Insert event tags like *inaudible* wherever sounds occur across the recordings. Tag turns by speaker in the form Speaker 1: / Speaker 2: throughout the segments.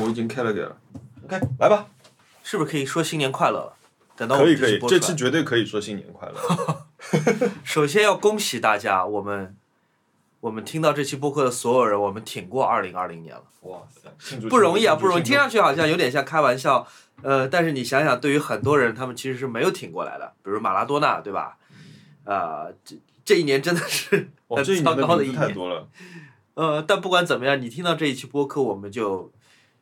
Speaker 1: 我已经开了给了。
Speaker 2: OK，来吧，
Speaker 3: 是不是可以说新年快乐了？等到我
Speaker 2: 可
Speaker 3: 们
Speaker 2: 以可
Speaker 3: 期
Speaker 2: 以，
Speaker 3: 播
Speaker 2: 这
Speaker 3: 出
Speaker 2: 期
Speaker 3: 来
Speaker 2: 绝对可以说新年快乐。
Speaker 3: 首先要恭喜大家，我们我们听到这期播客的所有人，我们挺过二零二零年了，
Speaker 2: 哇塞，庆祝
Speaker 3: 不容易啊，不容易。
Speaker 2: 庆
Speaker 3: 听
Speaker 2: 祝
Speaker 3: 上去好像有点像开玩笑，呃，但是你想想，对于很多人，他们其实是没有挺过来的，比如马拉多纳，对吧？啊、这这一年真的是
Speaker 2: 哇，
Speaker 3: 很
Speaker 2: 这一
Speaker 3: 糟
Speaker 2: 年
Speaker 3: 糕
Speaker 2: 的
Speaker 3: 的
Speaker 2: 名字太
Speaker 3: 年。
Speaker 2: 多了。
Speaker 3: 呃，但不管怎么样，你听到这一期播客，我们就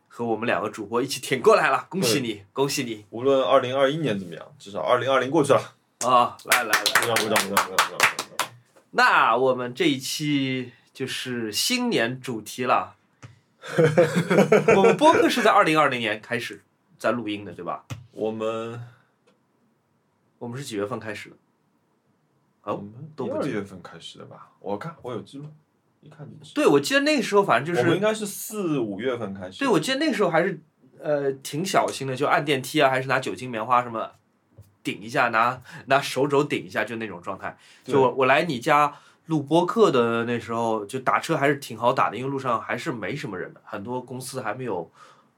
Speaker 3: 和我们两个主播一起挺过来了，恭喜你，恭喜你
Speaker 2: 无论二零二一年怎么样，至少二零二零过去了。
Speaker 3: 啊、来来来。
Speaker 2: 鼓掌鼓掌鼓掌鼓掌鼓掌！鼓掌
Speaker 3: 那我们这一期就是新年主题了。我们播客是在二零二零年开始在录音的，对吧？
Speaker 2: 我们
Speaker 3: 我们是几月份开始的？哦
Speaker 2: 我们
Speaker 3: 都不
Speaker 2: 二
Speaker 3: 记
Speaker 2: 月份开始的吧？我看我有记录，一看就知道。
Speaker 3: 对，我记得那个时候反正就
Speaker 2: 我们应
Speaker 3: 是，
Speaker 2: 该是四五月份开始。
Speaker 3: 对我记得那个时候还是呃挺小心的，就按电梯啊，还是拿酒精棉花什么顶一下，拿拿手肘顶一下，就那种状态。
Speaker 2: 对
Speaker 3: 就我我来你家录播客的那时候，就打车还是挺好打的，因为路上还是没什么人的，很多公司还没有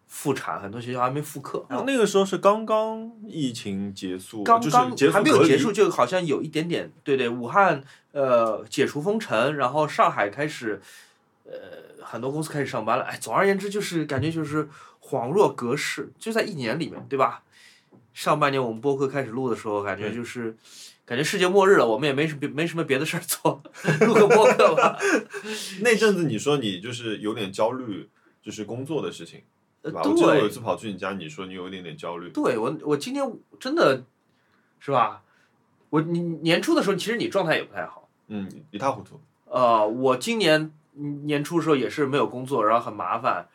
Speaker 3: 复产，很多学校还没复课。
Speaker 2: 那那个时候是刚刚疫情结束，
Speaker 3: 刚
Speaker 2: 就是
Speaker 3: 刚
Speaker 2: 结束
Speaker 3: 还没有
Speaker 2: 隔离
Speaker 3: 结束，，就好像有一点点，对对，武汉呃解除封城，然后上海开始，呃很多公司开始上班了。哎，总而言之就是感觉就是恍若隔世，就在一年里面，对吧？上半年我们播客开始录的时候，感觉
Speaker 2: 对
Speaker 3: 就是感觉世界末日了，我们也没什么没什么别的事儿做， *laughs* 录个播客吧。 *laughs*
Speaker 2: 那阵子你说你就是有点焦虑，就是工作的事情，
Speaker 3: 呃
Speaker 2: 对吧？我记得我有一
Speaker 3: 对
Speaker 2: 次跑去你家，你说你有一点点焦虑，
Speaker 3: 对，我我今年真的是吧？我你年初的时候，其实你状态也不太好。
Speaker 2: 嗯，一塌糊涂。
Speaker 3: 呃，我今年嗯年初的时候也是没有工作，然后很麻烦，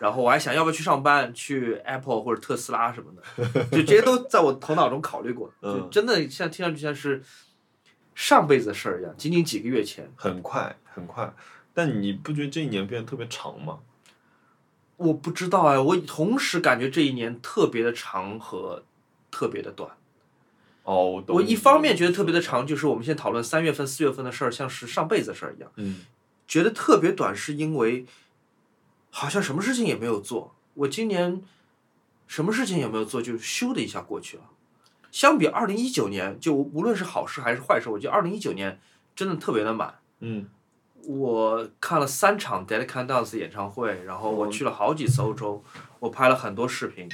Speaker 3: 然后我还想要不要去上班，去 Apple 或者特斯拉什么的，就这些都在我头脑中考虑过，
Speaker 2: 嗯
Speaker 3: 就真的像听上去像是上辈子的事儿一样，仅仅几个月前，
Speaker 2: 很快很快。但你不觉得这一年变得特别长吗？
Speaker 3: 我不知道哎，我同时感觉这一年特别的长和特别的短。
Speaker 2: 哦，我懂
Speaker 3: 我
Speaker 2: 你
Speaker 3: 一
Speaker 2: 的
Speaker 3: 方
Speaker 2: 意
Speaker 3: 面
Speaker 2: 思
Speaker 3: 觉得特别的，长，就是我们现在讨论三月份、四月份的事儿，像是上辈子的事儿一样。
Speaker 2: 嗯，
Speaker 3: 觉得特别短，是因为好像什么事情也没有做。我今年什么事情也没有做，就咻的一下过去了。相比二零一九年，就无论是好事还是坏事，我觉得二零一九年真的特别的满。
Speaker 2: 嗯，
Speaker 3: 我看了三场 Dead Can Dance 演唱会，然后我去了好几次欧洲，我拍了很多视频。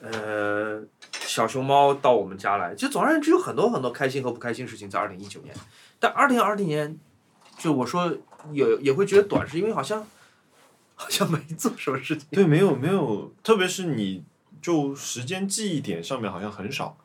Speaker 3: 呃，小熊猫到我们家来，就总而言之有很多很多开心和不开心事情在二零一九年，但二零二零年，就我说也也会觉得短，是因为好像好像没做什么事情。
Speaker 2: 对，没有没有，特别是你就时间记忆点上面好像很少。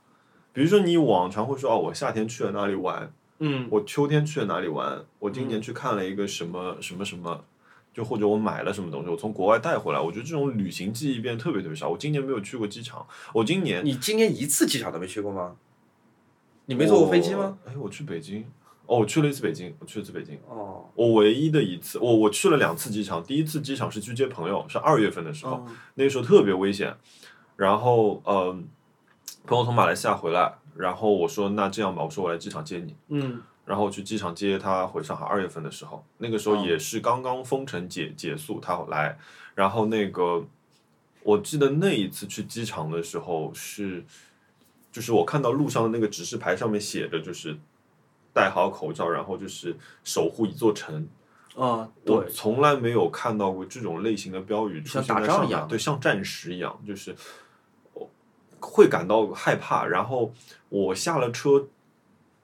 Speaker 2: 比如说你往常会说哦，我夏天去了哪里玩，
Speaker 3: 嗯，
Speaker 2: 我秋天去了哪里玩，我今年去看了一个什么、什么什么，就或者我买了什么东西，我从国外带回来。我觉得这种旅行记忆变得特别特别少。我今年没有去过机场，我今年
Speaker 3: 你今年一次机场都没去过吗？你
Speaker 2: 你
Speaker 3: 没坐过飞机吗？？
Speaker 2: 哎，我去北京，哦，我去了一次北京，我去了一次北京。
Speaker 3: 哦，
Speaker 2: 我唯一的一次，我我去了两次机场。第一次机场是去接朋友，是二月份的时候，
Speaker 3: 哦
Speaker 2: 那个时候特别危险。然后，嗯、朋友从马来西亚回来，然后我说那这样吧，我说我来机场接你。
Speaker 3: 嗯，
Speaker 2: 然后我去机场接他回上海。二月份的时候，那个时候
Speaker 3: 哦
Speaker 2: 也是刚刚封城解结束，他来。然后那个，我记得那一次去机场的时候是，就是我看到路上的那个指示牌上面写着就是。戴好口罩，然后就是守护一座城，
Speaker 3: 哦，
Speaker 2: 我
Speaker 3: 对，
Speaker 2: 从来没有看到过这种类型的标语出
Speaker 3: 像
Speaker 2: 现
Speaker 3: 打
Speaker 2: 在
Speaker 3: 仗
Speaker 2: 上
Speaker 3: 一样
Speaker 2: 海，对，像战时一样，就是我会感到害怕。然后我下了车，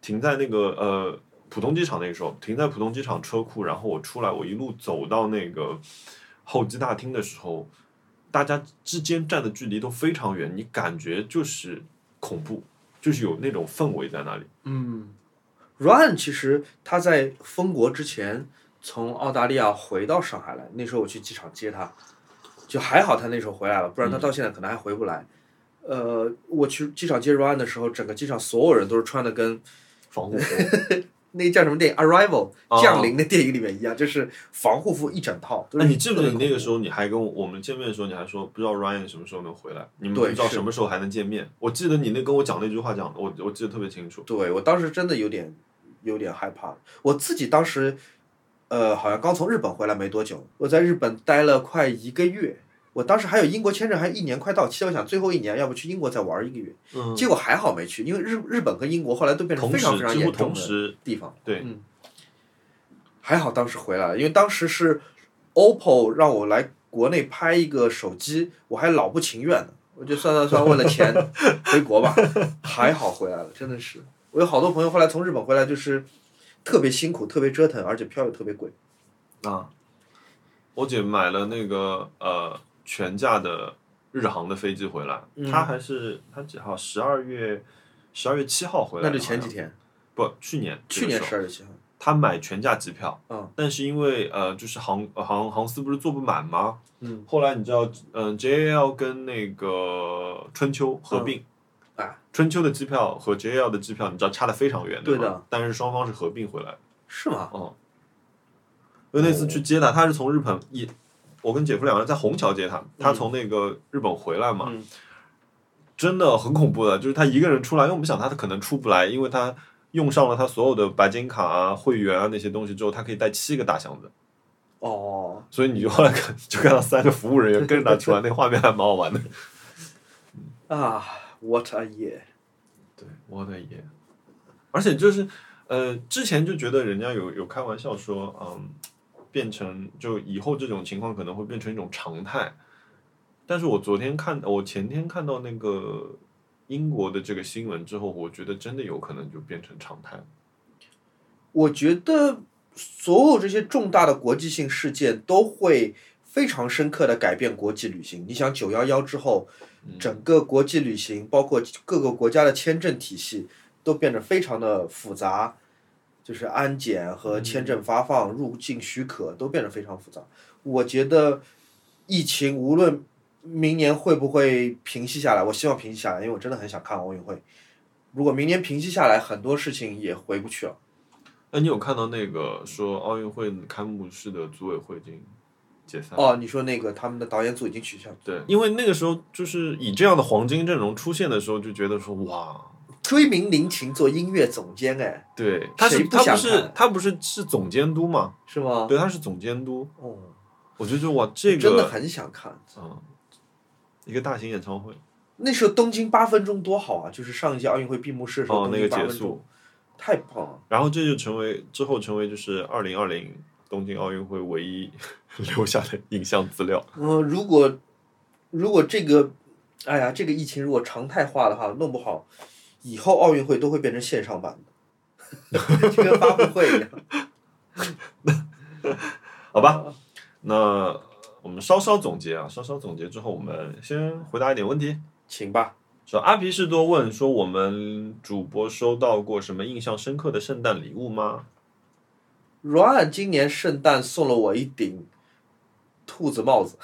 Speaker 2: 停在那个呃浦东机场那个时候，停在浦东机场车库，然后我出来，我一路走到那个候机大厅的时候，大家之间站的距离都非常远，你感觉就是恐怖，就是有那种氛围在那里。
Speaker 3: 嗯，Ryan 其实他在封国之前从澳大利亚回到上海来，那时候我去机场接他，就还好他那时候回来了，不
Speaker 2: 嗯
Speaker 3: 然他到现在可能还回不来。呃，我去机场接 Ryan 的时候，整个机场所有人都是穿的跟
Speaker 2: 防
Speaker 3: *laughs*
Speaker 2: 护服
Speaker 3: 那叫什么电影《Arrival
Speaker 2: 哦》
Speaker 3: 降临的电影里面一样，就是防护服一整套。
Speaker 2: 那哎你记不记得你那个
Speaker 3: 时
Speaker 2: 时候，你还跟我我们见面的时候，你还说不知道 Ryan 什么时候能回来，你们不
Speaker 3: 对
Speaker 2: 知道
Speaker 3: 是
Speaker 2: 什么时候还能见面。我记得你那跟我讲那句话讲的，我我记得特别清楚。
Speaker 3: 对我当时真的有点有点害怕，我自己当时呃好像刚从日本回来没多久，我在日本待了快一个月，我当时还有英国签证，还有一年快到期了，我想最后一年要不去英国再玩一个月，
Speaker 2: 嗯，
Speaker 3: 结果还好没去，因为日日本和英国后来都变成
Speaker 2: 同
Speaker 3: 非常非
Speaker 2: 时
Speaker 3: 常
Speaker 2: 几乎
Speaker 3: 严重
Speaker 2: 同
Speaker 3: 的
Speaker 2: 时，
Speaker 3: 地方。
Speaker 2: 对
Speaker 3: 嗯，还好当时回来了，因为当时是 OPPO 让我来国内拍一个手机，我还老不情愿呢，我就算算算为了钱 *laughs* 回国吧，还好回来了，真的是。我有好多朋友后来从日本回来就是特别辛苦，特别折腾，而且票又特别贵。嗯
Speaker 2: 啊，我姐买了那个呃全价的日航的飞机回来，
Speaker 3: 嗯
Speaker 2: 她还是她几号？十二月十二月七号回来
Speaker 3: 那
Speaker 2: 的，
Speaker 3: 就前
Speaker 2: 好
Speaker 3: 几
Speaker 2: 像
Speaker 3: 天，
Speaker 2: 不去年这
Speaker 3: 去
Speaker 2: 个
Speaker 3: 年
Speaker 2: 时候
Speaker 3: 十二月七号，
Speaker 2: 她买全价机票，
Speaker 3: 嗯，
Speaker 2: 但是因为呃就是航呃航航司不是做不满吗？
Speaker 3: 嗯，
Speaker 2: 后来你知道嗯、JAL 跟那个春秋合并。
Speaker 3: 啊
Speaker 2: 春秋的机票和 JAL 的机票，你知道差的非常远，
Speaker 3: 对
Speaker 2: 吧
Speaker 3: 的哦
Speaker 2: 但是双方是合并回来的。
Speaker 3: 是吗？
Speaker 2: 因为那次去接他，他是从日本一，我跟姐夫两个人在虹桥接他，他从那个日本回来嘛，
Speaker 3: 嗯
Speaker 2: 真的很恐怖的，就是他一个人出来，因为我们想他可能出不来，因为他用上了他所有的白金卡啊、会员啊那些东西之后，他可以带七个大箱子，
Speaker 3: 哦，
Speaker 2: 所以你就后来看 *laughs* 就看到三个服务人员跟着他出来，那画面还蛮好玩的。
Speaker 3: 啊，What a year！
Speaker 2: *laughs* 对，我的爷！而且就是，呃，之前就觉得人家有有开玩笑说，嗯，变成就以后这种情况可能会变成一种常态。但是我昨天看，我前天看到那个英国的这个新闻之后，我觉得真的有可能就变成常态。
Speaker 3: 我觉得所有这些重大的国际性事件都会非常深刻的改变国际旅行。你想九幺幺之后，整个国际旅行包括各个国家的签证体系都变得非常的复杂，就是安检和签证发放、入境许可都变得非常复杂。我觉得疫情无论明年会不会平息下来，我希望平息下来，因为我真的很想看奥运会。如果明年平息下来，很多事情也回不去了。
Speaker 2: 那你有看到那个说奥运会开幕式的组委会已经解散？
Speaker 3: 哦，你说那个他们的导演组已经取消，
Speaker 2: 对，因为那个时候就是以这样的黄金阵容出现的时候，就觉得说哇，
Speaker 3: 追名林琴做音乐总监，哎，
Speaker 2: 对，他
Speaker 3: 谁
Speaker 2: 是
Speaker 3: 不
Speaker 2: 他
Speaker 3: 想
Speaker 2: 不是他不是是总监督嘛？
Speaker 3: 是吗？
Speaker 2: 对，他是总监督。
Speaker 3: 哦，
Speaker 2: 我觉得就哇，这
Speaker 3: 真
Speaker 2: 个
Speaker 3: 的很想看。
Speaker 2: 嗯，一个大型演唱会
Speaker 3: 那时候东京八分钟多好啊，就是上一届奥运会闭幕式的时
Speaker 2: 哦，
Speaker 3: 候，东
Speaker 2: 那
Speaker 3: 京
Speaker 2: 个
Speaker 3: 八
Speaker 2: 结
Speaker 3: 分钟
Speaker 2: 束，
Speaker 3: 太棒了。
Speaker 2: 然后这就成为之后成为就是二零二零东京奥运会唯一 *laughs* 留下的影像资料。
Speaker 3: 嗯，如果如果这个，哎呀，这个疫情如果常态化的话，弄不好以后奥运会都会变成线上版的， *laughs* 就跟发布会一样。
Speaker 2: 好吧，
Speaker 3: 嗯
Speaker 2: 那我们稍稍总结啊，稍稍总结之后，我们先回答一点问题。
Speaker 3: 请吧，
Speaker 2: 说阿皮士多问说，我们主播收到过什么印象深刻的圣诞礼物吗？
Speaker 3: ，Ryan 今年圣诞送了我一顶兔子帽子，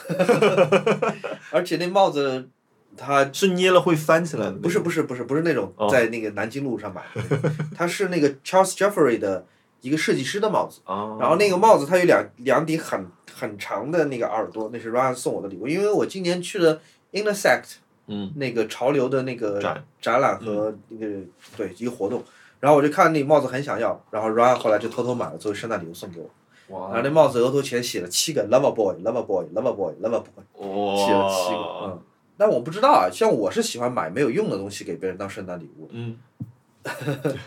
Speaker 3: *laughs* 而且那帽子它
Speaker 2: 啊是捏了会翻起来的那种，
Speaker 3: 不是不是不是不是那种
Speaker 2: 哦
Speaker 3: 在那个南京路上买的那个，它是那个 Charles Jeffrey 的一个设计师的帽子，
Speaker 2: 啊？
Speaker 3: 然后那个帽子它有两两顶很很长的那个耳朵，那是 Ryan 送我的礼物，因为我今年去了 Intersect
Speaker 2: 嗯
Speaker 3: 那个潮流的那个
Speaker 2: 展嗯
Speaker 3: 展览和那个、对一个活动，然后我就看那帽子很想要，然后 Ryan 后来就偷偷买了作为圣诞礼物送给我，然后那帽子额头前写了七个 Lover Boy Lover Boy Lover Boy Lover Boy。
Speaker 2: 哇，
Speaker 3: 写了七个。嗯，但我不知道啊，像我是喜欢买没有用的东西给别人当圣诞礼物的。 *laughs*
Speaker 2: 嗯，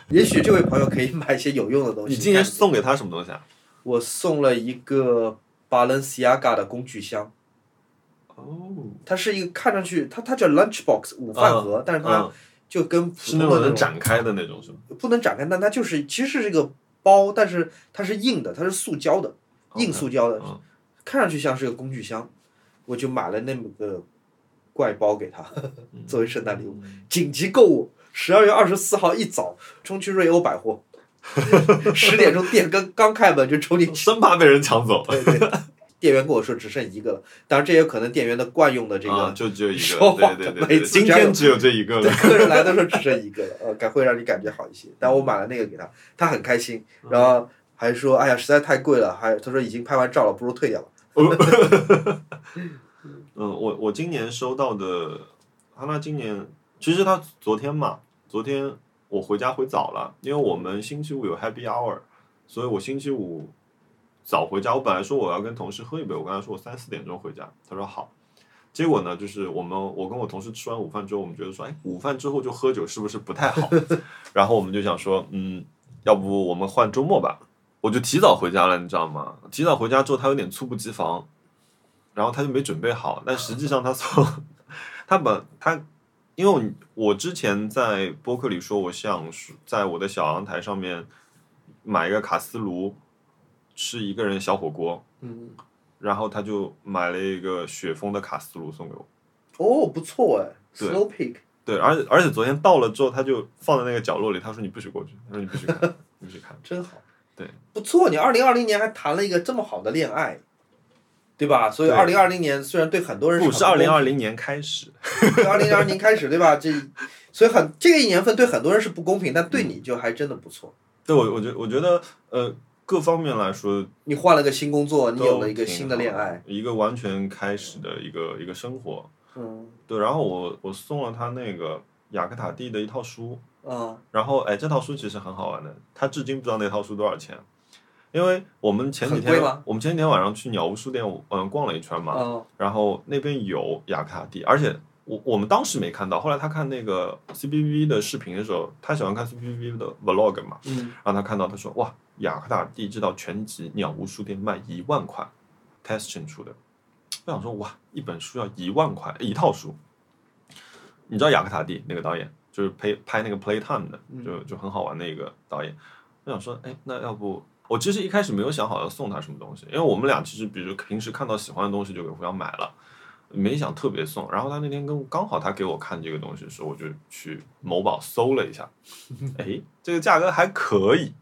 Speaker 3: 也许这位朋友可以买一些有用的东西。
Speaker 2: 你今年
Speaker 3: 看
Speaker 2: 送给他什么东西啊？
Speaker 3: 我送了一个 Balenciaga 的工具箱，
Speaker 2: 哦，
Speaker 3: 它是一个看上去它它叫 lunchbox 午饭盒，但是它
Speaker 2: 嗯
Speaker 3: 就跟普
Speaker 2: 是那
Speaker 3: 通的
Speaker 2: 种
Speaker 3: 那
Speaker 2: 能展开的那种，是吗？
Speaker 3: 不能展开，但它就是其实是一个包，但是它是硬的，它是塑胶的，硬塑胶的
Speaker 2: 嗯，
Speaker 3: 看上去像是个工具箱，我就买了那么个怪包给他
Speaker 2: 嗯
Speaker 3: *laughs* 作为圣诞礼物，紧急购物。十二月二十四号一早冲去瑞欧百货，十点钟店刚刚开门就冲进去，
Speaker 2: 生怕被人抢走。
Speaker 3: 对对，店员跟我说只剩一个了，当然这也有可能店员的惯用的这
Speaker 2: 啊，
Speaker 3: 个，
Speaker 2: 就只有一
Speaker 3: 说
Speaker 2: 个，
Speaker 3: 谎
Speaker 2: 对对对对
Speaker 3: 的每
Speaker 2: 对，
Speaker 3: 次
Speaker 2: 今
Speaker 3: 加
Speaker 2: 天
Speaker 3: 入
Speaker 2: 只有这一个
Speaker 3: 对
Speaker 2: 了。
Speaker 3: 客人来的时候只剩一个了，呃，感会让你感觉好一些。但我买了那个给他，他很开心，
Speaker 2: 嗯
Speaker 3: 然后还说哎呀实在太贵了，还他说已经拍完照了，不如退掉吧。
Speaker 2: 嗯，我我今年收到的，哈娜今年其实她昨天嘛，昨天我回家回早了，因为我们星期五有 Happy Hour，所以我星期五早回家。我本来说我要跟同事喝一杯，我跟她说我三四点钟回家，她说好。结果呢，就是我们我跟我同事吃完午饭之后，我们觉得说，哎，午饭之后就喝酒是不是不太好？ *laughs* 然后我们就想说，嗯，要不我们换周末吧？我就提早回家了，你知道吗？提早回家之后，他有点猝不及防，然后他就没准备好，但实际上他从 *laughs* 他本他。因为我我之前在播客里说，我想在我的小阳台上面买一个卡斯炉，吃一个人小火锅。
Speaker 3: 嗯，
Speaker 2: 然后他就买了一个雪峰的卡斯炉送给我。
Speaker 3: 哦，不错哎
Speaker 2: 对
Speaker 3: ，Slow Pick，
Speaker 2: 对，而且而且昨天到了之后，他就放在那个角落里，他说你不许过去，他说你不许看，你不许看。
Speaker 3: 真好。
Speaker 2: 对，
Speaker 3: 不错，你二零二零年还谈了一个这么好的恋爱，对吧？所以
Speaker 2: 对
Speaker 3: 二零二零年虽然对很多
Speaker 2: *laughs*
Speaker 3: 人
Speaker 2: 不是二
Speaker 3: 很
Speaker 2: 零
Speaker 3: 公
Speaker 2: 二零年开始，
Speaker 3: 对，二零二零开始，对吧？这，所以很这个一年份对很多人是不公平，但
Speaker 2: 嗯
Speaker 3: 对你就还真的不错。
Speaker 2: 对我我觉我觉得呃各方面来说，
Speaker 3: 你换了个新工作，你有了一个
Speaker 2: 都挺
Speaker 3: 新的恋爱，
Speaker 2: 好，一个完全开始的一个一个生活。
Speaker 3: 嗯
Speaker 2: 对，然后我我送了他那个雅克塔蒂的一套书，
Speaker 3: 嗯
Speaker 2: 然后哎，这套书其实很好玩的，他至今不知道那套书多少钱，因为我们前几
Speaker 3: 很
Speaker 2: 天
Speaker 3: 贵吗
Speaker 2: 我们前几天晚上去鸟屋书店，我嗯逛了一圈嘛，
Speaker 3: 嗯，
Speaker 2: 然后那边有雅克塔蒂，而且我我们当时没看到，后来他看那个 C B B 的视频的时候，他喜欢看 C B B 的 vlog 嘛，
Speaker 3: 嗯，
Speaker 2: 然后他看到他说哇，雅克塔蒂这套全集鸟屋书店卖一万块 t e s t i n 出的，我想说哇，一本书要一万块一套书，你知道雅克塔蒂那个导演就是拍拍那个 Playtime 的，就就很好玩的一个导演，我想说哎，那要不。我其实一开始没有想好要送他什么东西，因为我们俩其实，比如平时看到喜欢的东西就给互相买了，没想特别送。然后他那天跟我刚好他给我看这个东西的时候，我就去某宝搜了一下，哎，这个价格还可以。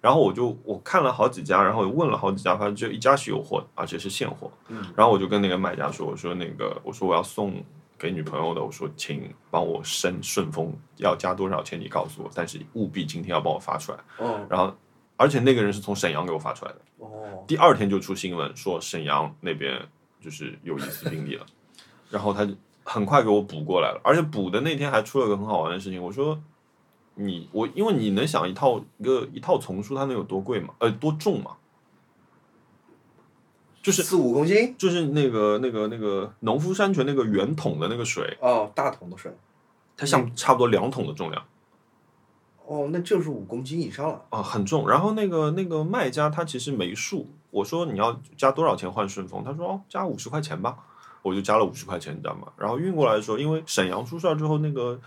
Speaker 2: 然后我就我看了好几家，然后我问了好几家，发现只有一家是有货的，而且是现货。
Speaker 3: 嗯
Speaker 2: 然后我就跟那个卖家说，我说那个我说我要送给女朋友的，我说请帮我申顺丰，要加多少钱你告诉我，但是务必今天要帮我发出来。
Speaker 3: 哦
Speaker 2: 然后而且那个人是从沈阳给我发出来的。
Speaker 3: 哦，
Speaker 2: 第二天就出新闻说沈阳那边就是有疑似病例了，然后他就很快给我补过来了，而且补的那天还出了个很好玩的事情，我说你我因为你能想一套一个一套丛书它能有多贵吗？呃，多重吗？就是
Speaker 3: 四五公斤
Speaker 2: 就是那个那个那个农夫山泉那个圆桶的那个水，
Speaker 3: 哦，大桶的水
Speaker 2: 它像差不多两桶的重量。
Speaker 3: 哦，那就是五公斤以上了。
Speaker 2: 啊，很重。然后那个那个卖家他其实没数，我说你要加多少钱换顺丰，他说哦加五十块钱吧，我就加了五十块钱，你知道吗？然后运过来的时候，因为沈阳出事儿之后，那个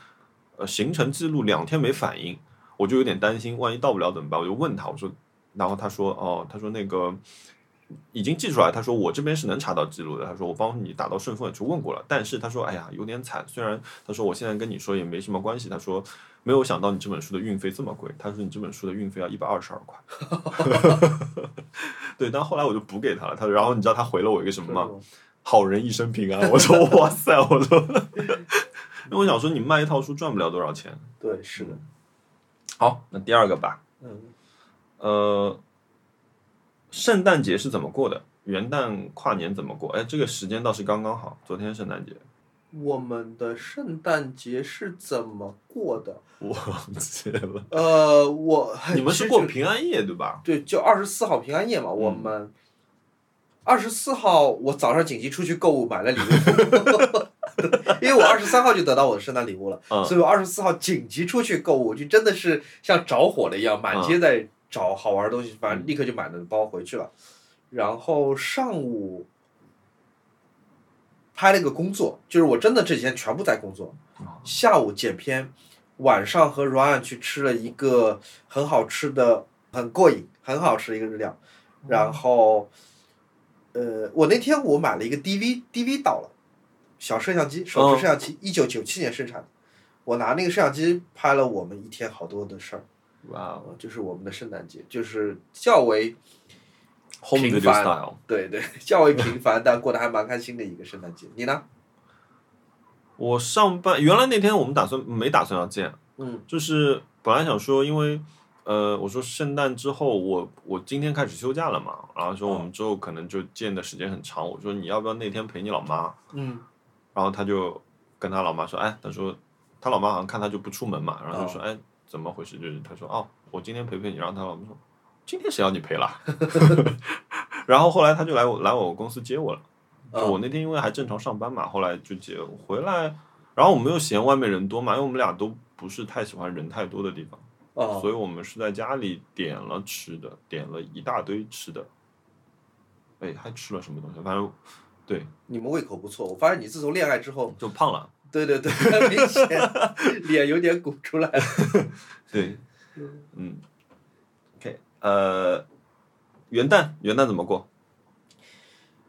Speaker 2: 呃行程记录两天没反应，我就有点担心，万一到不了怎么办？我就问他，我说，然后他说哦，他说那个。已经寄出来，他说我这边是能查到记录的。他说我帮你打到顺丰也去问过了，但是他说哎呀有点惨，虽然他说我现在跟你说也没什么关系，他说没有想到你这本书的运费这么贵，他说你这本书的运费要一百二十二块。 *laughs* 对，但后来我就补给他了，他然后你知道他回了我一个什么吗？好人一生平安。我 *laughs* 说哇塞，我 *laughs* 说，因为我想说你卖一套书赚不了多少钱。
Speaker 3: 对，是的，
Speaker 2: 好，那第二个吧，
Speaker 3: 嗯，
Speaker 2: 呃，圣诞节是怎么过的？元旦跨年怎么过？哎，这个时间倒是刚刚好，昨天圣诞节，
Speaker 3: 我们的圣诞节是怎么过的？
Speaker 2: 我忘记了。
Speaker 3: 呃，我
Speaker 2: *laughs* 你们是
Speaker 3: 其实
Speaker 2: 过
Speaker 3: 这
Speaker 2: 平嗯安夜对吧？
Speaker 3: 对，就二十四号平安夜嘛，我们二十四号我早上紧急出去购物 *laughs* 买了礼物，因为我二十三号就得到我的圣诞礼物了，
Speaker 2: 嗯
Speaker 3: 所以我二十四号紧急出去购物，就真的是像着火了一样，满
Speaker 2: 嗯
Speaker 3: 街在找好玩的东西，反正立刻就买了包回去了。然后上午拍了一个工作，就是我真的这几天全部在工作
Speaker 2: 哦，
Speaker 3: 下午剪片，晚上和 Ryan 去吃了一个很好吃的，很过瘾，很好吃的一个日料。然后，呃，我那天我买了一个 DV，DV 到了，小摄像机，手
Speaker 2: 嗯
Speaker 3: 持摄像机，一九九七年生产的。我拿那个摄像机拍了我们一天好多的事儿，
Speaker 2: 哇哦
Speaker 3: 呃就是我们的圣诞节，就是较为
Speaker 2: ，Home
Speaker 3: 平
Speaker 2: Video
Speaker 3: 凡
Speaker 2: Style。
Speaker 3: 对对，较为平凡，但过得还蛮开心的一个圣诞节。你呢？
Speaker 2: 我上班原来那天我们打算没打算要见，啊
Speaker 3: 嗯，
Speaker 2: 就是本来想说，因为呃，我说圣诞之后我我今天开始休假了嘛，然后说我们之后可能就见的时间很长，我说你要不要那天陪你老妈？
Speaker 3: 嗯，
Speaker 2: 然后他就跟他老妈说，哎，他说他老妈好像看他就不出门嘛，然后就说，哎，怎么回事？就是他说，哦，我今天陪陪你。然后他老妈说， *laughs* 今天谁要你陪了？然后后来他就来我来我公司接我了，就嗯
Speaker 3: 嗯
Speaker 2: 我那天因为还正常上班嘛，后来就结回来，然后我们又嫌外面人多嘛，因为我们俩都不是太喜欢人太多的地方，
Speaker 3: 哦，
Speaker 2: 所以我们是在家里点了吃的，点了一大堆吃的。哎，还吃了什么东西？反正
Speaker 3: 你们胃口不错。我发现你自从恋爱之后，
Speaker 2: 就胖了。
Speaker 3: 对对 *laughs* 对，很明显脸有点鼓出来了。
Speaker 2: 对，嗯，OK，呃，元旦元旦怎么过？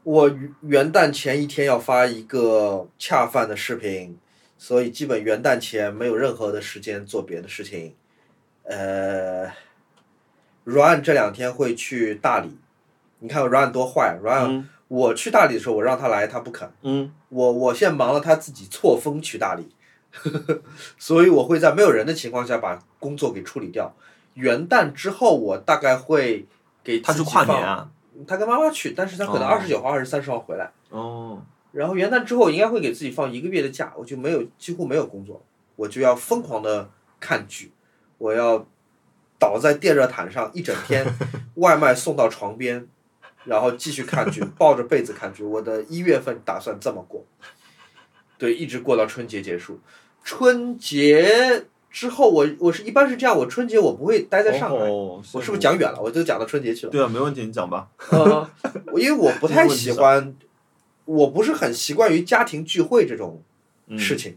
Speaker 3: 我元旦前一天要发一个恰饭的视频，所以基本元旦前没有任何的时间做别的事情。呃，Ryan 这两天会去大理，你看 Ryan 多坏，Ryan、
Speaker 2: 嗯
Speaker 3: 我去大理的时候，我让他来，他不肯。
Speaker 2: 嗯，
Speaker 3: 我我现在忙了，他自己错峰去大理，所以我会在没有人的情况下把工作给处理掉。元旦之后，我大概会给
Speaker 2: 他
Speaker 3: 自
Speaker 2: 去
Speaker 3: 己
Speaker 2: 跨年
Speaker 3: 放
Speaker 2: 啊？
Speaker 3: 他跟妈妈去，但是他可
Speaker 2: 哦
Speaker 3: 能二十九号还是三十号回来。
Speaker 2: 哦，
Speaker 3: 然后元旦之后应该会给自己放一个月的假，我就没有几乎没有工作，我就要疯狂的看剧，我要倒在电热毯上一整天，外卖送到床边，然后继续看剧，抱着被子看剧。我的一月份打算这么过，对，一直过到春节结束。春节之后我，我是一般是这样，我春节我不会待在上海，
Speaker 2: 哦
Speaker 3: 我是不是？讲远了？我就讲到春节去了。
Speaker 2: 对啊，没问题，你讲吧。
Speaker 3: 呃，我 *laughs* 因为我不太喜欢，我不是很习惯于家庭聚会这种
Speaker 2: 嗯
Speaker 3: 事情。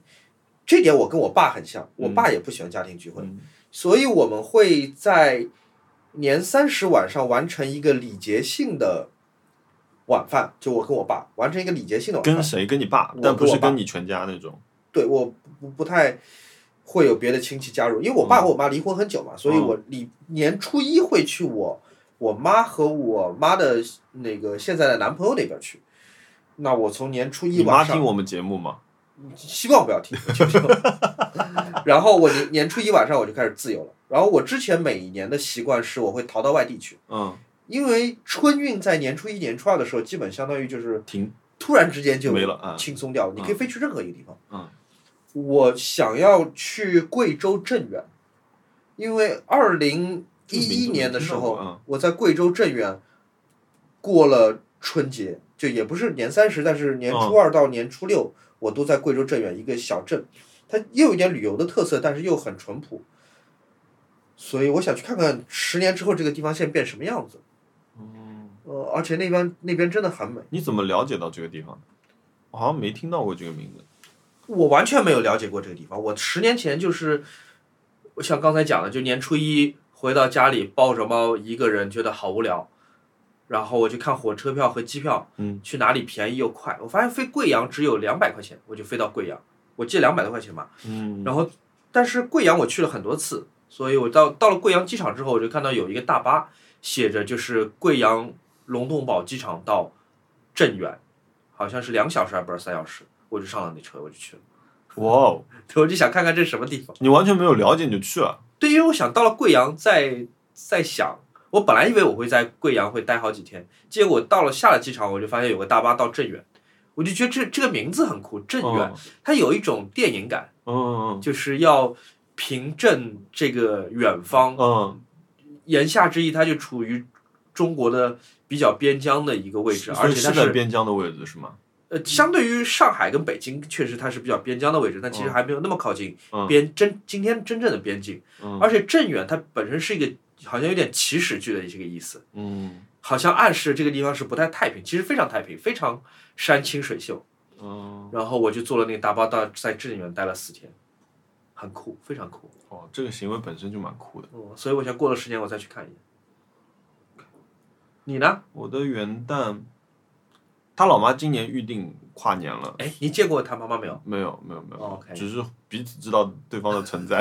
Speaker 3: 这点我跟我爸很像，我
Speaker 2: 嗯
Speaker 3: 爸也不喜欢家庭聚会，
Speaker 2: 嗯
Speaker 3: 所以我们会在年三十晚上完成一个礼节性的晚饭，就我跟我爸完成一个礼节性的晚
Speaker 2: 跟
Speaker 3: 饭。
Speaker 2: 谁？跟你爸
Speaker 3: 我，
Speaker 2: 但不是
Speaker 3: 跟我爸
Speaker 2: 跟你全家那种。
Speaker 3: 对，我不不太会有别的亲戚加入，因为我
Speaker 2: 嗯
Speaker 3: 爸和我妈离婚很久嘛，所以我礼年初一会去我我妈和我妈的那个现在的男朋友那边去。那我从年初一
Speaker 2: 你妈
Speaker 3: 晚上
Speaker 2: 听，我们节目吗？
Speaker 3: 希望不要听，求求。 *laughs* 然后我年年初一晚上我就开始自由了。然后我之前每一年的习惯是我会逃到外地去，
Speaker 2: 嗯，
Speaker 3: 因为春运在年初一、年初二的时候，基本相当于就是
Speaker 2: 停
Speaker 3: 突然之间就
Speaker 2: 没了啊。
Speaker 3: 轻松掉了，你可以飞去任何一个地方。
Speaker 2: 嗯，
Speaker 3: 我想要去贵州镇远，因为二零一一年的时
Speaker 2: 这个名字我
Speaker 3: 候，
Speaker 2: 听到过嗯
Speaker 3: 我在贵州镇远过了春节，就也不是年三十，但是年
Speaker 2: 啊
Speaker 3: 初二到年初六，我都在贵州镇远一个小镇，它又有一点旅游的特色，但是又很淳朴。所以我想去看看十年之后这个地方现在变什么样子，
Speaker 2: 嗯
Speaker 3: 呃，而且那边那边真的很美，
Speaker 2: 你怎么了解到这个地方的？我好像没听到过这个名字。
Speaker 3: 我完全没有了解过这个地方。我十年前就是，我像刚才讲的，就年初一回到家里，抱着猫一个人，觉得好无聊。然后我就看火车票和机票，
Speaker 2: 嗯，
Speaker 3: 去哪里便宜又快。我发现飞贵阳只有两百块钱，我就飞到贵阳，我借两百多块钱嘛。
Speaker 2: 嗯
Speaker 3: 然后，但是贵阳我去了很多次，所以我到到了贵阳机场之后，我就看到有一个大巴写着就是贵阳龙洞堡机场到镇远，好像是两小时还不是三小时，我就上了那车，我就去了。
Speaker 2: 哇哦，
Speaker 3: 对，我就想看看这是什么地方。
Speaker 2: 你完全没有了解你就去了。
Speaker 3: 对，因为我想到了贵阳再再想，我本来以为我会在贵阳会待好几天，结果到了下了机场，我就发现有个大巴到镇远，我就觉得这这个名字很酷，镇远，
Speaker 2: 哦
Speaker 3: 它有一种电影感，
Speaker 2: 嗯嗯
Speaker 3: 就是要平镇这个远方
Speaker 2: 嗯。嗯，
Speaker 3: 言下之意，它就处于中国的比较边疆的一个位置，
Speaker 2: 所
Speaker 3: 而
Speaker 2: 以
Speaker 3: 且它
Speaker 2: 是在
Speaker 3: 是
Speaker 2: 边疆的位置是吗？
Speaker 3: 呃，相对于上海跟北京，确实它是比较边疆的位置，但
Speaker 2: 哦
Speaker 3: 其实还没有那么靠近
Speaker 2: 嗯
Speaker 3: 边真今天真正的边境。
Speaker 2: 嗯
Speaker 3: 而且镇远它本身是一个好像有点起始句的这个意思，
Speaker 2: 嗯
Speaker 3: 好像暗示这个地方是不太太平，其实非常太平，非常山清水秀。
Speaker 2: 嗯，
Speaker 3: 然后我就坐了那个大巴到在镇远待了四天，很酷，非常酷。
Speaker 2: 哦，这个行为本身就蛮酷的。
Speaker 3: 嗯，所以我想过了十年我再去看一眼。你呢？
Speaker 2: 我的元旦，他老妈今年预定跨年了。
Speaker 3: 哎，你见过他妈妈没有？
Speaker 2: 没有没有没有、
Speaker 3: 哦，OK
Speaker 2: 只是彼此知道对方的存
Speaker 3: *laughs*
Speaker 2: 在。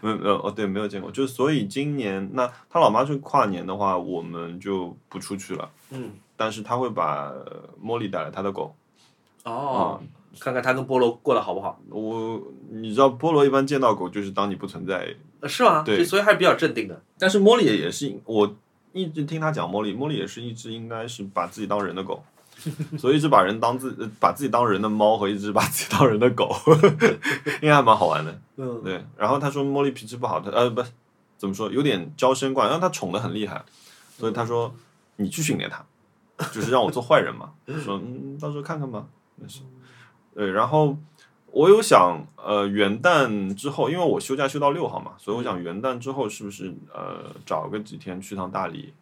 Speaker 2: 没有没有哦，对，没有见过。就是所以今年那他老妈去跨年的话，我们就不出去了，
Speaker 3: 嗯，
Speaker 2: 但是他会把呃茉莉带来，他的狗。
Speaker 3: 哦，看看他跟菠萝过得好不好？
Speaker 2: 我你知道菠萝一般见到狗就是当你不存在，
Speaker 3: 呃是吗？
Speaker 2: 对
Speaker 3: 就所以还是比较镇定的。
Speaker 2: 但是茉莉也是我一直听他讲茉莉，茉莉也是一只应该是把自己当人的狗。所以一只把人当自呃把自己当人的猫和一只把自己当人的狗， *laughs* 应该还蛮好玩的。
Speaker 3: 嗯，
Speaker 2: 对，然后他说茉莉脾气不好，他呃不怎么说，有点娇生惯，然后他宠的很厉害，所以他说你去训练他， *laughs* 就是让我做坏人嘛，说嗯，到时候看看吧，没事。对，然后我有想，呃，元旦之后，因为我休假休到六号嘛，所以我想元旦之后是不是呃找个几天去趟大理？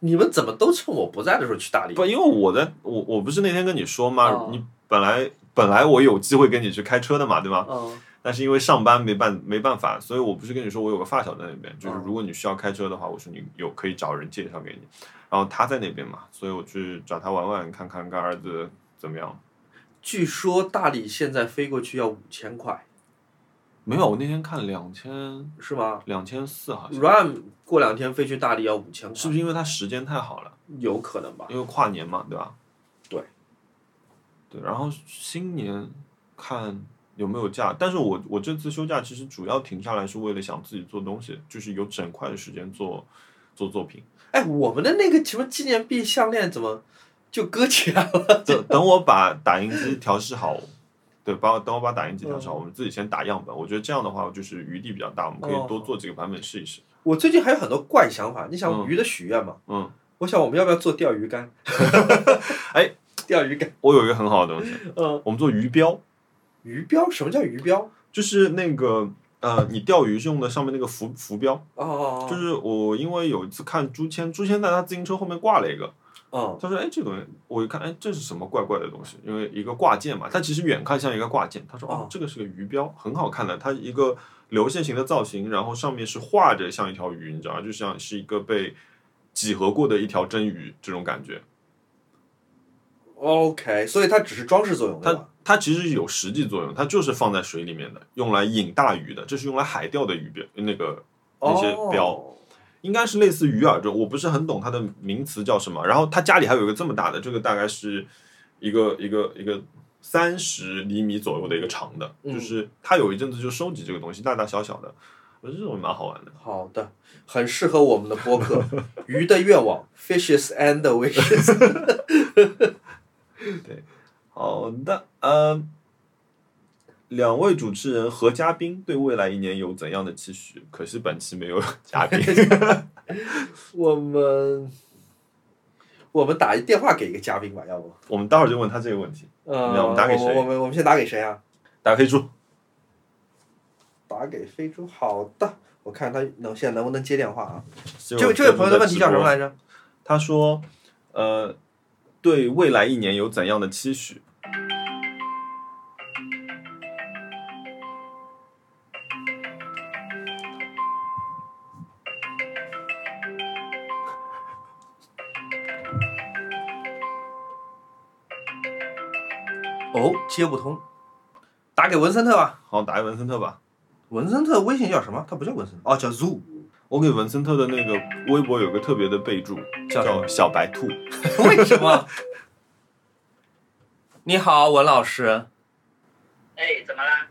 Speaker 3: 你们怎么都趁我不在的时候去大理？
Speaker 2: 不，因为我在我我不是那天跟你说吗？
Speaker 3: 哦
Speaker 2: 你本来本来我有机会跟你去开车的嘛，对吗？
Speaker 3: 嗯
Speaker 2: 但是因为上班没办没办法，所以我不是跟你说我有个发小在那边，就是
Speaker 3: 哦
Speaker 2: 如果你需要开车的话，我说你有可以找人介绍给你，然后他在那边嘛，所以我去找他玩玩，看看干儿子怎么样。
Speaker 3: 据说大理现在飞过去要五千块，
Speaker 2: 没有，我那天看两千
Speaker 3: 是吗
Speaker 2: 两千四好像，
Speaker 3: ？RAM 过两天飞去大理要五千
Speaker 2: 是
Speaker 3: 块，
Speaker 2: 不是因为他时间太好了？
Speaker 3: 有可能吧？
Speaker 2: 因为跨年嘛，对吧？
Speaker 3: 对，
Speaker 2: 对，然后新年看有没有假，但是我我这次休假其实主要停下来是为了想自己做东西，就是有整块的时间做做作品。
Speaker 3: 哎，我们的那个什么纪念币项链怎么就搁起来了？ *laughs*
Speaker 2: *laughs* 等等我把打印机调试好，对，把等我把打印机调试好，我们自己先打样本。我觉得这样的话就是余地比较大，我们可以多做几个版本试一试。
Speaker 3: 我最近还有很多怪想法，你想
Speaker 2: 嗯
Speaker 3: 鱼的许愿嘛？
Speaker 2: 嗯，
Speaker 3: 我想我们要不要做钓鱼
Speaker 2: *laughs*
Speaker 3: 竿？
Speaker 2: 哎，
Speaker 3: 钓鱼竿，
Speaker 2: 我有一个很好的东西，
Speaker 3: 嗯，
Speaker 2: 我们做鱼标，
Speaker 3: 鱼标？什么叫鱼标？
Speaker 2: 就是那个呃，你钓鱼用的上面那个浮浮标。
Speaker 3: 哦哦，
Speaker 2: 就是我因为有一次看朱谦，朱谦在他自行车后面挂了一个，
Speaker 3: 哦，
Speaker 2: 他说：“哎，这个东西，我一看，哎，这是什么怪怪的东西？因为一个挂件嘛，它其实远看像一个挂件。他说：
Speaker 3: 哦
Speaker 2: 哦，这个是个鱼标，很好看的，它一个流线型的造型，然后上面是画着像一条鱼，你知道吗？就像是一个被几何过的一条真鱼这种感觉。
Speaker 3: 嗯，OK，所以它只是装饰作用，对吧
Speaker 2: 它？它其实有实际作用，它就是放在水里面的，用来引大鱼的，这是用来海钓的鱼标，那个那些标。
Speaker 3: 哦
Speaker 2: 应该是类似鱼饵这种，我不是很懂它的名词叫什么。然后他家里还有一个这么大的，这个大概是一个一个一个三十厘米左右的一个长的，
Speaker 3: 嗯
Speaker 2: 就是他有一阵子就收集这个东西，大大小小的，我觉得这种蛮好玩的。
Speaker 3: 好的，很适合我们的播客《鱼的愿望》（Fishes and Wishes）。
Speaker 2: 好的，呃，两位主持人和嘉宾对未来一年有怎样的期许？可惜本期 *laughs* 没有嘉宾。
Speaker 3: 我们我们打一电话给一个嘉宾吧，要不？
Speaker 2: 我们待会儿就问他这个问题。
Speaker 3: 呃，
Speaker 2: 那我们打给
Speaker 3: 我
Speaker 2: 谁
Speaker 3: 我们我们先打给谁啊？
Speaker 2: 打飞猪，
Speaker 3: 打给飞猪。好的，我看他能现在能不能接电话啊？
Speaker 2: 这
Speaker 3: 这位这位朋友的问题叫什么来着？
Speaker 2: 他说，呃，对未来一年有怎样的期许？
Speaker 3: 哦，接不通，打给文森特吧。
Speaker 2: 好，打给文森特吧。
Speaker 3: 文森特微信叫什么？他不叫文森特，哦，叫 Zoo。
Speaker 2: 我给文森特的那个微博有个特别的备注，
Speaker 3: 叫什么
Speaker 2: 叫“小白兔
Speaker 3: 为什么？ *laughs* 你好，文老师，
Speaker 1: 哎，怎么啦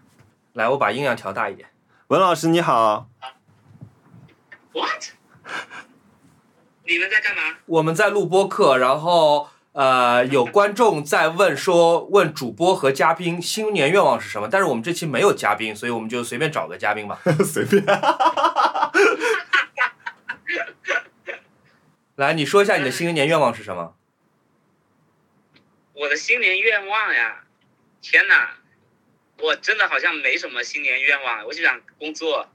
Speaker 3: 来，我把音量调大一点。”。
Speaker 2: 文老师你
Speaker 3: *laughs*
Speaker 2: 好，
Speaker 1: ？What？你们在干嘛？
Speaker 3: 我们在录播课，然后呃，有观众在问说，问主播和嘉宾新年愿望是什么？但是我们这期没有嘉宾，所以我们就随便找个嘉宾 *laughs* 吧。
Speaker 2: 随便。
Speaker 3: 来，你说一下你的新年愿望是什么？
Speaker 1: 我的新年愿望呀！天哪，我真的好像没什么新年愿望，我就想工作。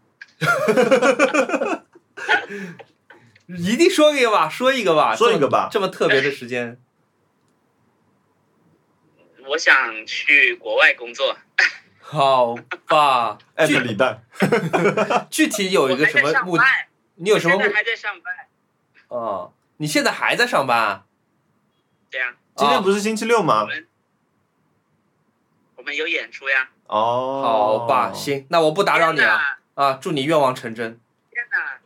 Speaker 3: 一定说一个吧，说一个
Speaker 2: *laughs*
Speaker 3: 吧，
Speaker 2: 说一个吧
Speaker 3: 这么这么特别的时间，
Speaker 1: 我想去国外工作。
Speaker 3: 好吧？
Speaker 2: 艾特
Speaker 3: 具
Speaker 2: 李诞，
Speaker 3: 具体有一个什
Speaker 1: 我还在
Speaker 3: 么
Speaker 1: 上
Speaker 3: 目？
Speaker 1: 班？
Speaker 3: 你有什么
Speaker 1: 我
Speaker 3: 目？
Speaker 1: 现在还在上班。
Speaker 3: 哦，你现在还在上班啊？
Speaker 1: 对呀、
Speaker 2: 今天
Speaker 3: 啊
Speaker 2: 不是星期六吗？
Speaker 1: 我们有演出呀。
Speaker 2: 哦，
Speaker 3: 好吧，。行，那我不打扰你了啊！祝你愿望成真。
Speaker 1: 天哪！天哪！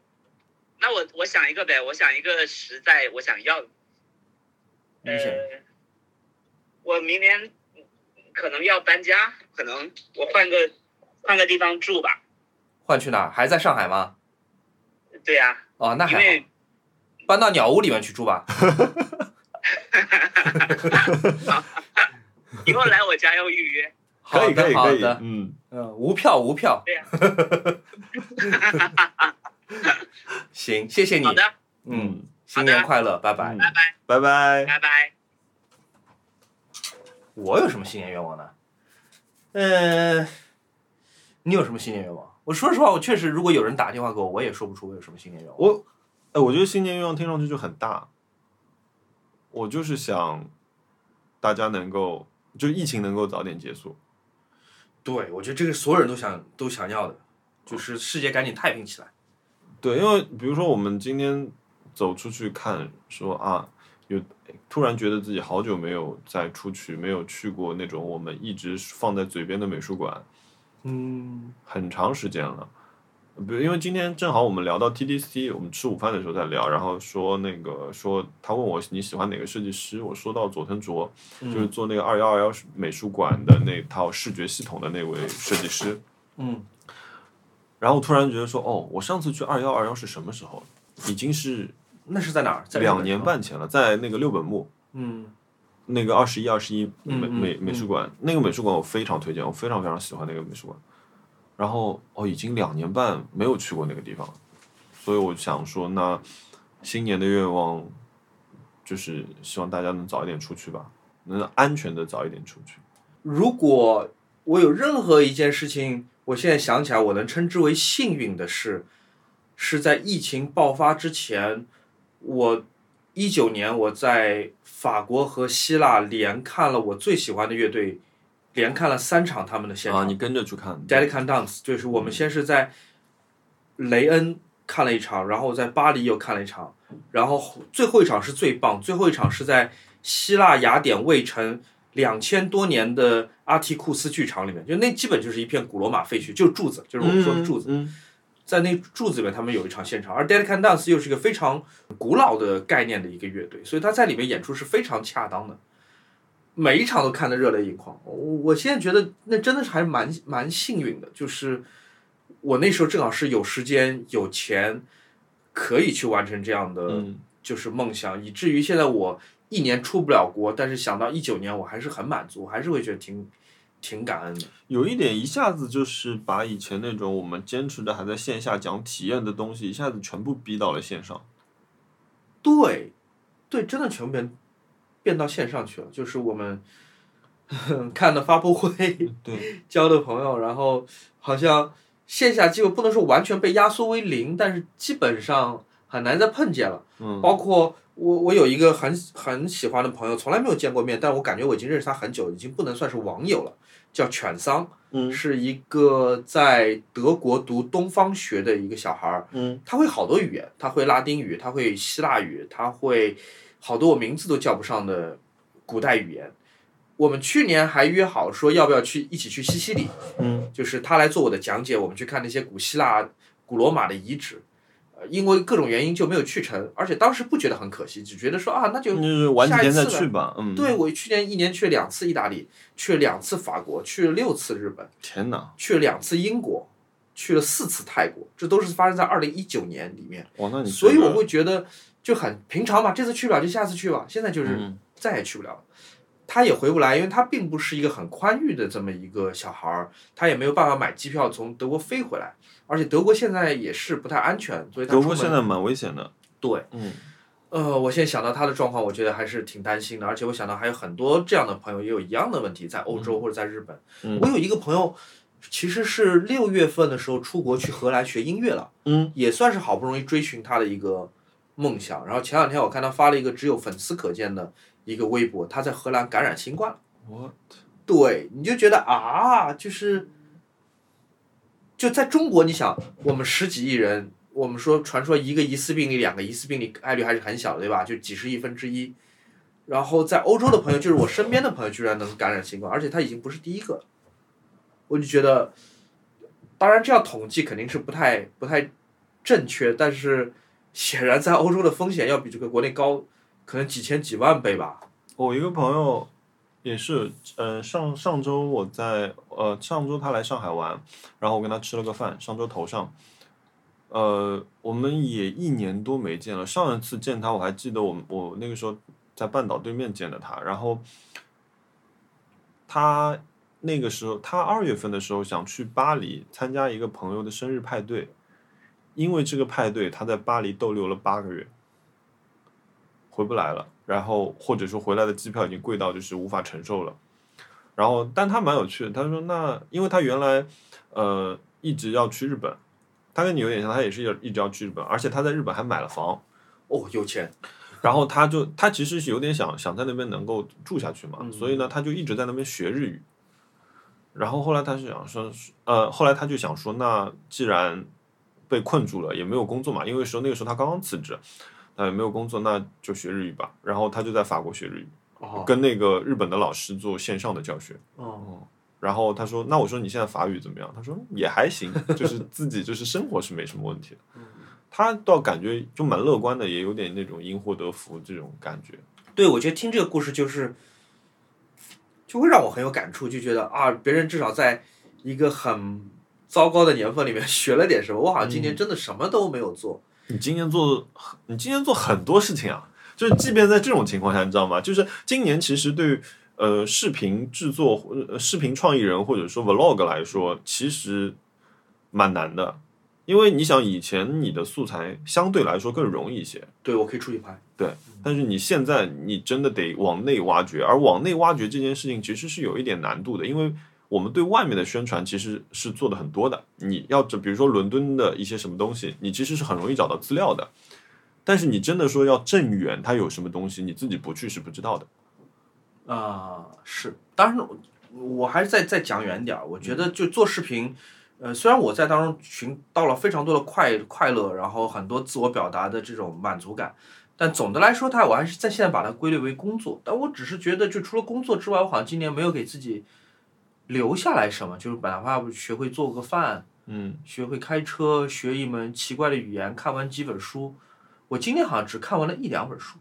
Speaker 1: 那我我想一个呗，我想一个实在我想要的。
Speaker 3: 你想
Speaker 1: 呃，我明年可能要搬家，可能我换个换个地方住吧。
Speaker 3: 换去哪儿？还在上海吗？
Speaker 1: 对呀、
Speaker 3: 哦，那还
Speaker 1: 因
Speaker 3: 好。
Speaker 1: 为
Speaker 3: 搬到鸟屋里面去住吧。
Speaker 1: 以后来我家要预 *laughs* 约。
Speaker 2: 可以
Speaker 3: 好
Speaker 2: 可以
Speaker 3: 的好
Speaker 2: 可以
Speaker 3: 的，，
Speaker 2: 嗯，
Speaker 3: 嗯，无票无票。
Speaker 1: 对呀
Speaker 3: *laughs* 行，谢谢你
Speaker 1: 好。的，
Speaker 3: 嗯，新年快乐，拜拜。
Speaker 2: 嗯
Speaker 1: 拜拜
Speaker 2: 拜拜。
Speaker 1: 拜拜。
Speaker 3: 我有什么新年愿望呢？呃，你有什么新年愿望？我说实话，我确实，如果有人打电话给我，我也说不出我有什么新年愿望。
Speaker 2: 我，哎，我觉得新年愿望听上去就很大。我就是想，大家能够就疫情能够早点结束。
Speaker 3: 对，我觉得这个所有人都想都想要的，就是世界赶紧太平起来。
Speaker 2: 对，因为比如说我们今天走出去看，说啊，有突然觉得自己好久没有再出去，没有去过那种我们一直放在嘴边的美术馆，
Speaker 3: 嗯，
Speaker 2: 很长时间了。比如，因为今天正好我们聊到 TDC，我们吃午饭的时候在聊，然后说那个说他问我你喜欢哪个设计师，我说到佐藤卓，
Speaker 3: 嗯
Speaker 2: 就是做那个二幺二幺美术馆的那套视觉系统的那位设计师。
Speaker 3: 嗯，
Speaker 2: 然后我突然觉得说，哦，我上次去二幺二幺是什么时候？已经是
Speaker 3: 那是在哪儿？在日本
Speaker 2: 两年。半前了，在那个六本木
Speaker 3: 嗯
Speaker 2: 那个二十一二十一美
Speaker 3: 嗯嗯
Speaker 2: 美美术馆，那个美术馆我非常推荐，我非常非常喜欢那个美术馆。然后哦，已经两年半没有去过那个地方了，所以我想说，那新年的愿望就是希望大家能早一点出去吧，能安全的早一点出去。
Speaker 3: 如果我有任何一件事情，我现在想起来，我能称之为幸运的事，是在疫情爆发之前，我一九年我在法国和希腊连看了我最喜欢的乐队，连看了三场他们的现场。
Speaker 2: 啊，你跟着去看
Speaker 3: d e l i c a n Dance，就是我们先是在雷恩看了一场，然后在巴黎又看了一场，然后最后一场是最棒，最后一场是在希腊雅典卫城两千多年的阿提库斯剧场里面，就那基本就是一片古罗马废墟，就是柱子，就是我们说的柱子，
Speaker 2: 嗯，
Speaker 3: 在那柱子里面他们有一场现场，而 d e l i c a n Dance 又是一个非常古老的概念的一个乐队，所以他在里面演出是非常恰当的。每一场都看得热泪盈眶，我我现在觉得那真的是还蛮蛮幸运的，就是我那时候正好是有时间有钱，可以去完成这样的
Speaker 2: 嗯
Speaker 3: 就是梦想，以至于现在我一年出不了国，但是想到一九年我还是很满足，还是会觉得挺挺感恩的。
Speaker 2: 有一点一下子就是把以前那种我们坚持着还在线下讲体验的东西，一下子全部逼到了线上。
Speaker 3: 对，对，真的全变变到线上去了。就是我们 *laughs* 看的发布会，
Speaker 2: 对，
Speaker 3: *laughs* 交的朋友，然后好像线下机会不能说完全被压缩为零，但是基本上很难再碰见了。
Speaker 2: 嗯，
Speaker 3: 包括我，我有一个很很喜欢的朋友，从来没有见过面，但我感觉我已经认识他很久，已经不能算是网友了，叫犬桑，
Speaker 2: 嗯
Speaker 3: 是一个在德国读东方学的一个小孩儿。
Speaker 2: 嗯
Speaker 3: 他会好多语言，他会拉丁语，他会希腊语，他会好多我名字都叫不上的古代语言。我们去年还约好说要不要去一起去西西里，
Speaker 2: 嗯
Speaker 3: 就是他来做我的讲解，我们去看那些古希腊、古罗马的遗址。呃，因为各种原因就没有去成，而且当时不觉得很可惜，只觉得说啊，那就
Speaker 2: 嗯，就是晚几天再
Speaker 3: 下一次
Speaker 2: 去吧。嗯，
Speaker 3: 对，我去年一年去了两次意大利，去了两次法国，去了六次日本，
Speaker 2: 天哪，
Speaker 3: 去了两次英国，去了四次泰国，这都是发生在二零一九年里面。
Speaker 2: 哇，那你
Speaker 3: 所以
Speaker 2: 这个
Speaker 3: 我会觉得就很平常嘛，这次去不了就下次去吧。现在就是
Speaker 2: 嗯
Speaker 3: 再也去不了了，他也回不来，因为他并不是一个很宽裕的这么一个小孩儿，他也没有办法买机票从德国飞回来，而且德国现在也是不太安全，所以他
Speaker 2: 德国
Speaker 3: 出门
Speaker 2: 现在蛮危险的。
Speaker 3: 对，
Speaker 2: 嗯
Speaker 3: 呃，我现在想到他的状况，我觉得还是挺担心的，而且我想到还有很多这样的朋友也有一样的问题，在欧洲或者在日本，
Speaker 2: 嗯
Speaker 3: 我有一个朋友。其实是六月份的时候出国去荷兰学音乐了，
Speaker 2: 嗯
Speaker 3: 也算是好不容易追寻他的一个梦想。然后前两天我看他发了一个只有粉丝可见的一个微博，他在荷兰感染新冠了。
Speaker 2: 我
Speaker 3: 对，你就觉得啊，就是就在中国，你想我们十几亿人，我们说传说一个疑似病例、两个疑似病例概率还是很小的，对吧？就几十亿分之一。然后在欧洲的朋友，就是我身边的朋友，居然能感染新冠，而且他已经不是第一个了。我就觉得，当然这样统计肯定是不太不太正确，但是显然在欧洲的风险要比这个国内高，可能几千几万倍吧。
Speaker 2: 我一个朋友也是，呃，上上周我在呃上周他来上海玩，然后我跟他吃了个饭，上周头上，呃，我们也一年多没见了。上一次见他，我还记得我们我那个时候在半岛对面见的他，然后他那个时候他二月份的时候想去巴黎参加一个朋友的生日派对，因为这个派对他在巴黎逗留了八个月。回不来了，然后或者说回来的机票已经贵到就是无法承受了。然后，但他蛮有趣的，他说那因为他原来呃一直要去日本，他跟你有点像，他也是要一直要去日本，而且他在日本还买了房。
Speaker 3: 哦，有钱，
Speaker 2: 然后他就他其实是有点想想在那边能够住下去嘛，
Speaker 3: 嗯
Speaker 2: 所以呢，他就一直在那边学日语。然后后来他是想说，呃，后来他就想说，那既然被困住了，也没有工作嘛，因为时候那个时候他刚刚辞职，那也没有工作，那就学日语吧。然后他就在法国学日语，
Speaker 3: 哦，
Speaker 2: 跟那个日本的老师做线上的教学。
Speaker 3: 哦，
Speaker 2: 然后他说：“那我说你现在法语怎么样？”他说：“也还行，就是自己就是生活是没什么问题的。” *laughs* 他倒感觉就蛮乐观的，也有点那种因祸得福这种感觉。
Speaker 3: 对，我觉得听这个故事就是，就会让我很有感触，就觉得啊，别人至少在一个很糟糕的年份里面 *laughs* 学了点什么，我好像今年真的什么都没有做。
Speaker 2: 你今年做，你今年做很多事情啊，就是即便在这种情况下，你知道吗？就是今年其实对于呃视频制作、呃视频创意人或者说 vlog 来说，其实蛮难的，因为你想以前你的素材相对来说更容易一些，
Speaker 3: 对，我可以出去拍。
Speaker 2: 但是你现在你真的得往内挖掘，而往内挖掘这件事情其实是有一点难度的，因为我们对外面的宣传其实是做的很多的。你要这，比如说伦敦的一些什么东西，你其实是很容易找到资料的，但是你真的说要正远它有什么东西，你自己不去是不知道的。
Speaker 3: 啊、是，当然，我还是再再讲远点儿。我觉得就做视频，呃，虽然我在当中寻到了非常多的快快乐，然后很多自我表达的这种满足感，但总的来说它，我还是在现在把它归类为工作。但我只是觉得，就除了工作之外，我好像今年没有给自己留下来什么，就是哪怕学会做个饭，
Speaker 2: 嗯，
Speaker 3: 学会开车，学一门奇怪的语言，看完几本书。我今年好像只看完了一两本书，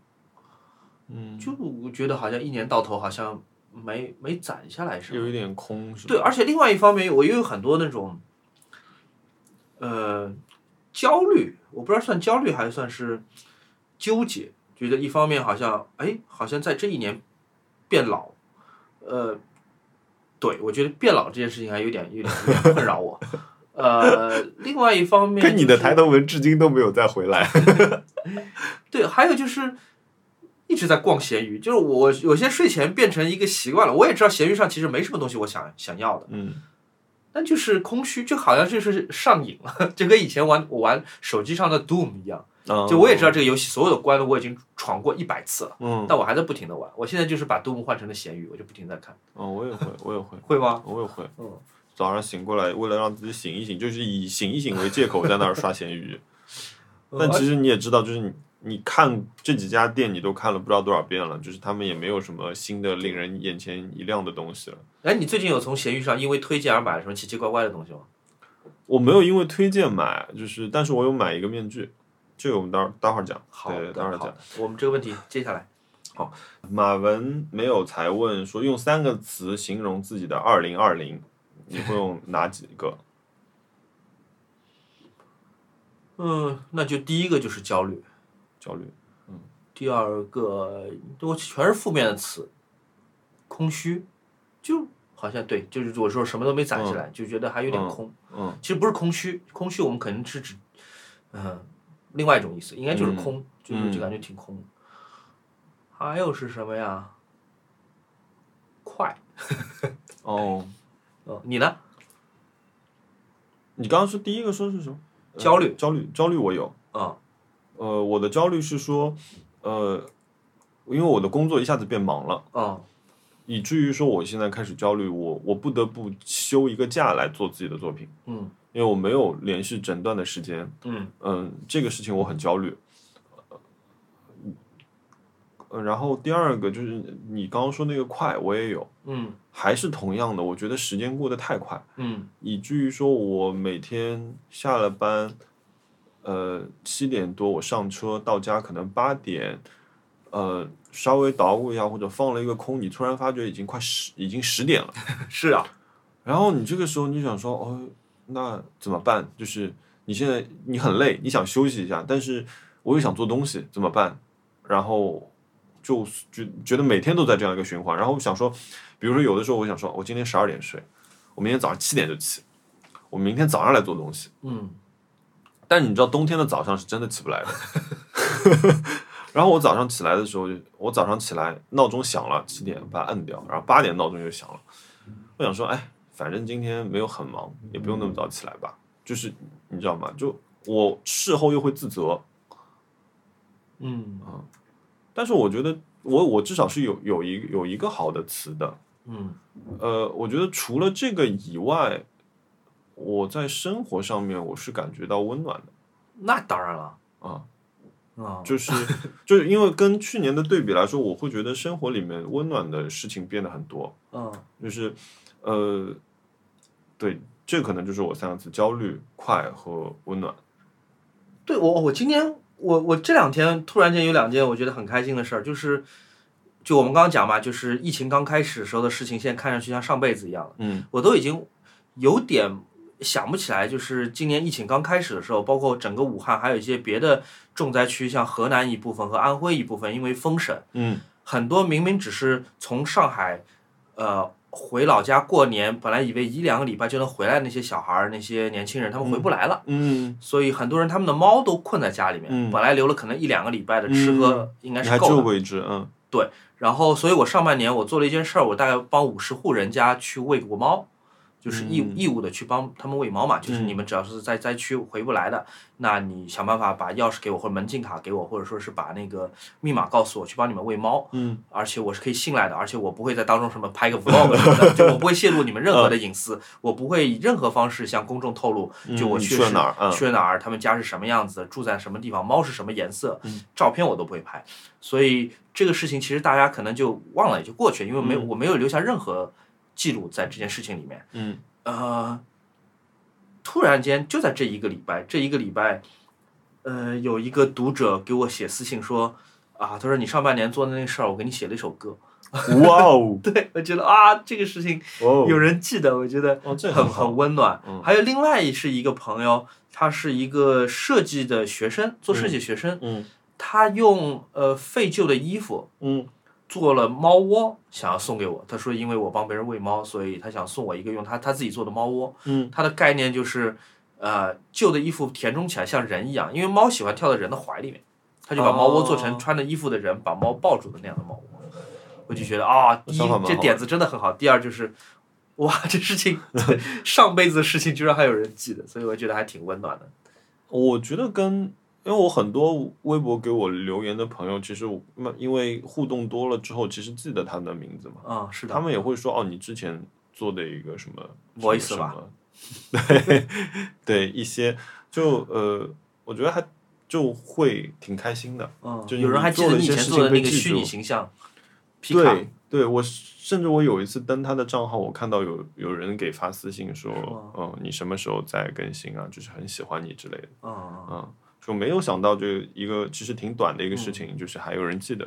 Speaker 2: 嗯
Speaker 3: 就我觉得好像一年到头好像没没攒下来什么。
Speaker 2: 有一点空是吧？
Speaker 3: 对，而且另外一方面，我也有很多那种，呃，焦虑，我不知道算焦虑还是算是纠结，觉得一方面好像，哎，好像在这一年变老，呃，对我觉得变老这件事情还有点有点有点困扰我，呃，另外一方面、
Speaker 2: 跟你的抬头纹至今都没有再回来。
Speaker 3: 对，还有就是一直在逛闲鱼，就是我有些睡前变成一个习惯了。我也知道闲鱼上其实没什么东西我想想要的，
Speaker 2: 嗯，
Speaker 3: 但就是空虚，就好像就是上瘾了， *laughs* 就跟以前玩我玩手机上的 Doom 一样。
Speaker 2: 嗯哦
Speaker 3: 就我也知道，这个游戏所有的关我已经闯过一百次了，
Speaker 2: 嗯，
Speaker 3: 但我还在不停的玩。我现在就是把 Doom 换成了闲鱼，我就不停地在看，
Speaker 2: 哦，我也会，我也会，
Speaker 3: 会吗？
Speaker 2: 我也会。
Speaker 3: 嗯，
Speaker 2: 早上醒过来，为了让自己醒一醒，就是以醒一醒为借口在那儿刷闲鱼。
Speaker 3: 嗯
Speaker 2: 但其实你也知道，就是你你看这几家店，你都看了不知道多少遍了，就是他们也没有什么新的令人眼前一亮的东西了。
Speaker 3: 哎，你最近有从闲鱼上因为推荐而买了什么奇奇怪怪的东西吗？
Speaker 2: 我没有因为推荐买，就是但是我有买一个面具，这个我们待会儿待会儿讲。
Speaker 3: 好
Speaker 2: 对，
Speaker 3: 的，
Speaker 2: 待会儿
Speaker 3: 好
Speaker 2: 讲。
Speaker 3: 的，我们这个问题接下来，
Speaker 2: 马文没有才问说，用三个词形容自己的二零二零，你会用哪几个？
Speaker 3: 嗯，那就第一个就是焦虑。
Speaker 2: 焦虑。
Speaker 3: 第二个都全是负面的词，空虚，就好像对，就是我说什么都没攒起来，就觉得还有点空。
Speaker 2: 嗯
Speaker 3: 其实不是空虚，空虚我们可能是指，嗯、另外一种意思，应该就是空，就是就感觉挺空的。还有是什么呀？快，
Speaker 2: 哦，
Speaker 3: 嗯、你呢？
Speaker 2: 你刚刚说第一个说是什么？呃
Speaker 3: 焦虑
Speaker 2: 焦虑，焦虑，我有。
Speaker 3: 嗯
Speaker 2: 呃，我的焦虑是说，呃，因为我的工作一下子变忙了，
Speaker 3: 嗯
Speaker 2: 以至于说我现在开始焦虑，我我不得不休一个假来做自己的作品，
Speaker 3: 嗯
Speaker 2: 因为我没有连续整段的时间。
Speaker 3: 嗯
Speaker 2: 嗯，这个事情我很焦虑。呃，然后第二个就是你刚刚说那个快，我也有，
Speaker 3: 嗯
Speaker 2: 还是同样的，我觉得时间过得太快。
Speaker 3: 嗯
Speaker 2: 以至于说我每天下了班，呃，七点多我上车到家，可能八点，呃，稍微捣鼓一下或者放了一个空，你突然发觉已经快十，已经十点了。
Speaker 3: *laughs* 是啊，
Speaker 2: 然后你这个时候你就想说，哦，那怎么办？就是你现在你很累，你想休息一下，但是我又想做东西，怎么办？然后就觉觉得每天都在这样一个循环。然后想说，比如说有的时候我想说，我今天十二点睡，我明天早上七点就起，我明天早上来做东西。
Speaker 3: 嗯
Speaker 2: 但你知道冬天的早上是真的起不来的，然后我早上起来的时候，我早上起来闹钟响了，七点把它摁掉，然后八点闹钟就响了。我想说，哎，反正今天没有很忙，也不用那么早起来吧。就是你知道吗？就我事后又会自责，
Speaker 3: 嗯
Speaker 2: 但是我觉得我我至少是有有一有一个好的词的。
Speaker 3: 嗯
Speaker 2: 呃，我觉得除了这个以外，我在生活上面我是感觉到温暖的
Speaker 3: 那当然了
Speaker 2: 啊。
Speaker 3: 啊，
Speaker 2: 就是就是因为跟去年的对比来说，我会觉得生活里面温暖的事情变得很多，
Speaker 3: 嗯
Speaker 2: 就是呃，对，这可能就是我三个字：焦虑、快和温暖。
Speaker 3: 对我我今天我我这两天突然间有两件我觉得很开心的事儿，就是就我们刚刚讲嘛，就是疫情刚开始的时候的事情，现在看上去像上辈子一样了，
Speaker 2: 嗯
Speaker 3: 我都已经有点。想不起来，就是今年疫情刚开始的时候，包括整个武汉，还有一些别的重灾区，像河南一部分和安徽一部分，因为封省，
Speaker 2: 嗯
Speaker 3: 很多明明只是从上海，呃，回老家过年，本来以为一两个礼拜就能回来，那些小孩儿、那些年轻人，他们回不来了。
Speaker 2: 嗯，
Speaker 3: 所以很多人他们的猫都困在家里面，
Speaker 2: 嗯
Speaker 3: 本来留了可能一两个礼拜的吃喝应该
Speaker 2: 你
Speaker 3: 是
Speaker 2: 还
Speaker 3: 够
Speaker 2: 就
Speaker 3: 的。
Speaker 2: 为之，嗯
Speaker 3: 然后，所以我上半年我做了一件事儿，我大概帮五十户人家去喂过猫，就是义、
Speaker 2: 嗯
Speaker 3: 义务的去帮他们喂猫嘛。就是
Speaker 2: 嗯
Speaker 3: 你们只要是在灾区回不来的，那你想办法把钥匙给我，或者门禁卡给我，或者说是把那个密码告诉我，去帮你们喂猫。
Speaker 2: 嗯
Speaker 3: 而且我是可以信赖的，而且我不会在当中什么拍个 vlog 什么的，就我不会泄露你们任何的隐私，我不会以任何方式向公众透露，
Speaker 2: 嗯
Speaker 3: 就我
Speaker 2: 你
Speaker 3: 去
Speaker 2: 去了
Speaker 3: 是
Speaker 2: 哪儿嗯
Speaker 3: 去了哪儿，他们家是什么样子，住在什么地方，猫是什么颜色
Speaker 2: 嗯，
Speaker 3: 照片我都不会拍，所以这个事情其实大家可能就忘了也就过去，因为没有
Speaker 2: 嗯
Speaker 3: 我没有留下任何记录在这件事情里面。
Speaker 2: 嗯
Speaker 3: 呃，突然间就在这一个礼拜，这一个礼拜，呃，有一个读者给我写私信说，啊，他说你上半年做的那个事儿，我给你写了一首歌。 *laughs*
Speaker 2: 哇 *laughs* 哦
Speaker 3: 对，我觉得啊，这个事情
Speaker 2: 哦
Speaker 3: 有人记得，我觉得
Speaker 2: 哦，这
Speaker 3: 很
Speaker 2: 好
Speaker 3: 很，温暖。
Speaker 2: 嗯
Speaker 3: 还有另外是一个朋友，他是一个设计的学生，做设计学生，
Speaker 2: 嗯
Speaker 3: 他用呃废旧的衣服
Speaker 2: 嗯
Speaker 3: 做了猫窝，想要送给我。他说，因为我帮别人喂猫，所以他想送我一个用他他自己做的猫窝。
Speaker 2: 嗯
Speaker 3: 它的概念就是，呃，旧的衣服填充起来像人一样，因为猫喜欢跳到人的怀里面，它就把猫窝做成
Speaker 2: 哦
Speaker 3: 穿着衣服的人把猫抱住的那样的猫窝。我就觉得啊，第一
Speaker 2: 想法蛮好
Speaker 3: 这点子真的很好，第二就是，哇，这事情 *laughs* 上辈子的事情居然还有人记得，所以我觉得还挺温暖的。
Speaker 2: 我觉得跟，因为我很多微博给我留言的朋友，其实我因为互动多了之后，其实记得他们的名字嘛。
Speaker 3: 嗯，是
Speaker 2: 他
Speaker 3: 的，
Speaker 2: 们也会说哦，你之前做的一个什么
Speaker 3: 不好意思？
Speaker 2: 什
Speaker 3: 吧
Speaker 2: 么 *laughs* 什么对对， *laughs* 一些就呃，我觉得还就会挺开心的。
Speaker 3: 嗯，
Speaker 2: 就
Speaker 3: 有人还记得你以前做的那个虚拟形象，皮卡嗯
Speaker 2: 对，对我甚至我有一次登他的账号，我看到有有人给发私信说
Speaker 3: 是吗，
Speaker 2: 嗯，你什么时候再更新啊？就是很喜欢你之类的，
Speaker 3: 嗯，嗯
Speaker 2: 嗯。说没有想到，这一个其实挺短的一个事
Speaker 3: 嗯
Speaker 2: 情，就是还有人记得，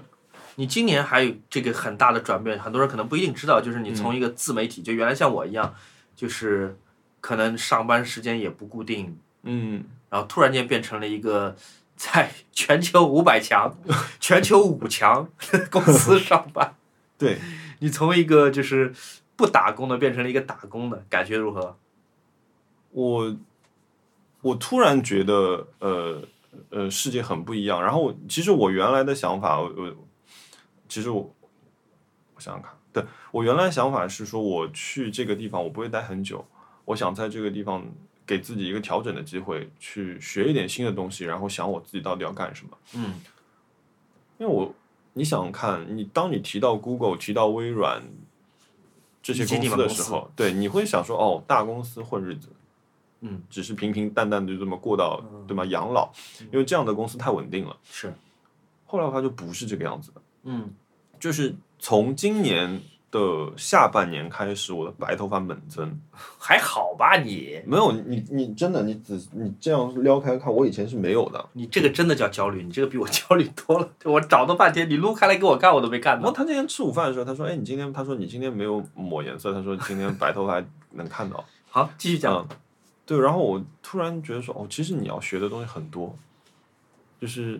Speaker 3: 你今年还有这个很大的转变，很多人可能不一定知道，就是你从一个自媒体，就原来像我一样，就是可能上班时间也不固定，
Speaker 2: 嗯，
Speaker 3: 然后突然间变成了一个在全球五百 *laughs* 强、全球五强 *laughs* 公司上班。
Speaker 2: 对，
Speaker 3: 你从一个就是不打工的变成了一个打工的，感觉如何？
Speaker 2: 我我突然觉得，呃呃，世界很不一样。然后我，其实我原来的想法，我我其实我我想想看，对我原来想法是说，我去这个地方我不会待很久，我想在这个地方给自己一个调整的机会，去学一点新的东西，然后想我自己到底要干什么。
Speaker 3: 嗯
Speaker 2: 因为我你想想看，你当你提到 Google、提到微软这些
Speaker 3: 以及
Speaker 2: 公
Speaker 3: 你
Speaker 2: 司
Speaker 3: 们
Speaker 2: 的
Speaker 3: 公司
Speaker 2: 时候，对，你会想说哦，大公司混日子，
Speaker 3: 嗯，
Speaker 2: 只是平平淡淡的就这么过到
Speaker 3: 嗯
Speaker 2: 对吗？养老，因为这样的公司太稳定了。
Speaker 3: 是，
Speaker 2: 后来我发觉不是这个样子的，
Speaker 3: 嗯
Speaker 2: 就是从今年的下半年开始，我的白头发猛增。
Speaker 3: 还好吧你？
Speaker 2: 没有你，你真的你仔你这样撩开看，我以前是没有的。
Speaker 3: 你这个真的叫焦虑，你这个比我焦虑多了。我找了半天，你撸开来给我看，我都没看
Speaker 2: 然后
Speaker 3: 到。
Speaker 2: 他那天吃午饭的时候，他说：“哎，你今天他说你今天没有抹颜色，他说今天白头发还能看到。”
Speaker 3: 好，继续讲。
Speaker 2: 嗯，对，然后我突然觉得说，哦，其实你要学的东西很多，就是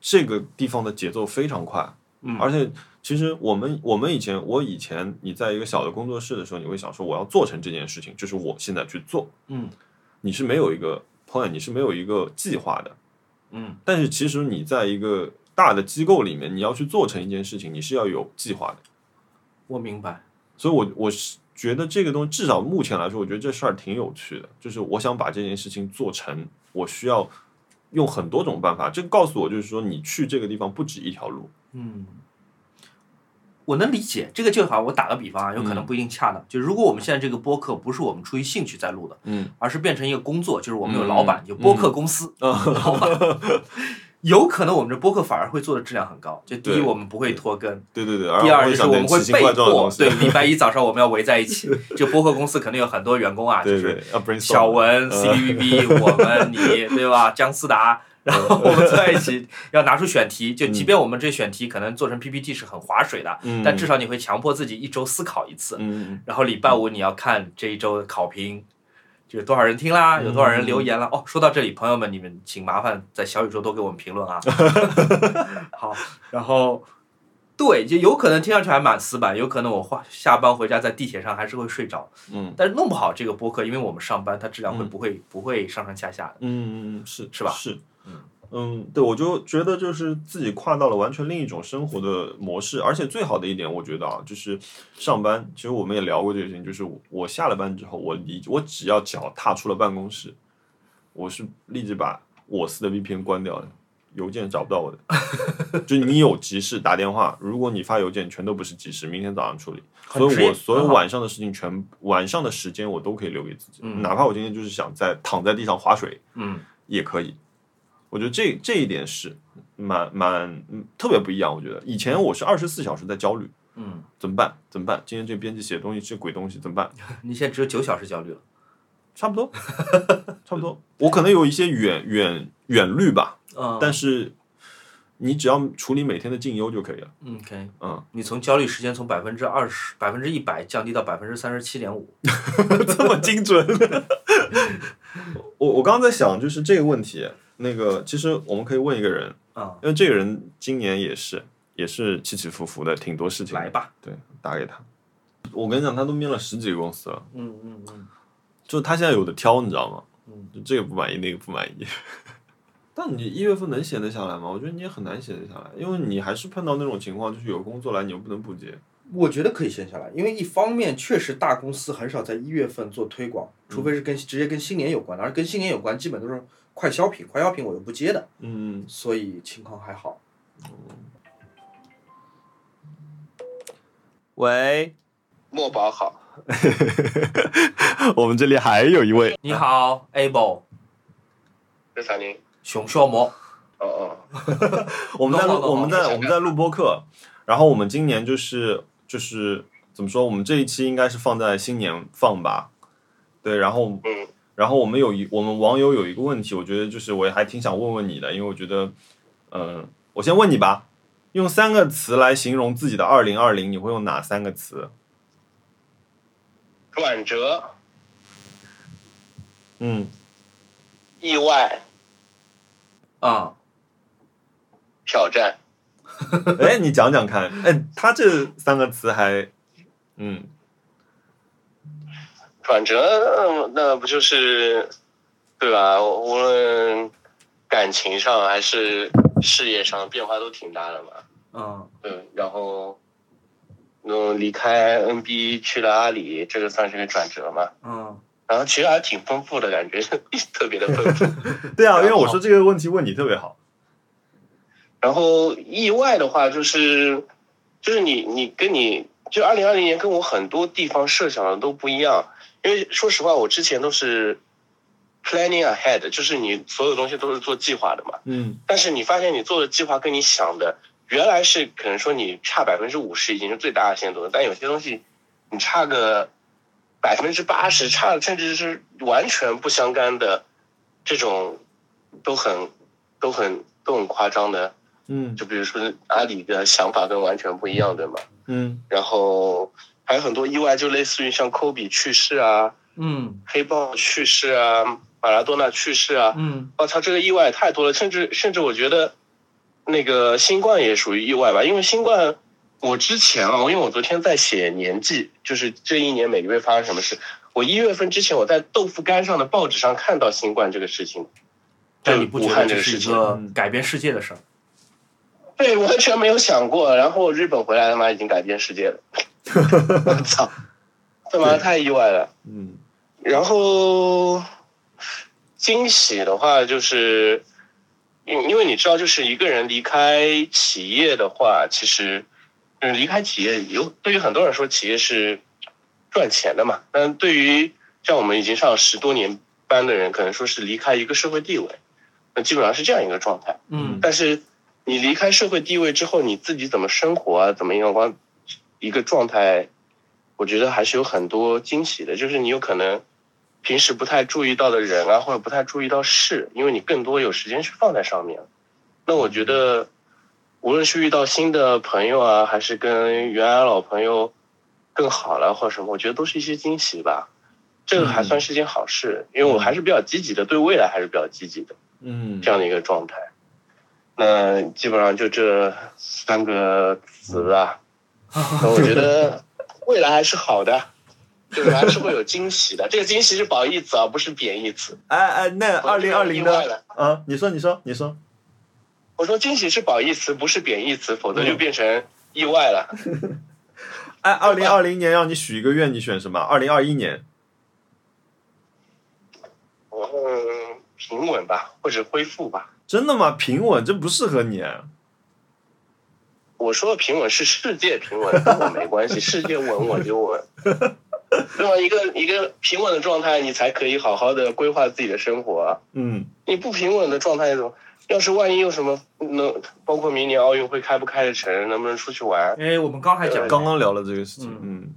Speaker 2: 这个地方的节奏非常快，
Speaker 3: 嗯
Speaker 2: 而且其实我们我们以前我以前你在一个小的工作室的时候，你会想说我要做成这件事情，就是我现在去做，
Speaker 3: 嗯
Speaker 2: 你是没有一个 plan，你是没有一个计划的，
Speaker 3: 嗯
Speaker 2: 但是其实你在一个大的机构里面，你要去做成一件事情，你是要有计划的。
Speaker 3: 我明白，
Speaker 2: 所以我我是觉得这个东西，至少目前来说，我觉得这事儿挺有趣的。就是我想把这件事情做成，我需要用很多种办法。这告诉我，就是说你去这个地方不止一条路。
Speaker 3: 嗯，我能理解这个就好。我打个比方啊，有
Speaker 2: 嗯
Speaker 3: 可能不一定恰当。就如果我们现在这个播客不是我们出于兴趣在录的，
Speaker 2: 嗯，
Speaker 3: 而是变成一个工作，就是我们有
Speaker 2: 嗯
Speaker 3: 老板，有播客公司，
Speaker 2: 啊，
Speaker 3: 老板，有可能我们这播客反而会做的质量很高。就第一，
Speaker 2: 对
Speaker 3: 我们不会拖更。
Speaker 2: *laughs* 对对对。然
Speaker 3: 第
Speaker 2: 后
Speaker 3: 二就是
Speaker 2: 啊想
Speaker 3: 我
Speaker 2: 点
Speaker 3: 们会
Speaker 2: 奇形
Speaker 3: 被
Speaker 2: 怪状的
Speaker 3: 迫
Speaker 2: 东，西
Speaker 3: 对，礼拜一早上我们要围在
Speaker 2: *laughs*
Speaker 3: 一起。就播客公司肯定有很多员工啊，就
Speaker 2: 对
Speaker 3: 是
Speaker 2: 对，要 brainstorm
Speaker 3: 小
Speaker 2: 嗯
Speaker 3: 文、C B B B，我
Speaker 2: *laughs*
Speaker 3: 们、你，对吧？姜思达，然后我们坐在一起
Speaker 2: 呃
Speaker 3: 要拿出选题。就即便我们这选题可能做成 P P T 是很划水的，
Speaker 2: 嗯
Speaker 3: 但至少你会强迫自己一周思考一次。
Speaker 2: 嗯
Speaker 3: 然后礼拜五你要看这一周的考评，就有多少人听啦，有多少人留言啦。哦，说到这里，朋友们，你们请麻烦在小宇宙多给我们评论啊。 *laughs* 好，然后对，就有可能听上去还蛮死板，有可能我下下班回家在地铁上还是会睡着，
Speaker 2: 嗯
Speaker 3: 但是弄不好这个播客，因为我们上班，它质量会不会、不会上上下下的。
Speaker 2: 嗯嗯是
Speaker 3: 是吧
Speaker 2: 是
Speaker 3: 嗯。
Speaker 2: 嗯，对，我就觉得就是自己跨到了完全另一种生活的模式，而且最好的一点，我觉得啊，就是上班，其实我们也聊过这个事情，就是我我下了班之后，我离我只要脚踏出了办公室，我是立即把我司的 VPN 关掉的，邮件找不到我的，
Speaker 3: *laughs*
Speaker 2: 就你有急事打电话，如果你发邮件全都不是急事，明天早上处理，
Speaker 3: 很
Speaker 2: 所
Speaker 3: 职
Speaker 2: 以
Speaker 3: 业
Speaker 2: 我所有
Speaker 3: 很好
Speaker 2: 晚上的事情全晚上的时间我都可以留给自己，
Speaker 3: 嗯
Speaker 2: 哪怕我今天就是想在躺在地上划水，
Speaker 3: 嗯，
Speaker 2: 也可以。我觉得这这一点是蛮蛮嗯特别不一样。我觉得以前我是二十四小时在焦虑，
Speaker 3: 嗯，
Speaker 2: 怎么办？怎么办？今天这编辑写的东西这鬼东西怎么办？
Speaker 3: 你现在只有九小时焦虑了。
Speaker 2: 差不多， *laughs* 差不多。我可能有一些远远远虑吧，
Speaker 3: 嗯，
Speaker 2: 但是你只要处理每天的进优就可以了。
Speaker 3: 嗯 OK，
Speaker 2: 嗯， *laughs*
Speaker 3: 你从焦虑时间从百分之二十、百分之一百降低到百分之三十七点五。
Speaker 2: 这么精准。 *laughs* 我我刚刚在想，就是这个问题，那个其实我们可以问一个人，
Speaker 3: 啊，
Speaker 2: 因为这个人今年也是也是起起伏伏的，挺多事情的
Speaker 3: 来。吧。
Speaker 2: 对，打给他。我跟你讲，他都面了十几个公司了，
Speaker 3: 嗯嗯嗯
Speaker 2: 就是他现在有的挑，你知道吗？
Speaker 3: 嗯，
Speaker 2: 就这个不满意，那个不满意。 *laughs* 但你一月份能闲得下来吗？我觉得你也很难闲得下来，因为你还是碰到那种情况，就是有工作来你又不能不接。
Speaker 3: 我觉得可以闲下来，因为一方面确实大公司很少在一月份做推广，除非是跟直接跟新年有关的，而跟新年有关基本都是快消品，快消品我又不接的，
Speaker 2: 嗯，
Speaker 3: 所以情况还好。喂，
Speaker 1: 墨宝好，
Speaker 2: *laughs* 我们这里还有一位，
Speaker 3: 你好，Able
Speaker 1: 这啥您？
Speaker 3: 熊小魔，
Speaker 1: 哦哦，
Speaker 2: 我们在录，
Speaker 3: 懂懂
Speaker 2: 我们在
Speaker 1: 懂
Speaker 2: 我们在录播客，然后我们今年就是就是怎么说，我们这一期应该是放在新年放吧，对，然后
Speaker 1: 嗯，
Speaker 2: 然后我们有一我们网友有一个问题，我觉得就是我也还挺想问问你的，因为我觉得，嗯、我先问你吧，用三个词来形容自己的二零二零，你会用哪三个词？
Speaker 1: 转折、
Speaker 2: 嗯，
Speaker 1: 意外、
Speaker 3: 啊、
Speaker 1: 挑战。
Speaker 2: 哎，你讲讲看，哎，他这三个词还，嗯
Speaker 1: 转折，嗯那不就是，对吧？无论感情上还是事业上，变化都挺大的嘛。
Speaker 3: 嗯，
Speaker 1: 对，然后，嗯，离开 NB 去了阿里，这个算是个转折嘛。
Speaker 3: 嗯
Speaker 1: 然后其实还挺丰富的感觉， *laughs* 特别的丰富。
Speaker 2: 对啊，因为我说这个问题问你特别好，
Speaker 1: 然后意外的话，就是就是你你跟你就二零二零年跟我很多地方设想的都不一样，因为说实话，我之前都是 planning ahead，就是你所有东西都是做计划的嘛。
Speaker 2: 嗯
Speaker 1: 但是你发现你做的计划跟你想的原来是可能说你差百分之五十已经是最大的限度了，但有些东西你差个百分之八十，差甚至是完全不相干的这种都很都很都很夸张的。
Speaker 2: 嗯
Speaker 1: 就比如说阿里的想法跟完全不一样，对吗？
Speaker 2: 嗯
Speaker 1: 然后还有很多意外，就类似于像科比去世啊、
Speaker 3: 嗯
Speaker 1: 黑豹去世啊、马拉多纳去世啊，
Speaker 3: 嗯
Speaker 1: 我操，这个意外太多了，甚至甚至我觉得那个新冠也属于意外吧，因为新冠我之前啊，因为我昨天在写年记，就是这一年每个月发生什么事，我一月份之前我在豆腐干上的报纸上看到新冠这个事情，
Speaker 3: 但你不
Speaker 1: 武
Speaker 3: 觉得
Speaker 1: 汉这
Speaker 3: 这
Speaker 1: 个
Speaker 3: 是
Speaker 1: 事
Speaker 3: 一
Speaker 1: 情，嗯
Speaker 3: 个改变世界的事儿？
Speaker 1: *laughs* 对，完全没有想过。然后日本回来他妈已经改变世界了，我操，他妈
Speaker 2: 对
Speaker 1: 太意外了。
Speaker 2: 嗯
Speaker 1: 然后惊喜的话，就是因因为你知道，就是一个人离开企业的话，其实嗯，离开企业有对于很多人说，企业是赚钱的嘛。但对于像我们已经上十多年班的人，可能说是离开一个社会地位，那基本上是这样一个状态。
Speaker 3: 嗯
Speaker 1: 但是你离开社会地位之后，你自己怎么生活啊，怎么样光一个状态，我觉得还是有很多惊喜的。就是你有可能平时不太注意到的人啊，或者不太注意到事，因为你更多有时间去放在上面。那我觉得，无论是遇到新的朋友啊，还是跟原来老朋友更好了，或者什么，我觉得都是一些惊喜吧。这个还算是件好事，因为我还是比较积极的，对未来还是比较积极的。
Speaker 2: 嗯
Speaker 1: 这样的一个状态。那基本上就这三个词
Speaker 2: *laughs*
Speaker 1: 啊，那我觉得未来还是好的，就是还是会有惊喜的。这个惊喜是褒义词啊，不是贬义词。
Speaker 2: 哎哎，那二零二零
Speaker 1: 意外
Speaker 2: 的
Speaker 1: 了
Speaker 2: 啊，你说你说你说，
Speaker 1: 我说惊喜是褒义词，不是贬义词，否则
Speaker 2: 嗯
Speaker 1: 就变成意外了。
Speaker 2: 哎，二零二零年让你许一个愿，你选什么？二零二一年
Speaker 1: 我嗯，平稳吧，或者恢复吧。
Speaker 2: 真的吗？平稳，这不适合你。啊
Speaker 1: 我说的平稳是世界平稳，跟我没关系，世界稳我就稳。对吧？一个一个平稳的状态，你才可以好好的规划自己的生活啊、
Speaker 2: 嗯
Speaker 1: 你不平稳的状态怎么？要是万一有什么能，包括明年奥运会开不开得成，能不能出去玩？
Speaker 3: 哎，我们刚还讲
Speaker 1: 呃
Speaker 2: 刚刚聊了这个事情，嗯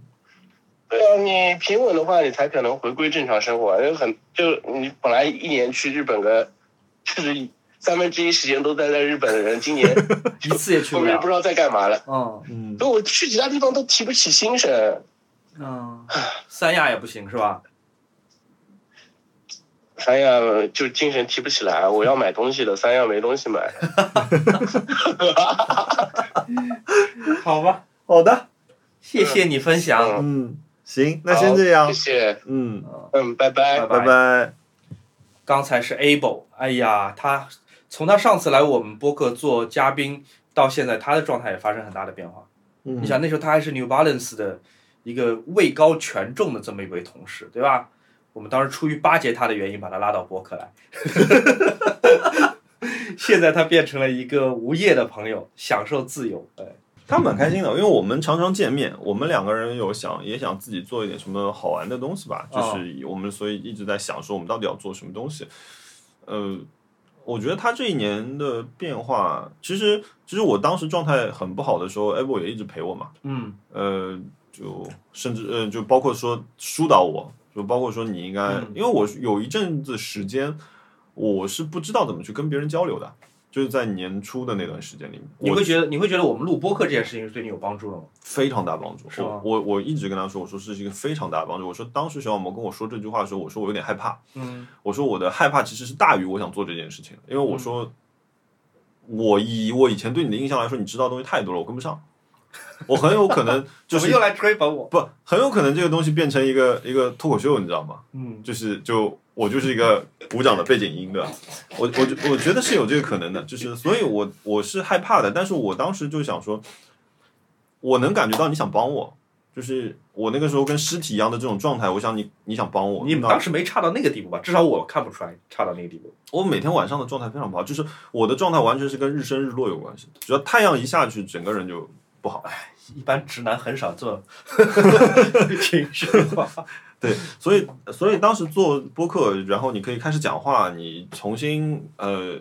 Speaker 1: 对啊，你平稳的话，你才可能回归正常生活。啊就很就你本来一年去日本个，就是三分之一时间都待在日本的人，今年
Speaker 3: 一次 *laughs* 也去
Speaker 1: 后
Speaker 3: 不
Speaker 1: 面
Speaker 3: 了
Speaker 1: 不知。道在干嘛了。
Speaker 3: 嗯
Speaker 2: 嗯
Speaker 1: 所以我去其他地方都提不起精神。
Speaker 3: 嗯，三亚也不行是吧？
Speaker 1: 三亚就精神提不起来，我要买东西的，三亚没东西买。
Speaker 3: 好吧，
Speaker 2: 好的，
Speaker 3: 谢谢你分享。
Speaker 1: 嗯
Speaker 2: 嗯，行，那先这样
Speaker 1: 好，谢谢，
Speaker 2: 嗯，
Speaker 1: 嗯，拜拜。
Speaker 2: 拜拜，
Speaker 3: 刚才是 Able，哎呀，他从他上次来我们播客做嘉宾到现在，他的状态也发生很大的变化。
Speaker 2: 嗯
Speaker 3: 你，想那时候他还是 New Balance 的一个位高权重的这么一位同事，对吧？我们当时出于巴结他的原因，把他拉到博客来。 *laughs* 现在他变成了一个无业的朋友，享受自由。哎，
Speaker 2: 他蛮开心的，因为我们常常见面，我们两个人有想也想自己做一点什么好玩的东西吧，就是我们所以一直在想说我们到底要做什么东西。呃，我觉得他这一年的变化，其实其实我当时状态很不好的时候 a b l 也一直陪我嘛，
Speaker 3: 嗯
Speaker 2: 呃，就甚至呃就包括说疏导我，就包括说你应该，
Speaker 3: 嗯
Speaker 2: 因为我有一阵子时间我是不知道怎么去跟别人交流的。就是在年初的那段时间里面，
Speaker 3: 你
Speaker 2: 我
Speaker 3: 会觉得你会觉得我们录播客这件事情是对你有帮助的吗？
Speaker 2: 非常大帮助。
Speaker 3: 是吗
Speaker 2: 我我我一直跟他说，我说这是一个非常大的帮助。我说当时小小萌跟我说这句话的时候，我说我有点害怕。
Speaker 3: 嗯
Speaker 2: 我说我的害怕其实是大于我想做这件事情的，因为我说、我以我以前对你的印象来说，你知道的东西太多了，我跟不上。我很有可能 *laughs* 就
Speaker 3: 怎
Speaker 2: 是
Speaker 3: 么又来追捧我？
Speaker 2: 不很有可能这个东西变成一个一个脱口秀，你知道吗？
Speaker 3: 嗯
Speaker 2: 就是就我就是一个鼓掌的背景音，对吧？我我就我觉得是有这个可能的，就是所以我我是害怕的，但是我当时就想说，我能感觉到你想帮我，就是我那个时候跟尸体一样的这种状态，我想你你想帮我，
Speaker 3: 你们
Speaker 2: 那
Speaker 3: 当时没差到那个地步吧？至少我看不出来差到那个地步。
Speaker 2: 我每天晚上的状态非常不好，就是我的状态完全是跟日升日落有关系，只要太阳一下去，整个人就不好。
Speaker 3: 一般直男很少做 *laughs* 情绪化。
Speaker 2: 对，所以所以当时做播客，然后你可以开始讲话，你重新呃，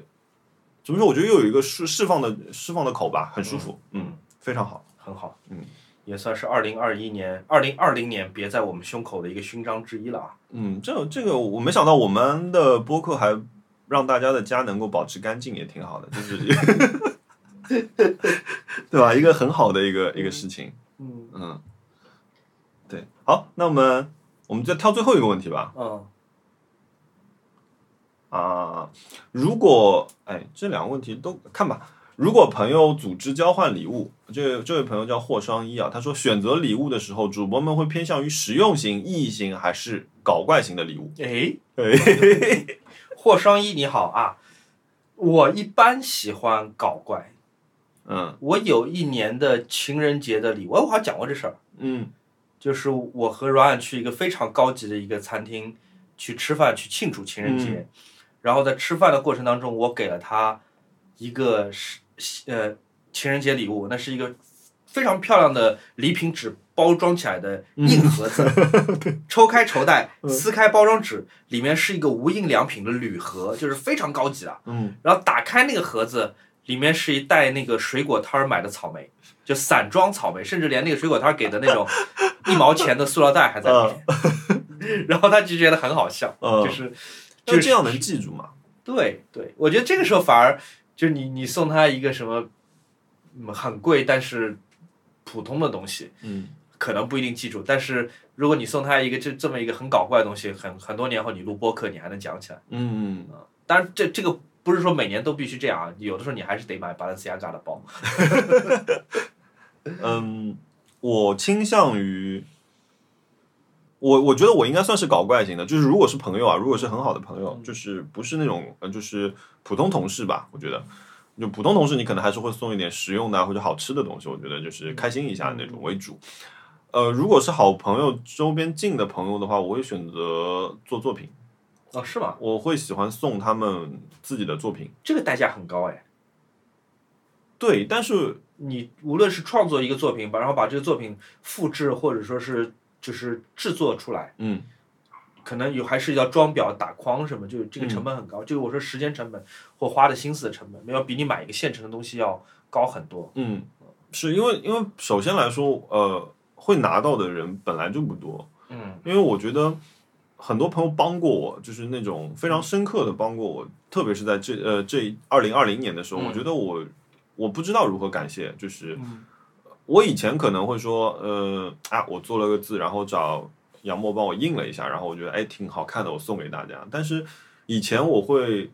Speaker 2: 怎么说？我觉得又有一个释释放的释放的口吧，很舒服，嗯，
Speaker 3: 嗯
Speaker 2: 非常好。
Speaker 3: 很好，
Speaker 2: 嗯，
Speaker 3: 也算是二零二一年、二零二零年别在我们胸口的一个勋章之一了啊。
Speaker 2: 嗯，这这个我没想到，我们的播客还让大家的家能够保持干净，也挺好的，就是， *laughs* 对吧？一个很好的一个一个事情，
Speaker 3: 嗯
Speaker 2: 嗯，对，好，那我们我们再挑最后一个问题吧，
Speaker 3: 嗯，
Speaker 2: 啊，如果哎，这两个问题都看吧。如果朋友组织交换礼物，这这位朋友叫霍双一啊，他说选择礼物的时候，主播们会偏向于实用型、意义型还是搞怪型的礼物？
Speaker 3: *laughs* 哎，
Speaker 2: 对，
Speaker 3: 霍双一你好啊，我一般喜欢搞怪，
Speaker 2: 嗯
Speaker 3: 我有一年的情人节的礼物，哎我好像讲过这事儿，
Speaker 2: 嗯
Speaker 3: 就是我和 Ryan 去一个非常高级的一个餐厅去吃饭，去庆祝情人节。然后在吃饭的过程当中，我给了他一个是呃情人节礼物，那是一个非常漂亮的礼品纸包装起来的硬盒子，抽开绸带，撕开包装纸，里面是一个无印良品的铝盒，就是非常高级的。
Speaker 2: 嗯，
Speaker 3: 然后打开那个盒子，里面是一袋那个水果摊儿买的草莓，就散装草莓，甚至连那个水果摊儿给的那种一毛钱的塑料袋还在里面。 *laughs* 然后他就觉得很好笑，
Speaker 2: 嗯
Speaker 3: 就是就
Speaker 2: 就是这样能记住嘛？
Speaker 3: 对对，我觉得这个时候反而就是你你送他一个什么嗯很贵但是普通的东西，
Speaker 2: 嗯
Speaker 3: 可能不一定记住，但是如果你送他一个这这么一个很搞怪的东西，很很多年后你录播客你还能讲起来。
Speaker 2: 嗯，
Speaker 3: 当然这这个不是说每年都必须这样啊，有的时候你还是得买 Balenciaga 的包。
Speaker 2: 嗯，我倾向于，我我觉得我应该算是搞怪型的，就是如果是朋友啊，如果是很好的朋友，就是不是那种呃，就是普通同事吧，我觉得。就普通同事，你可能还是会送一点实用的啊或者好吃的东西，我觉得就是开心一下那种为主。呃，如果是好朋友周边近的朋友的话，我会选择做作品，
Speaker 3: 哦，是吗？
Speaker 2: 我会喜欢送他们自己的作品。
Speaker 3: 这个代价很高哎。
Speaker 2: 对，但是
Speaker 3: 你无论是创作一个作品吧，然后把这个作品复制或者说是就是制作出来，
Speaker 2: 嗯，
Speaker 3: 可能有还是要装裱、打框什么，就是这个成本很高。就是我说时间成本或花的心思的成本，没有比你买一个现成的东西要高很多。
Speaker 2: 嗯，是因为因为首先来说，呃，会拿到的人本来就不多，
Speaker 3: 嗯，
Speaker 2: 因为我觉得很多朋友帮过我，就是那种非常深刻的帮过我，特别是在这呃这二零二零年的时候，
Speaker 3: 嗯
Speaker 2: 我觉得我我不知道如何感谢，就是
Speaker 3: 嗯
Speaker 2: 我以前可能会说，呃啊，我做了个字，然后找杨默帮我印了一下，然后我觉得哎挺好看的，我送给大家。但是以前我会，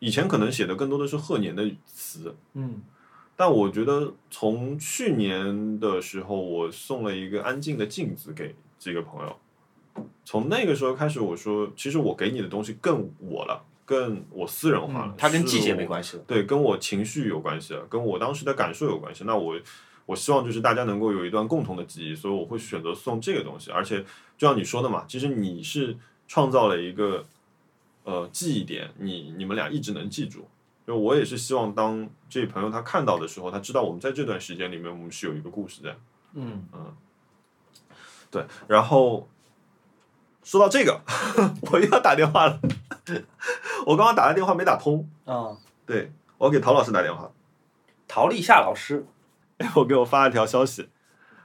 Speaker 2: 以前可能写的更多的是贺年的词，
Speaker 3: 嗯
Speaker 2: 但我觉得从去年的时候，我送了一个安静的镜子给几个朋友。从那个时候开始，我说，其实我给你的东西更我了，更我私人化了。
Speaker 3: 嗯它跟季节没
Speaker 2: 系，
Speaker 3: 关系了。
Speaker 2: 对，跟我情绪有关系了，跟我当时的感受有关系。那我我希望就是大家能够有一段共同的记忆，所以我会选择送这个东西。而且就像你说的嘛，其实你是创造了一个呃记忆点，你你们俩一直能记住。就我也是希望，当这朋友他看到的时候，他知道我们在这段时间里面，我们是有一个故事在。
Speaker 3: 嗯，
Speaker 2: 对，然后说到这个， *laughs* 我又要打电话了。 *laughs* 我刚刚打了电话没打通，
Speaker 3: 啊，
Speaker 2: 对我给陶老师打电话，
Speaker 3: 陶立夏老师，
Speaker 2: 我给我发了条消息，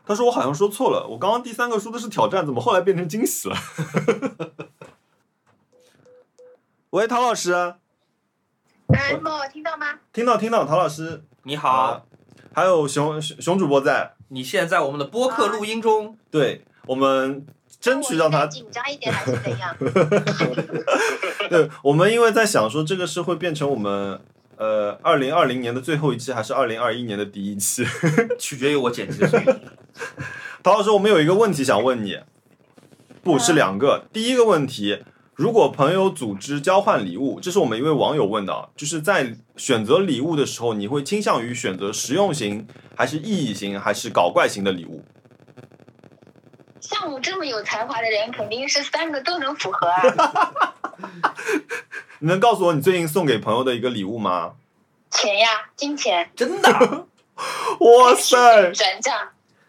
Speaker 2: 他说我好像说错了，我刚刚第三个说的是挑战，怎么后来变成惊喜了？ *laughs* 喂，陶老师，
Speaker 4: 哎，莫，我听到吗？
Speaker 2: 听到听到，陶老师啊
Speaker 3: 你好，，
Speaker 2: 还有熊熊熊主播在，
Speaker 3: 啊你现在在我们的播客录音中。
Speaker 2: 对我们争取
Speaker 4: 那我
Speaker 2: 让
Speaker 4: 应该
Speaker 2: 他
Speaker 4: 紧张一点还是怎
Speaker 2: *laughs*
Speaker 4: 样？
Speaker 2: 对，我们因为在想说这个是会变成我们呃二零二零年的最后一期，还是二零二一年的第一期？
Speaker 3: 取决于我剪辑的水平。
Speaker 2: 陶老师，我们有一个问题想问你，不是两
Speaker 3: 嗯
Speaker 2: 个。第一个问题，如果朋友组织交换礼物，这是我们一位网友问的啊，就是在选择礼物的时候，你会倾向于选择实用型，还是意义型，还是搞怪型的礼物？
Speaker 4: 像我这么有才华的人，肯定是三个都能符合啊。
Speaker 2: *laughs* 你能告诉我你最近送给朋友的一个礼物吗？
Speaker 4: 钱呀，金钱，
Speaker 3: 真的啊，
Speaker 2: 哇塞，
Speaker 4: 转账。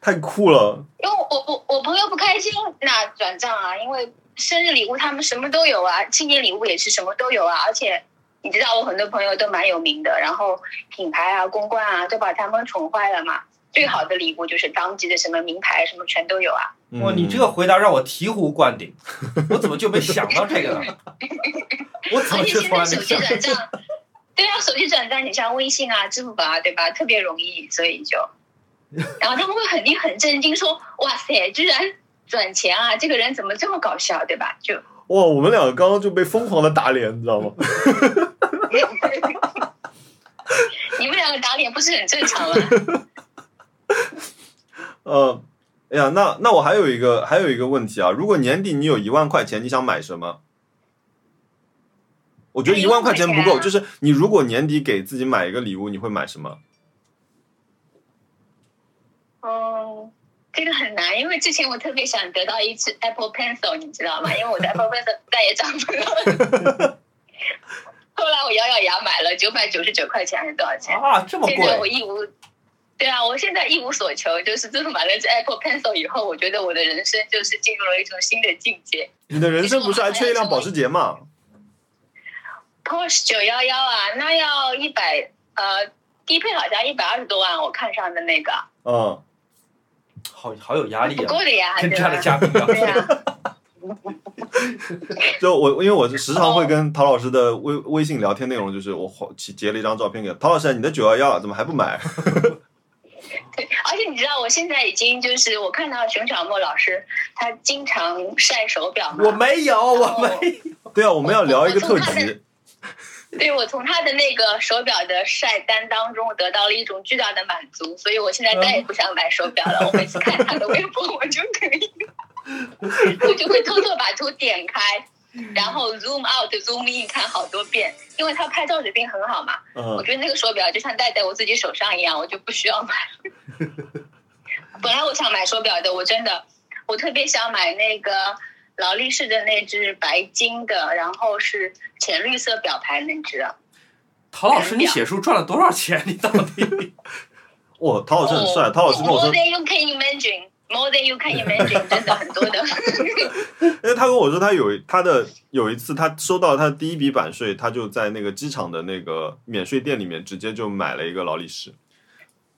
Speaker 2: 太酷了！
Speaker 4: 因为我我我朋友不开心，那转账啊，因为生日礼物他们什么都有啊，纪念礼物也是什么都有啊，而且。你知道我很多朋友都蛮有名的，然后品牌啊、公关啊都把他们宠坏了嘛。最好的礼物就是当季的什么名牌什么全都有啊。
Speaker 2: 嗯
Speaker 3: 哇，你这个回答让我醍醐灌顶，我怎么就没想到这个呢？ *laughs* 我怎
Speaker 4: 而
Speaker 3: 么
Speaker 4: 且
Speaker 3: 就
Speaker 4: 现
Speaker 3: 从
Speaker 4: 在
Speaker 3: 来没
Speaker 4: 手机
Speaker 3: 想
Speaker 4: *laughs*
Speaker 3: 到？
Speaker 4: 转账，对啊，手机转账，你像微信啊、支付宝啊，对吧？特别容易，所
Speaker 3: *laughs*
Speaker 4: 以就，然后他们会肯定很震惊，说：“哇塞，居然转钱啊！这个人怎么这么搞笑，对吧？”就， *laughs*
Speaker 2: 哇，我们两个刚刚就被疯狂的打脸，你知道吗？
Speaker 4: 你们两个打脸不是很正常
Speaker 3: *laughs*
Speaker 4: 吗？
Speaker 2: 呃，哎呀，那那我还有一个还有一个问题啊，如果年底你有一万块钱，你想买什么？我觉得一万块钱不
Speaker 4: 一万
Speaker 2: 够，
Speaker 4: 块钱啊
Speaker 2: 就是你如果年底给自己买一个礼物，你会买什么？
Speaker 4: 哦这个很难，因为之前我特别想得到一支 Apple Pencil，你知道吗？因为我的 Apple Pencil 再也找不到了。
Speaker 3: *laughs*
Speaker 4: 后来我咬咬牙买了九百九十九块钱还是多少钱？
Speaker 3: 啊，这么
Speaker 4: 现在我
Speaker 3: 贵，
Speaker 4: 一无，对啊，我现在一无所求，就是自从买了这 Apple Pencil 以哎后，我觉得我的人生就是进入了一种新的境界。
Speaker 2: 你的人生不是还缺一辆保时捷吗？
Speaker 4: Porsche 九幺幺啊，那要一百呃，低配好像一百二十多万，我看上的那个
Speaker 2: 嗯，
Speaker 3: 好好有压力
Speaker 4: 不
Speaker 3: 啊
Speaker 4: 够，的呀，
Speaker 3: 跟
Speaker 4: 对
Speaker 3: 这样的
Speaker 4: 吧？
Speaker 3: 嘉宾啊聊
Speaker 4: *laughs* 对。啊呀、
Speaker 2: 就我因为我是时常
Speaker 4: 哦
Speaker 2: 会跟陶老师的微微信聊天内容，就是我画截截了一张照片给他陶老师，啊你的九幺幺怎么还不买？ *laughs*
Speaker 4: 对，而且你知道，我现在已经就是我看到熊小莫老师，他经常晒手表嘛，
Speaker 3: 我没有，我没有
Speaker 2: 对啊，我们要聊一个特
Speaker 4: 我从他
Speaker 2: 辑
Speaker 4: 的， *laughs* 对我从他的那个手表的晒单当中得到了一种巨大的满足，所以我现在再也不想买手表了。我每次看他的微博，我就可以， *laughs* 我就会偷偷把图点开，然后 zoom out、zoom in 看好多遍，因为他拍照水平很好嘛。我
Speaker 2: 嗯，
Speaker 4: 觉得那个手表就像戴在我自己手上一样，我就不需
Speaker 2: *laughs*
Speaker 4: 要买。本来我想买手表的，我真的，我特别想买那个劳力士的那只白金的，然后是浅绿色表盘那只。
Speaker 2: 哦
Speaker 3: 陶老师，你写书赚了多少钱？你到
Speaker 4: *laughs*
Speaker 3: 底？
Speaker 2: 哇，陶老师很
Speaker 4: 哦
Speaker 2: 帅，啊陶老师跟我说
Speaker 4: More，than you can imagine, more than you can
Speaker 2: *laughs*
Speaker 4: imagine，真的很多的。
Speaker 2: 因哎为他跟我说他有他的有一次他收到他的第一笔版税，他就在那个机场的那个免税店里面直接就买了一个劳力士。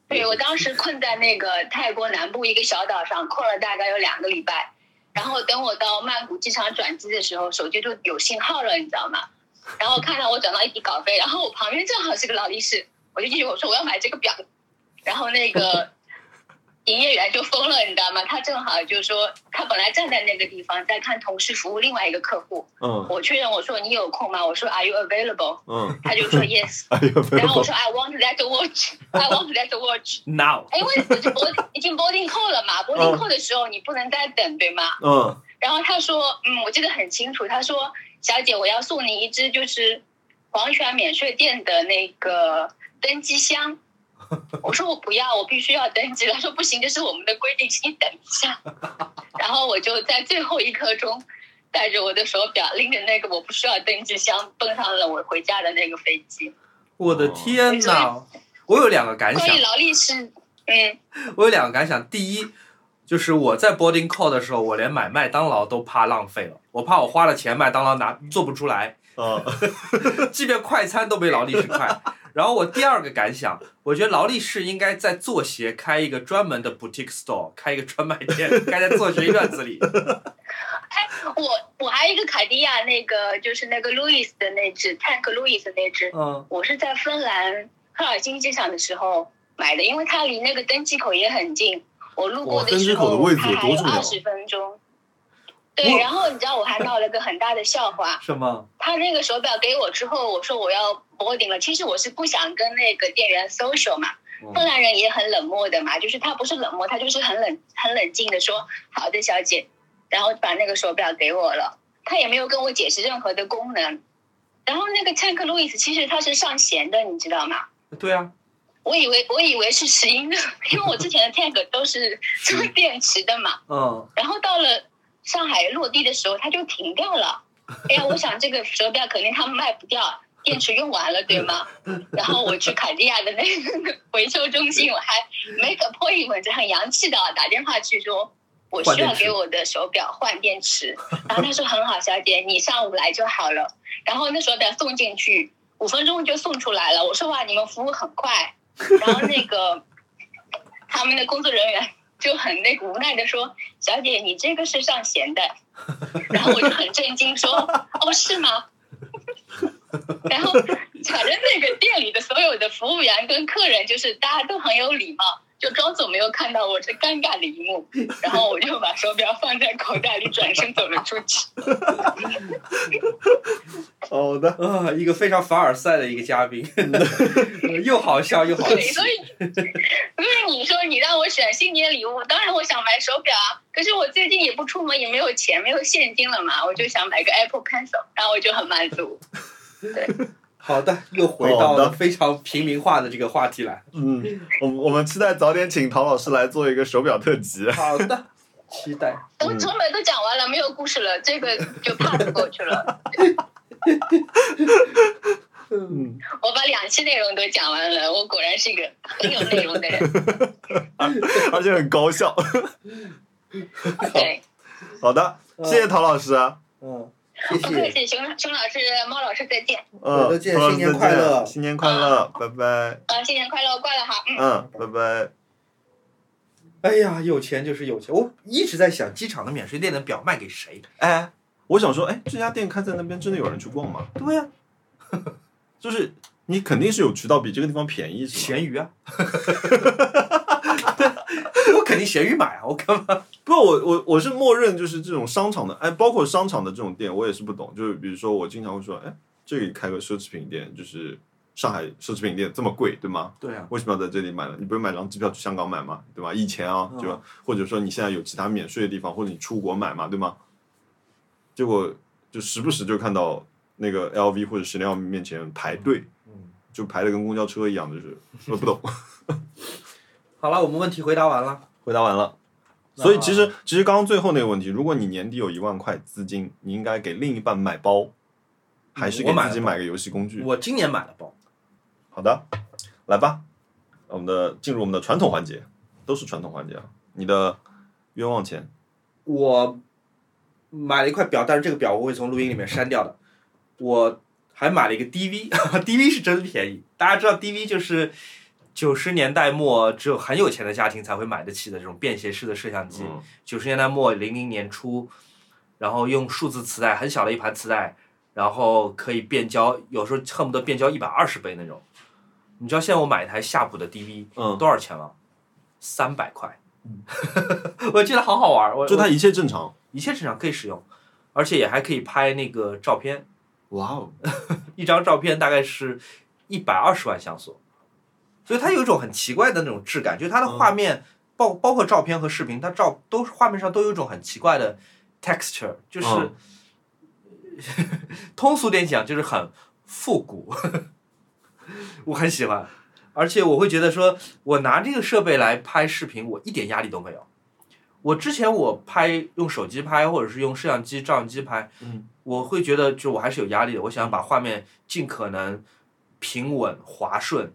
Speaker 4: 对我当时困在那个泰国南部一个小岛上，困了大概有两个礼拜。然后等我到曼谷机场转机的时候，手机就有信号了，你知道吗？然后看到我转到一笔稿费，然后我旁边正好是个劳力士，我就进去我说我要买这个表，然后那个营业员就疯了，你知道吗？他正好就说他本来站在那个地方在看同事服务另外一个客户，
Speaker 2: 嗯
Speaker 4: 我确认我说你有空吗？我说 Are you available？
Speaker 2: 嗯， *laughs*
Speaker 4: 他就说 Yes，
Speaker 2: 哎呦，没
Speaker 3: *laughs*
Speaker 4: 然后我
Speaker 2: 有，
Speaker 4: 说 I want that watch，I want that watch。
Speaker 3: now
Speaker 4: 因为不是 boarding 已经 boarding call 了嘛，boarding call 的时候你不能再等，对吗？
Speaker 3: 哎
Speaker 2: 嗯
Speaker 4: 然后他说，嗯，我记得很清楚，他说，小姐，我要送你一只就是黄泉免税店的那个登机箱。我说我不要，我必须要登机。他说不行，这是我们的规定，请你等一下。然后我就在最后一刻钟，带着我的手表，拎着那个我不需要登机箱，奔上了我回家的那个飞机。
Speaker 3: 我的天哪！我有两个感
Speaker 4: 关
Speaker 3: 想
Speaker 4: 于，劳力士，嗯，
Speaker 3: 我有两个感想。第一，就是我在 boarding call 的时候，我连买麦当劳都怕浪费了，我怕我花了钱，麦当劳拿做不出来。
Speaker 2: 嗯，
Speaker 3: 即便快餐都没劳力士快。然后我第二个感想，我觉得劳力士应该在做鞋开一个专门的 boutique store，开一个专卖店，开在做鞋院子里。
Speaker 4: 我我还有一个卡地亚那个就是那个 Louis 的那只 Tank Louis 的那只，
Speaker 3: 嗯，
Speaker 4: 我是在芬兰赫尔辛基机场的时候买的，因为它离那个登机口也很近，我路过
Speaker 2: 哇登机
Speaker 4: 时
Speaker 2: 口的
Speaker 4: 候
Speaker 2: 位置
Speaker 4: 它
Speaker 2: 有
Speaker 4: 还
Speaker 2: 多
Speaker 4: 有
Speaker 2: 重要
Speaker 4: 二十分钟。
Speaker 3: 哇
Speaker 4: 对，然后你知道我还闹了个很大的笑话，
Speaker 3: 什么？
Speaker 4: 他那个手表给我之后，我说我要 boarding 了。其实我是不想跟那个店员 social 嘛
Speaker 3: 嗯，
Speaker 4: 芬兰人也很冷漠的嘛，就是他不是冷漠，他就是很冷很冷静的说好的小姐，然后把那个手表给我了，他也没有跟我解释任何的功能。然后那个 Tank Louis 其实它是上弦的，你知道吗？
Speaker 3: 对啊，
Speaker 4: 我以为我以为是石英的，因为我之前的 Tank 都是装电池的嘛。
Speaker 3: 嗯，
Speaker 4: 然后到了上海落地的时候，它就停掉了。哎呀，我想这个手表肯定他们卖不掉，电池用完了，对吗？然后我去卡地亚的那个回收中心，我还 make appointment，很洋气的啊打电话去说。我需要给我的手表换电池，然后他说很好，小姐，你上午来就好了。然后那手表送进去，五分钟就送出来了。我说哇，你们服务很快。然后那个他们的工作人员就很那个无奈的说：“小姐，你这个是上弦的。”然后我就很震惊说：“哦，是吗？”然后反正那个店里的所有的服务员跟客人就是大家都很有礼貌。就装作没有看到我这尴尬的一幕，然后我就把手表放在口袋里，转身走了出去。
Speaker 2: 好的，
Speaker 3: 啊，一个非常凡尔赛的一个嘉宾， *laughs* 又好笑又好
Speaker 4: 对，
Speaker 3: 气
Speaker 4: 所。以，所以你说你让我选新年礼物，当然我想买手表啊。可是我最近也不出门，也没有钱，没有现金了嘛，我就想买个 Apple Pencil，然后我就很满足。
Speaker 3: 好的，又回到
Speaker 5: 好的
Speaker 3: 了非常平民化的这个话题来。
Speaker 5: 嗯，我们我们期待早点请陶老师来做一个手表特辑。
Speaker 3: 好的，期待。
Speaker 4: 我成本都讲完了，没有故事了，这个就 pass 过去了。
Speaker 5: 嗯，
Speaker 4: 我把两期内容都讲完了，我果然是一个很有内容的
Speaker 3: *laughs*
Speaker 4: 人。
Speaker 5: 而且很高效。
Speaker 4: 对，
Speaker 5: 好的，谢谢陶老师。
Speaker 2: 啊
Speaker 3: 嗯，谢
Speaker 4: 不客
Speaker 3: 谢，
Speaker 4: 气，熊熊老师、猫老师再见，
Speaker 5: 嗯，
Speaker 3: 好的见
Speaker 5: 陶老师
Speaker 3: 新年快乐
Speaker 5: 再见新年快乐，拜拜。
Speaker 4: 啊，新年快乐，挂了哈，嗯。
Speaker 5: 嗯，拜拜。
Speaker 3: 哎呀，有钱就是有钱。我一直在想，机场的免税店的表卖给谁？
Speaker 2: 哎，我想说，哎，这家店开在那边，真的有人去逛吗？
Speaker 3: 对呀、
Speaker 2: *laughs* 就是你肯定是有渠道比这个地方便宜，是吗？
Speaker 3: 咸鱼啊。 *laughs* 我肯定咸鱼买啊，我干嘛？
Speaker 2: 不，我我我是默认就是这种商场的，哎，包括商场的这种店，我也是不懂。就是比如说，我经常会说，哎，这里开个奢侈品店，就是上海奢侈品店这么贵，对吗？
Speaker 3: 对啊，
Speaker 2: 为什么要在这里买呢？你不是买张机票去香港买吗？对吧？以前啊，
Speaker 3: 嗯
Speaker 2: 对吧？或者说你现在有其他免税的地方，或者你出国买嘛，对吗？结果就时不时就看到那个 LV 或者 Chanel 面前排队，
Speaker 3: 嗯，
Speaker 2: 就排的跟公交车一样，就是我不懂。
Speaker 3: 好了，我们问题回答完了。
Speaker 2: 回答完了。所以其实其实刚刚最后那个问题，如果你年底有一万块资金，你应该给另一半买包，还是
Speaker 3: 我
Speaker 2: 给
Speaker 3: 买
Speaker 2: 自己
Speaker 3: 了
Speaker 2: 买个游戏工具？
Speaker 3: 我今年买了包，
Speaker 2: 好的，来吧，我们的进入我们的传统环节，都是传统环节啊。你的冤枉钱，
Speaker 3: 我买了一块表，但是这个表我会从录音里面删掉的。我还买了一个 *laughs* DV，DV 是真便宜。大家知道 DV 就是九十年代末只有很有钱的家庭才会买得起的这种便携式的摄像机。
Speaker 2: 嗯，
Speaker 3: 九十年代末零零年初，然后用数字磁带很小的一盘磁带，然后可以变焦，有时候恨不得变焦一百二十倍那种。你知道现在我买一台夏普的 DV，
Speaker 2: 嗯
Speaker 3: 多少钱吗？三百块。 *laughs* 我觉得好好玩儿，我
Speaker 2: 就它
Speaker 3: 我
Speaker 2: 一切正常。
Speaker 3: 一切正常可以使用，而且也还可以拍那个照片，
Speaker 2: 哇哦，
Speaker 3: 一张照片大概是一百二十万像素，所以它有一种很奇怪的那种质感，就是它
Speaker 2: 嗯
Speaker 3: 的画面、包包括照片和视频，它照都是画面上都有一种很奇怪的 texture，就是、
Speaker 2: 嗯
Speaker 3: *laughs* 通俗点讲就是很复古， *laughs* 我很喜欢，而且我会觉得说我拿这个设备来拍视频，我一点压力都没有。我之前我拍用手机拍，或者是用摄像机、照相机拍，
Speaker 2: 嗯，
Speaker 3: 我会觉得就我还是有压力的。我想把画面尽可能平稳、滑顺，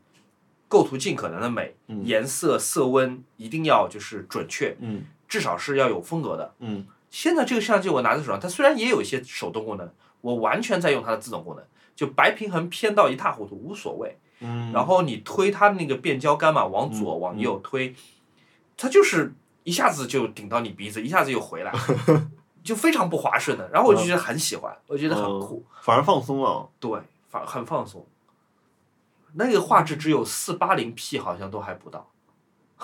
Speaker 3: 构图尽可能的美，
Speaker 2: 嗯
Speaker 3: 颜色、色温一定要就是准确，
Speaker 2: 嗯
Speaker 3: 至少是要有风格的。
Speaker 2: 嗯
Speaker 3: 现在这个摄像机我拿在手上，它虽然也有一些手动功能，我完全在用它的自动功能，就白平衡偏到一塌糊涂无所谓。
Speaker 2: 嗯，
Speaker 3: 然后你推它的那个变焦杆嘛，往左
Speaker 2: 嗯
Speaker 3: 往右推，它就是一下子就顶到你鼻子，一下子
Speaker 2: *laughs*
Speaker 3: 又回来，就非常不划顺的。然后我就觉得很喜欢，我觉得很酷，
Speaker 2: 反而放松了。
Speaker 3: 对，放很放松。那个画质只有四八零 P，好像都还不到。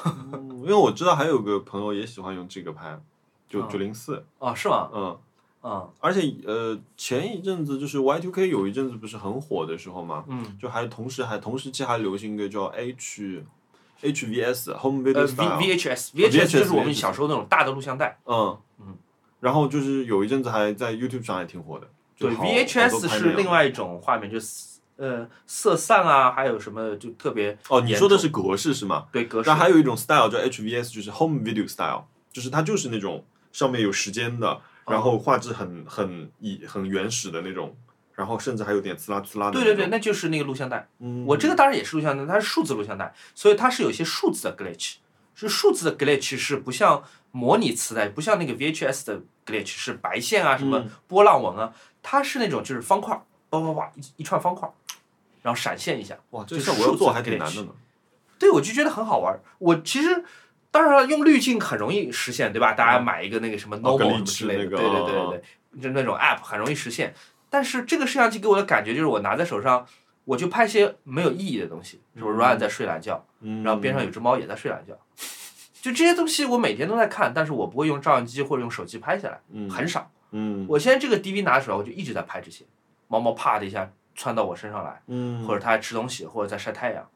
Speaker 2: 嗯因为我知道还有个朋友也喜欢用这个拍，就
Speaker 3: 嗯
Speaker 2: 九零四，
Speaker 3: 哦，是吗？
Speaker 2: 嗯。
Speaker 3: 嗯
Speaker 2: 而且呃，前一阵子就是 Y2K 有一阵子不是很火的时候嘛，
Speaker 3: 嗯，
Speaker 2: 就还同时还同时期还流行一个叫 H HVS Home Video
Speaker 3: 呃
Speaker 2: Style，、
Speaker 3: ，V VHS
Speaker 2: ，VHS
Speaker 3: 就是我们小时候那种大的录像带。
Speaker 2: 嗯
Speaker 3: 嗯，
Speaker 2: 然后就是有一阵子还在 YouTube 上还挺火的，就
Speaker 3: 对
Speaker 2: 好好
Speaker 3: ，VHS
Speaker 2: 多拍
Speaker 3: 是
Speaker 2: 那
Speaker 3: 另
Speaker 2: 样
Speaker 3: 外一种画面，就是呃色散啊，还有什么就特别
Speaker 2: 哦，你
Speaker 3: 严
Speaker 2: 说的
Speaker 3: 重
Speaker 2: 是格式是吗？
Speaker 3: 对格式
Speaker 2: 那。还有一种 style 叫 HVS，就是 Home Video Style，就是它就是那种上面有时间的，
Speaker 3: 嗯
Speaker 2: 然后画质很很以很原始的那种，然后甚至还有点呲啦呲啦的
Speaker 3: 对
Speaker 2: 那种。
Speaker 3: 对对，那就是那个录像带。
Speaker 2: 嗯，
Speaker 3: 我这个当然也是录像带，它是数字录像带，所以它是有些数字的 glitch，是数字的 glitch 是不像模拟磁带，不像那个 VHS 的 glitch 是白线啊，什么
Speaker 2: 嗯
Speaker 3: 波浪纹啊，它是那种就是方块，叭叭叭一一串方块，然后闪现一下。
Speaker 2: 哇，这
Speaker 3: 就是
Speaker 2: 事儿我要
Speaker 3: 数
Speaker 2: 做
Speaker 3: 字
Speaker 2: 还挺
Speaker 3: glitch
Speaker 2: 难的呢。
Speaker 3: 对，我就觉得很好玩儿。我其实当然了，用滤镜很容易实现，对吧？大家买一个那个什么 n o
Speaker 2: 哦
Speaker 3: b l
Speaker 2: 格
Speaker 3: e
Speaker 2: 力
Speaker 3: 什么之类的，
Speaker 2: 那个
Speaker 3: 对对对
Speaker 2: 啊
Speaker 3: 对对，就那种 app 很容易实现。但是这个摄像机给我的感觉就是，我拿在手上，我就拍些没有意义的东西，比如 Ryan 在睡懒觉，
Speaker 2: 嗯，
Speaker 3: 然后边上有只猫也在睡懒觉。就这些东西，我每天都在看，但是我不会用照相机或者用手机拍下来，
Speaker 2: 嗯
Speaker 3: 很少。
Speaker 2: 嗯
Speaker 3: 我现在这个 DV 拿出来，我就一直在拍这些。猫猫啪的一下窜到我身上来，
Speaker 2: 嗯
Speaker 3: 或者他在吃东西，或者在晒太阳。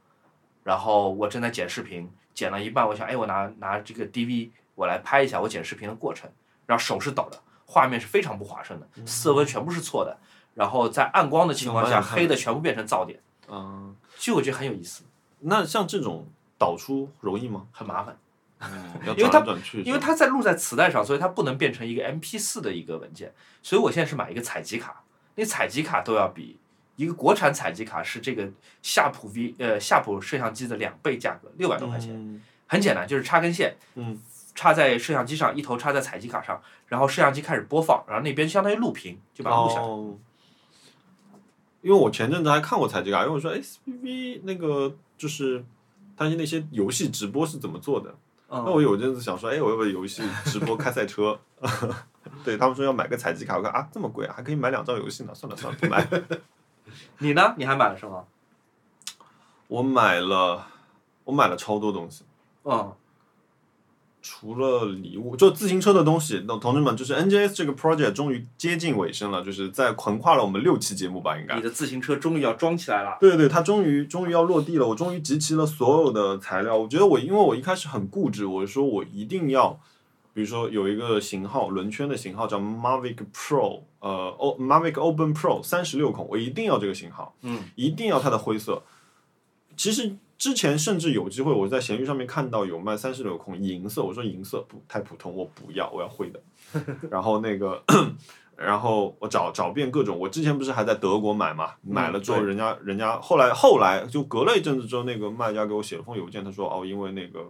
Speaker 3: 然后我正在剪视频，剪了一半，我想，哎，我拿拿这个 DV 我来拍一下我剪视频的过程。然后手是抖的，画面是非常不滑顺的，色温全部是错的。然后在暗光的情况下，
Speaker 2: 慢慢看
Speaker 3: 黑的全部变成噪点，
Speaker 2: 嗯，
Speaker 3: 所以我觉得很有意思，
Speaker 2: 那像这种导出容易吗？
Speaker 3: 很麻烦，
Speaker 2: 要
Speaker 3: 嗯因为
Speaker 2: 转
Speaker 3: 它
Speaker 2: 来转去，
Speaker 3: 因为它在录在磁带上，所以它不能变成一个 MP 四的一个文件，所以我现在是买一个采集卡，那采集卡都要比一个国产采集卡是这个夏普 V 呃夏普摄像机的两倍价格，六百多块钱，
Speaker 2: 嗯
Speaker 3: 很简单，就是插根线，
Speaker 2: 嗯，
Speaker 3: 插在摄像机上，一头插在采集卡上，然后摄像机开始播放，然后那边相当于录屏，就把它录下来。
Speaker 2: 哦。因为我前阵子还看过采集卡，因为我说哎 S P V 那个就是它那些游戏直播是怎么做的？
Speaker 3: 嗯
Speaker 2: 那我有阵子想说，哎，我要不要游戏直播开赛车？ *laughs* 对他们说要买个采集卡，我看啊这么贵啊，还可以买两张游戏呢，算了 *laughs* 算了，不买。
Speaker 3: 你呢？你还买了什么？
Speaker 2: 我买了，我买了超多东西，
Speaker 3: 嗯
Speaker 2: 除了礼物，就自行车的东西。那同志们，就是 NJS 这个 project 终于接近尾声了，就是在横跨了我们六期节目吧，应该
Speaker 3: 你。的自行车终于要装起来了。
Speaker 2: 对对，它终于终于要落地了，我终于集齐了所有的材料。我觉得我因为我一开始很固执，我说我一定要，比如说有一个型号轮圈的型号叫 Mavic Pro，呃，O Mavic Open Pro 三十六孔，我一定要这个型号，
Speaker 3: 嗯，
Speaker 2: 一定要它的灰色。其实之前甚至有机会，我在闲鱼上面看到有卖三十六孔银色，我说银色不太普通，我不要，我要灰的。 *laughs* 然后那个。 *clears throat* 然后我找找遍各种，我之前不是还在德国买嘛，买了之后
Speaker 3: 对
Speaker 2: 人家、人家后来后来就隔了一阵子之后，那个卖家给我写了封邮件，他说哦，因为那个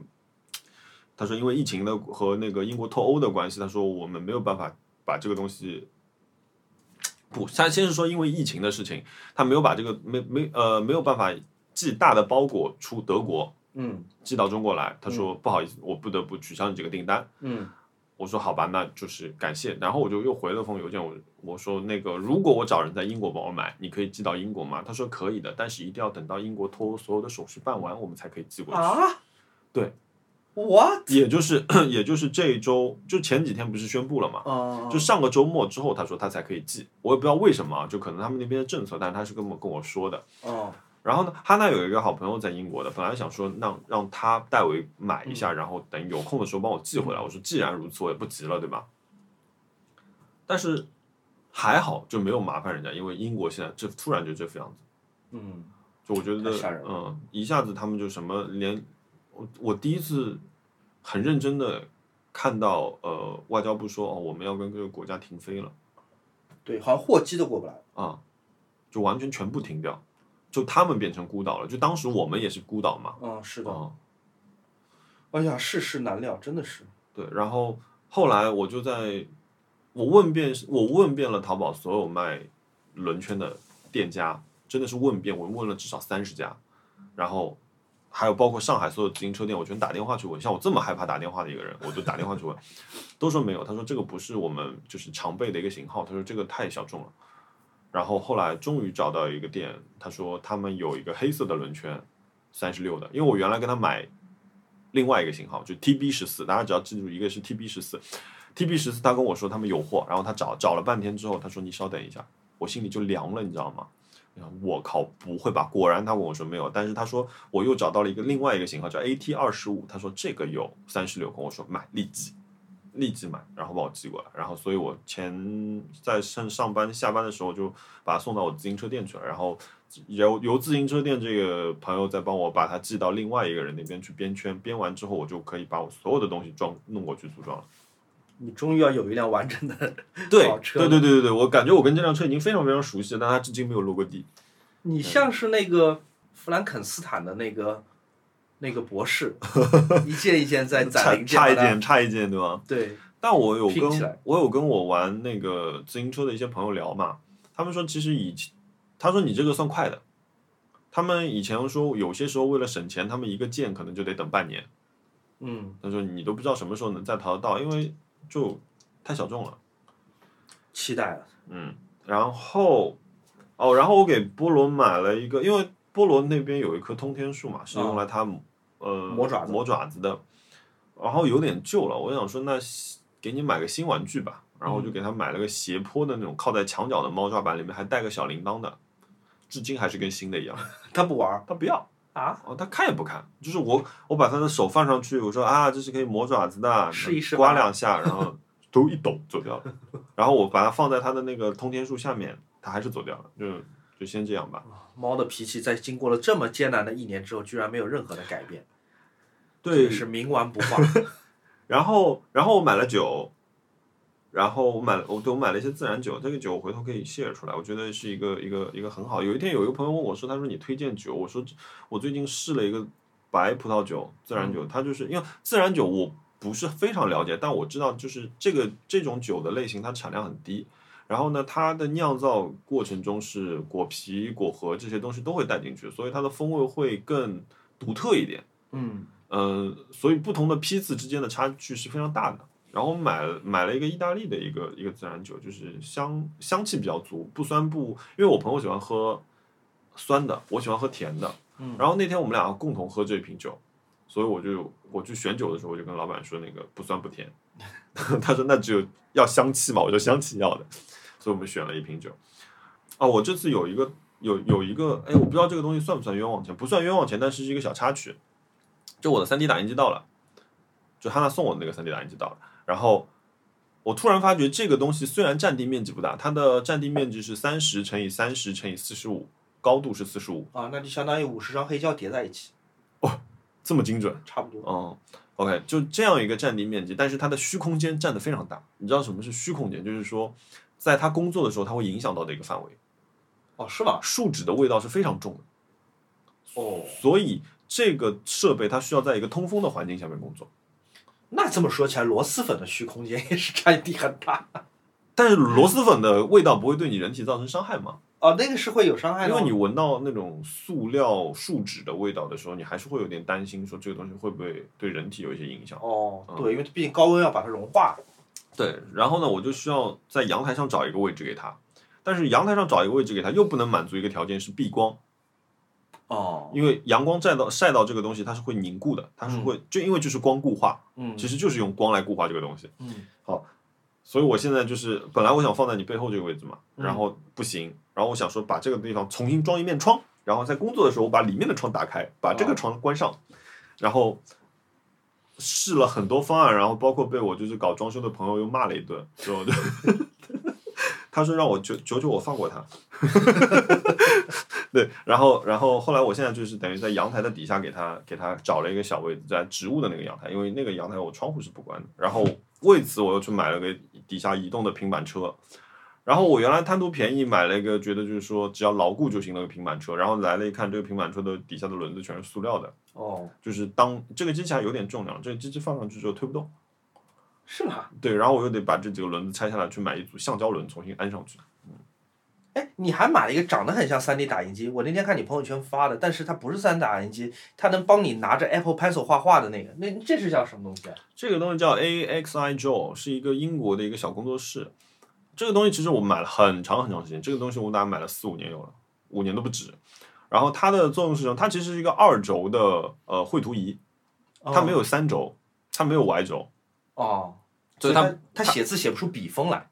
Speaker 2: 他说因为疫情的和那个英国脱欧的关系，他说我们没有办法把这个东西。不，他先是说因为疫情的事情，他没有把这个没没呃没有办法寄大的包裹出德国，
Speaker 3: 嗯
Speaker 2: 寄到中国来。他说、不好意思，我不得不取消你这个订单。
Speaker 3: 嗯
Speaker 2: 我说好吧，那就是感谢。然后我就又回了封邮件，我我说那个如果我找人在英国帮我买，你可以寄到英国吗？他说可以的，但是一定要等到英国脱欧所有的手续办完，我们才可以寄过去。
Speaker 3: 啊，
Speaker 2: 对
Speaker 3: ，what？
Speaker 2: 也就是 *coughs* 也就是这一周，就前几天不是宣布了嘛？
Speaker 3: 哦
Speaker 2: 就上个周末之后，他说他才可以寄，我也不知道为什么啊，就可能他们那边的政策，但是他是跟我跟我说的。
Speaker 3: 哦，
Speaker 2: 然后呢，哈娜有一个好朋友在英国的，本来想说让让他代为买一
Speaker 3: 嗯
Speaker 2: 下，然后等有空的时候帮我寄回来。我说既然如此，我也不急了，对吧？但是还好就没有麻烦人家，因为英国现在这突然就这副样子，
Speaker 3: 嗯，
Speaker 2: 就我觉得
Speaker 3: 太吓人了
Speaker 2: 嗯，一下子他们就什么连我我第一次很认真的看到呃外交部说哦我们要跟这个国家停飞了。
Speaker 3: 对，好像货机都过不来。
Speaker 2: 啊，就完全全部停掉，就他们变成孤岛了。就当时我们也是孤岛嘛，
Speaker 3: 嗯，是的。
Speaker 2: 啊，
Speaker 3: 哎呀，世事难料，真的是。
Speaker 2: 对。然后后来我就在，我问遍我问遍了淘宝所有卖轮圈的店家，真的是问遍，我问了至少三十家，然后。还有包括上海所有自行车店，我全打电话去问。像我这么害怕打电话的一个人，我就打电话去问，都说没有。他说这个不是我们就是常备的一个型号，他说这个太小众了。然后后来终于找到一个店，他说他们有一个黑色的轮圈，三十六的，因为我原来跟他买另外一个型号，就 TB 十四，大家只要记住一个是 TB 十四，TB 十四他跟我说他们有货，然后他找找了半天之后，他说你稍等一下，我心里就凉了，你知道吗？然后我靠，不会吧？果然他跟我说没有，但是他说我又找到了一个另外一个型号叫 AT 二十五，他说这个有三十六跟我说买立即。立即买，然后把我寄过来，然后所以我前在上上班下班的时候就把它送到我自行车店去了，然后由由自行车店这个朋友再帮我把它寄到另外一个人那边去编圈，编完之后我就可以把我所有的东西装弄过去组装了。
Speaker 3: 你终于要有一辆完整的
Speaker 2: 对
Speaker 3: 好车
Speaker 2: 对对对对对，我感觉我跟这辆车已经非常非常熟悉了，但它至今没有落过地。嗯
Speaker 3: 你像是那个弗兰肯斯坦的那个那个
Speaker 2: *laughs*
Speaker 3: 博士，一件一件在
Speaker 2: 差
Speaker 3: 攒零件，
Speaker 2: 差一件，。差一件，对吧？
Speaker 3: 对，
Speaker 2: 但我有
Speaker 3: 拼起
Speaker 2: 跟
Speaker 3: 来
Speaker 2: 我有跟我玩那个自行车的一些朋友聊嘛，他们说其实以前，他说你这个算快的，他们以前说有些时候为了省钱，他们一个件可能就得等半年。
Speaker 3: 嗯，
Speaker 2: 他说你都不知道什么时候能再淘得到，因为就太小众了。
Speaker 3: 期待了。
Speaker 2: 嗯，然后哦，然后我给菠萝买了一个，因为菠萝那边有一棵通天树嘛，是用来它、呃
Speaker 3: 啊磨爪子
Speaker 2: 磨爪子的，然后有点旧了，我想说那给你买个新玩具吧，然后
Speaker 3: 嗯
Speaker 2: 我就给他买了个斜坡的那种靠在墙角的猫抓板，里面还带个小铃铛的，至今还是跟新的一样。 *laughs*
Speaker 3: 他不玩儿
Speaker 2: 他不要。
Speaker 3: 啊？
Speaker 2: 哦，他看也不看，就是我，我把他的手放上去，我说啊，这是可以磨爪子的，
Speaker 3: 试一试吧
Speaker 2: 刮两下，然后都一抖走掉了。然后我把它放在他的那个通天树下面，他还是走掉了，就就先这样吧。
Speaker 3: 啊猫的脾气在经过了这么艰难的一年之后，居然没有任何的改变，
Speaker 2: 对
Speaker 3: 真是冥顽不化。
Speaker 2: *laughs* 然后，然后我买了酒，然后我买了，我对我买了一些自然酒。这个酒我回头可以 share 出来，我觉得是一个一个一个很好。有一天有一个朋友问我说，他说你推荐酒，我说我最近试了一个白葡萄酒自然酒，它就是因为自然酒我不是非常了解，但我知道就是这个这种酒的类型它产量很低。然后呢，它的酿造过程中是果皮、果核这些东西都会带进去，所以它的风味会更独特一点。
Speaker 3: 嗯，
Speaker 2: 嗯，所以不同的批次之间的差距是非常大的。然后我买了买了一个意大利的一个一个自然酒，就是香香气比较足，不酸不，因为我朋友喜欢喝酸的，我喜欢喝甜的。
Speaker 3: 嗯
Speaker 2: 然后那天我们俩共同喝这瓶酒，所以我就我去选酒的时候，我就跟老板说那个不酸不甜， *laughs* 他说那只有要香气嘛，我就香气要的，所以我们选了一瓶酒。哦，我这次有一个有有一个，哎，我不知道这个东西算不算冤枉钱，不算冤枉钱，但是是一个小插曲。就我的三 D 打印机到了，就哈娜送我的那个三 D 打印机到了，然后我突然发觉这个东西虽然占地面积不大，它的占地面积是三十乘以三十乘以四十五，高度是四十五，
Speaker 3: 啊，那就相当于五十张黑胶叠在一起，
Speaker 2: 这么精准。
Speaker 3: 差不多。
Speaker 2: 嗯，OK，就这样一个占地面积，但是它的虚空间占的非常大。你知道什么是虚空间？就是说，在它工作的时候，它会影响到的一个范围。
Speaker 3: 哦，是吗？
Speaker 2: 树脂的味道是非常重的，
Speaker 3: 哦，
Speaker 2: 所以这个设备它需要在一个通风的环境下面工作。
Speaker 3: 那这么说起来，螺蛳粉的虚空间也是占地很大。
Speaker 2: 但是螺蛳粉的味道不会对你人体造成伤害吗？
Speaker 3: 哦，那个是会有伤害的
Speaker 2: 因
Speaker 3: 哦吗。
Speaker 2: 为你闻到那种塑料、树脂的味道的时候，你还是会有点担心，说这个东西会不会对人体有一些影响。
Speaker 3: 哦，
Speaker 2: 嗯
Speaker 3: 对，因为毕竟高温要把它融化。
Speaker 2: 对，然后呢，我就需要在阳台上找一个位置给它，但是阳台上找一个位置给它，又不能满足一个条件是避光，
Speaker 3: 哦，
Speaker 2: 因为阳光晒到晒到这个东西，它是会凝固的，它是会、就因为就是光固化，
Speaker 3: 嗯，
Speaker 2: 其实就是用光来固化这个东西。
Speaker 3: 嗯
Speaker 2: 所以我现在就是本来我想放在你背后这个位置嘛，
Speaker 3: 嗯
Speaker 2: 然后不行，然后我想说把这个地方重新装一面窗，然后在工作的时候我把里面的窗打开，把这个窗关上，然后试了很多方案，然后包括被我就是搞装修的朋友又骂了一顿，之后就 *laughs* 他说让我求求求我放过他，对，然后然后后来我现在就是等于在阳台的底下给他给他找了一个小位置，在植物的那个阳台，因为那个阳台我窗户是不关的。然后为此我又去买了个底下移动的平板车，然后我原来贪图便宜买了一个觉得就是说只要牢固就行的一个平板车，然后来了一看这个平板车的底下的轮子全是塑料的，
Speaker 3: 哦，
Speaker 2: 就是当这个机器还有点重量，这个机器放上去之后推不动，
Speaker 3: 是吗？
Speaker 2: 对，然后我又得把这几个轮子拆下来去买一组橡胶轮重新安上去。
Speaker 3: 哎，你还买了一个长得很像 3D 打印机，我那天看你朋友圈发的，但是它不是 3D 打印机，它能帮你拿着 Apple Pencil 画画的那个，那这是叫什么东西啊？
Speaker 2: 这个东西叫 AXI Joe，是一个英国的一个小工作室。这个东西其实我买了很长很长时间，这个东西我大概买了四五年有了，五年都不止。然后它的作用是什么？它其实是一个二轴的呃绘图仪，它没有三轴，它没有 Y 轴，
Speaker 3: 哦，
Speaker 2: 所以它
Speaker 3: 它它写字写不出笔锋来，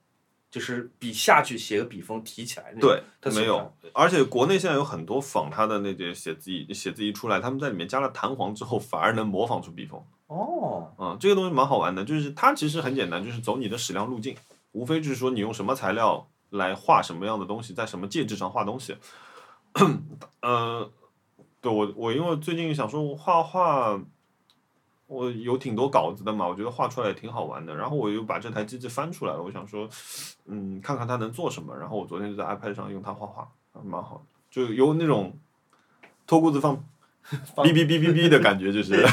Speaker 3: 就是笔下去写个笔锋提起来。那种
Speaker 2: 对，
Speaker 3: 嗯它是
Speaker 2: 没
Speaker 3: 什么
Speaker 2: 有。而且国内现在有很多仿它的那些写字仪，写字仪出来，他们在里面加了弹簧之后，反而能模仿出笔锋。
Speaker 3: 哦，
Speaker 2: 嗯，这个东西蛮好玩的，就是它其实很简单，就是走你的矢量路径，无非就是说你用什么材料来画什么样的东西，在什么介质上画东西。 *clears throat* 呃，对我我因为最近想说我画画，我有挺多稿子的嘛，我觉得画出来也挺好玩的。然后我又把这台机器翻出来了，我想说，嗯，看看它能做什么。然后我昨天就在 iPad 上用它画画，还蛮好的，就有那种脱裤子放
Speaker 3: 放
Speaker 2: 哔哔哔哔哔的感觉， *laughs* 就是，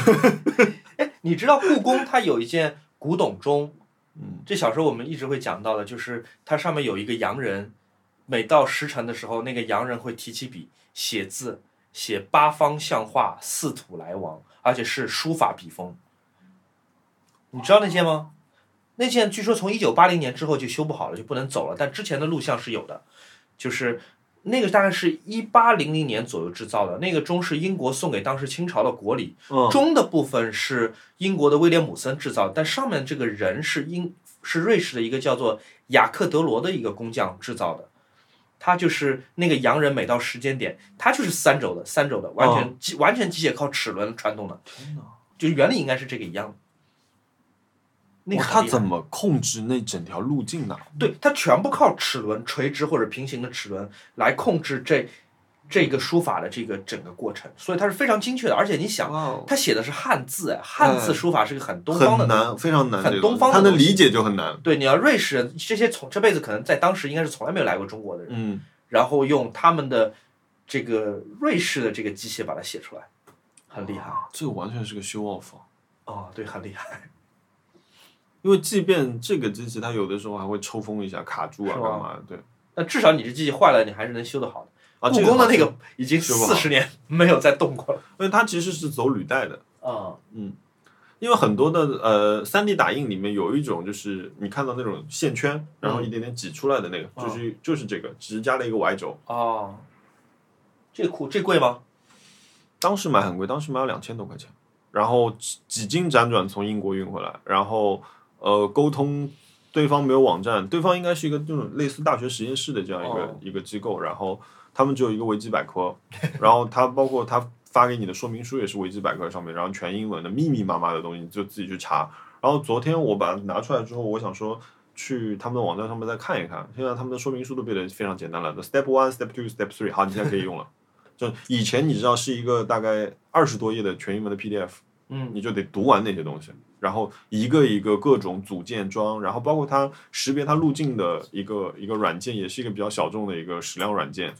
Speaker 3: 你知道故宫它有一件古董钟，
Speaker 2: 嗯，
Speaker 3: 这小时候我们一直会讲到的，就是它上面有一个洋人，每到时辰的时候，那个洋人会提起笔写字，写八方向画，四土来往，而且是书法笔锋。你知道那件吗？那件据说从一九八零年之后就修不好了，就不能走了，但之前的录像是有的，就是。那个大概是一八零零年左右制造的，那个钟是英国送给当时清朝的国礼，
Speaker 2: 嗯
Speaker 3: 中的部分是英国的威廉姆森制造，但上面这个人是英是瑞士的一个叫做雅克德罗的一个工匠制造的。他就是那个洋人，每到时间点，他就是三轴的，三轴的，完
Speaker 2: 嗯
Speaker 3: 全机、完全机械靠齿轮传动的，就是原理应该是这个一样的。那个
Speaker 2: 哇
Speaker 3: 很
Speaker 2: 他
Speaker 3: 厉害
Speaker 2: 怎么控制那整条路径呢？
Speaker 3: 对，它全部靠齿轮垂直或者平行的齿轮来控制这这个书法的这个整个过程，所以它是非常精确的。而且你想，
Speaker 2: 哇哦
Speaker 3: 他写的是汉字，哎，汉字书法是个很东方的
Speaker 2: 嗯很
Speaker 3: 东西。
Speaker 2: 难，非常难
Speaker 3: 很
Speaker 2: 这个
Speaker 3: 东方的
Speaker 2: 他能
Speaker 3: 东西
Speaker 2: 理解就很难。
Speaker 3: 对，你要瑞士人这些从这辈子可能在当时应该是从来没有来过中国的人，
Speaker 2: 嗯，
Speaker 3: 然后用他们的这个瑞士的这个机械把它写出来，很厉害啊、
Speaker 2: 这个完全是个 show off，啊
Speaker 3: 哦对，很厉害。
Speaker 2: 因为即便这个机器它有的时候还会抽风一下，卡住啊，干
Speaker 3: 是吗
Speaker 2: 嘛的？对
Speaker 3: 那至少你这机器坏了，你还是能修得好的。
Speaker 2: 啊，
Speaker 3: 故
Speaker 2: 这
Speaker 3: 宫的
Speaker 2: 好
Speaker 3: 那
Speaker 2: 像
Speaker 3: 个已经
Speaker 2: 修不好
Speaker 3: 四
Speaker 2: 嗯
Speaker 3: 十年没有再动过了。
Speaker 2: 因为它其实是走履带的，
Speaker 3: 啊、
Speaker 2: 因为很多的呃三 D 打印里面有一种就是你看到那种线圈，然后一点点挤出来的那个，
Speaker 3: 嗯
Speaker 2: 就是就是这个，只是加了一个 Y 轴。
Speaker 3: 哦，这酷这贵吗？
Speaker 2: 当时买很贵，当时买了两千多块钱，然后几几经辗转从英国运回来，然后呃沟通对方没有网站，对方应该是一个这种类似大学实验室的这样一个、
Speaker 3: 哦
Speaker 2: 一个机构，然后他们只有一个维基百科， *laughs* 然后他包括他发给你的说明书也是维基百科上面，然后全英文的密密麻麻的东西，你就自己去查。然后昨天我把它拿出来之后，我想说。去他们的网站上面再看一看，现在他们的说明书都变得非常简单了。Step one, step two, step three，好，你现在可以用了。就以前你知道是一个大概二十多页的全英文的 PDF，
Speaker 3: 嗯，
Speaker 2: 你就得读完那些东西，然后一个一个各种组件装，然后包括它识别它路径的一个一个软件，也是一个比较小众的一个矢量软件。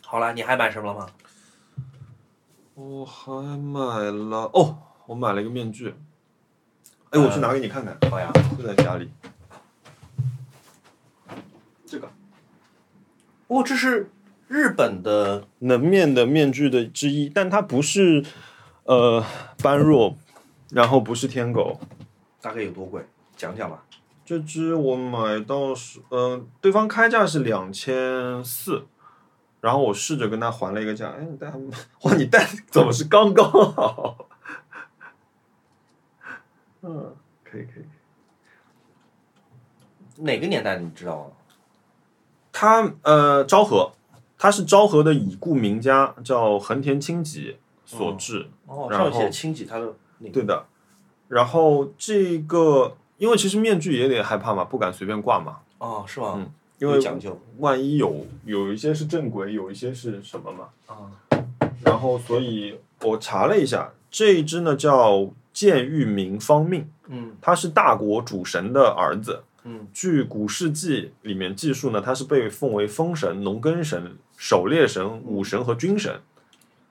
Speaker 3: 好了，你还买什么了吗？
Speaker 2: 我还买了哦，我买了一个面具。哎，我去拿给你看看，
Speaker 3: 好呀，
Speaker 2: 就在家里。这个
Speaker 3: 哦，这是日本的
Speaker 2: 能面的面具的之一，但它不是呃般若，然后不是天狗，
Speaker 3: 大概有多贵？讲讲吧。
Speaker 2: 这只我买到是，呃，对方开价是两千四，然后我试着跟他还了一个价，哎，你戴还， *laughs* 哇，你戴怎么是刚刚好？嗯，可以可以。
Speaker 3: 哪个年代的你知道啊吗？
Speaker 2: 他呃，昭和，他是昭和的已故名家叫横田清己所制，
Speaker 3: 哦，
Speaker 2: 然
Speaker 3: 上
Speaker 2: 后
Speaker 3: 面写清几，他的那个
Speaker 2: 对的。然后这个，因为其实面具也得害怕嘛，不敢随便挂嘛，
Speaker 3: 哦，是吗？
Speaker 2: 嗯因
Speaker 3: 有
Speaker 2: 为
Speaker 3: 讲究
Speaker 2: 万一有有一些是正规，有一些是什么嘛。
Speaker 3: 啊，
Speaker 2: 然后所以我查了一下，这一只呢叫剑玉明方命，
Speaker 3: 嗯
Speaker 2: 他是大国主神的儿子。
Speaker 3: 嗯，
Speaker 2: 据古世纪里面记述呢，他是被奉为风神、农耕神、狩猎神、武神和军神。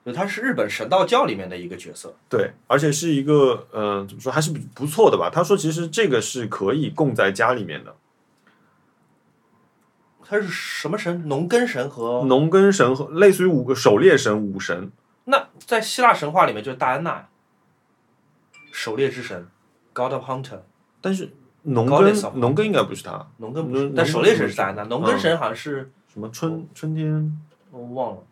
Speaker 3: 对，他是日本神道教里面的一个角色。
Speaker 2: 对，而且是一个呃，怎么说还是不错的吧。他说其实这个是可以供在家里面的，
Speaker 3: 他是什么神？农耕神和
Speaker 2: 农耕神和类似于武狩猎神、武神。
Speaker 3: 那在希腊神话里面就是戴安娜，狩猎之神，God of Hunter。
Speaker 2: 但是农
Speaker 3: 搞点什
Speaker 2: 耕
Speaker 3: 么
Speaker 2: 农耕应该不是他，
Speaker 3: 农耕不是
Speaker 2: 农，
Speaker 3: 但狩猎神
Speaker 2: 农耕不
Speaker 3: 是
Speaker 2: 是
Speaker 3: 戴安娜，农耕神好像是
Speaker 2: 什么春春天
Speaker 3: 我忘了。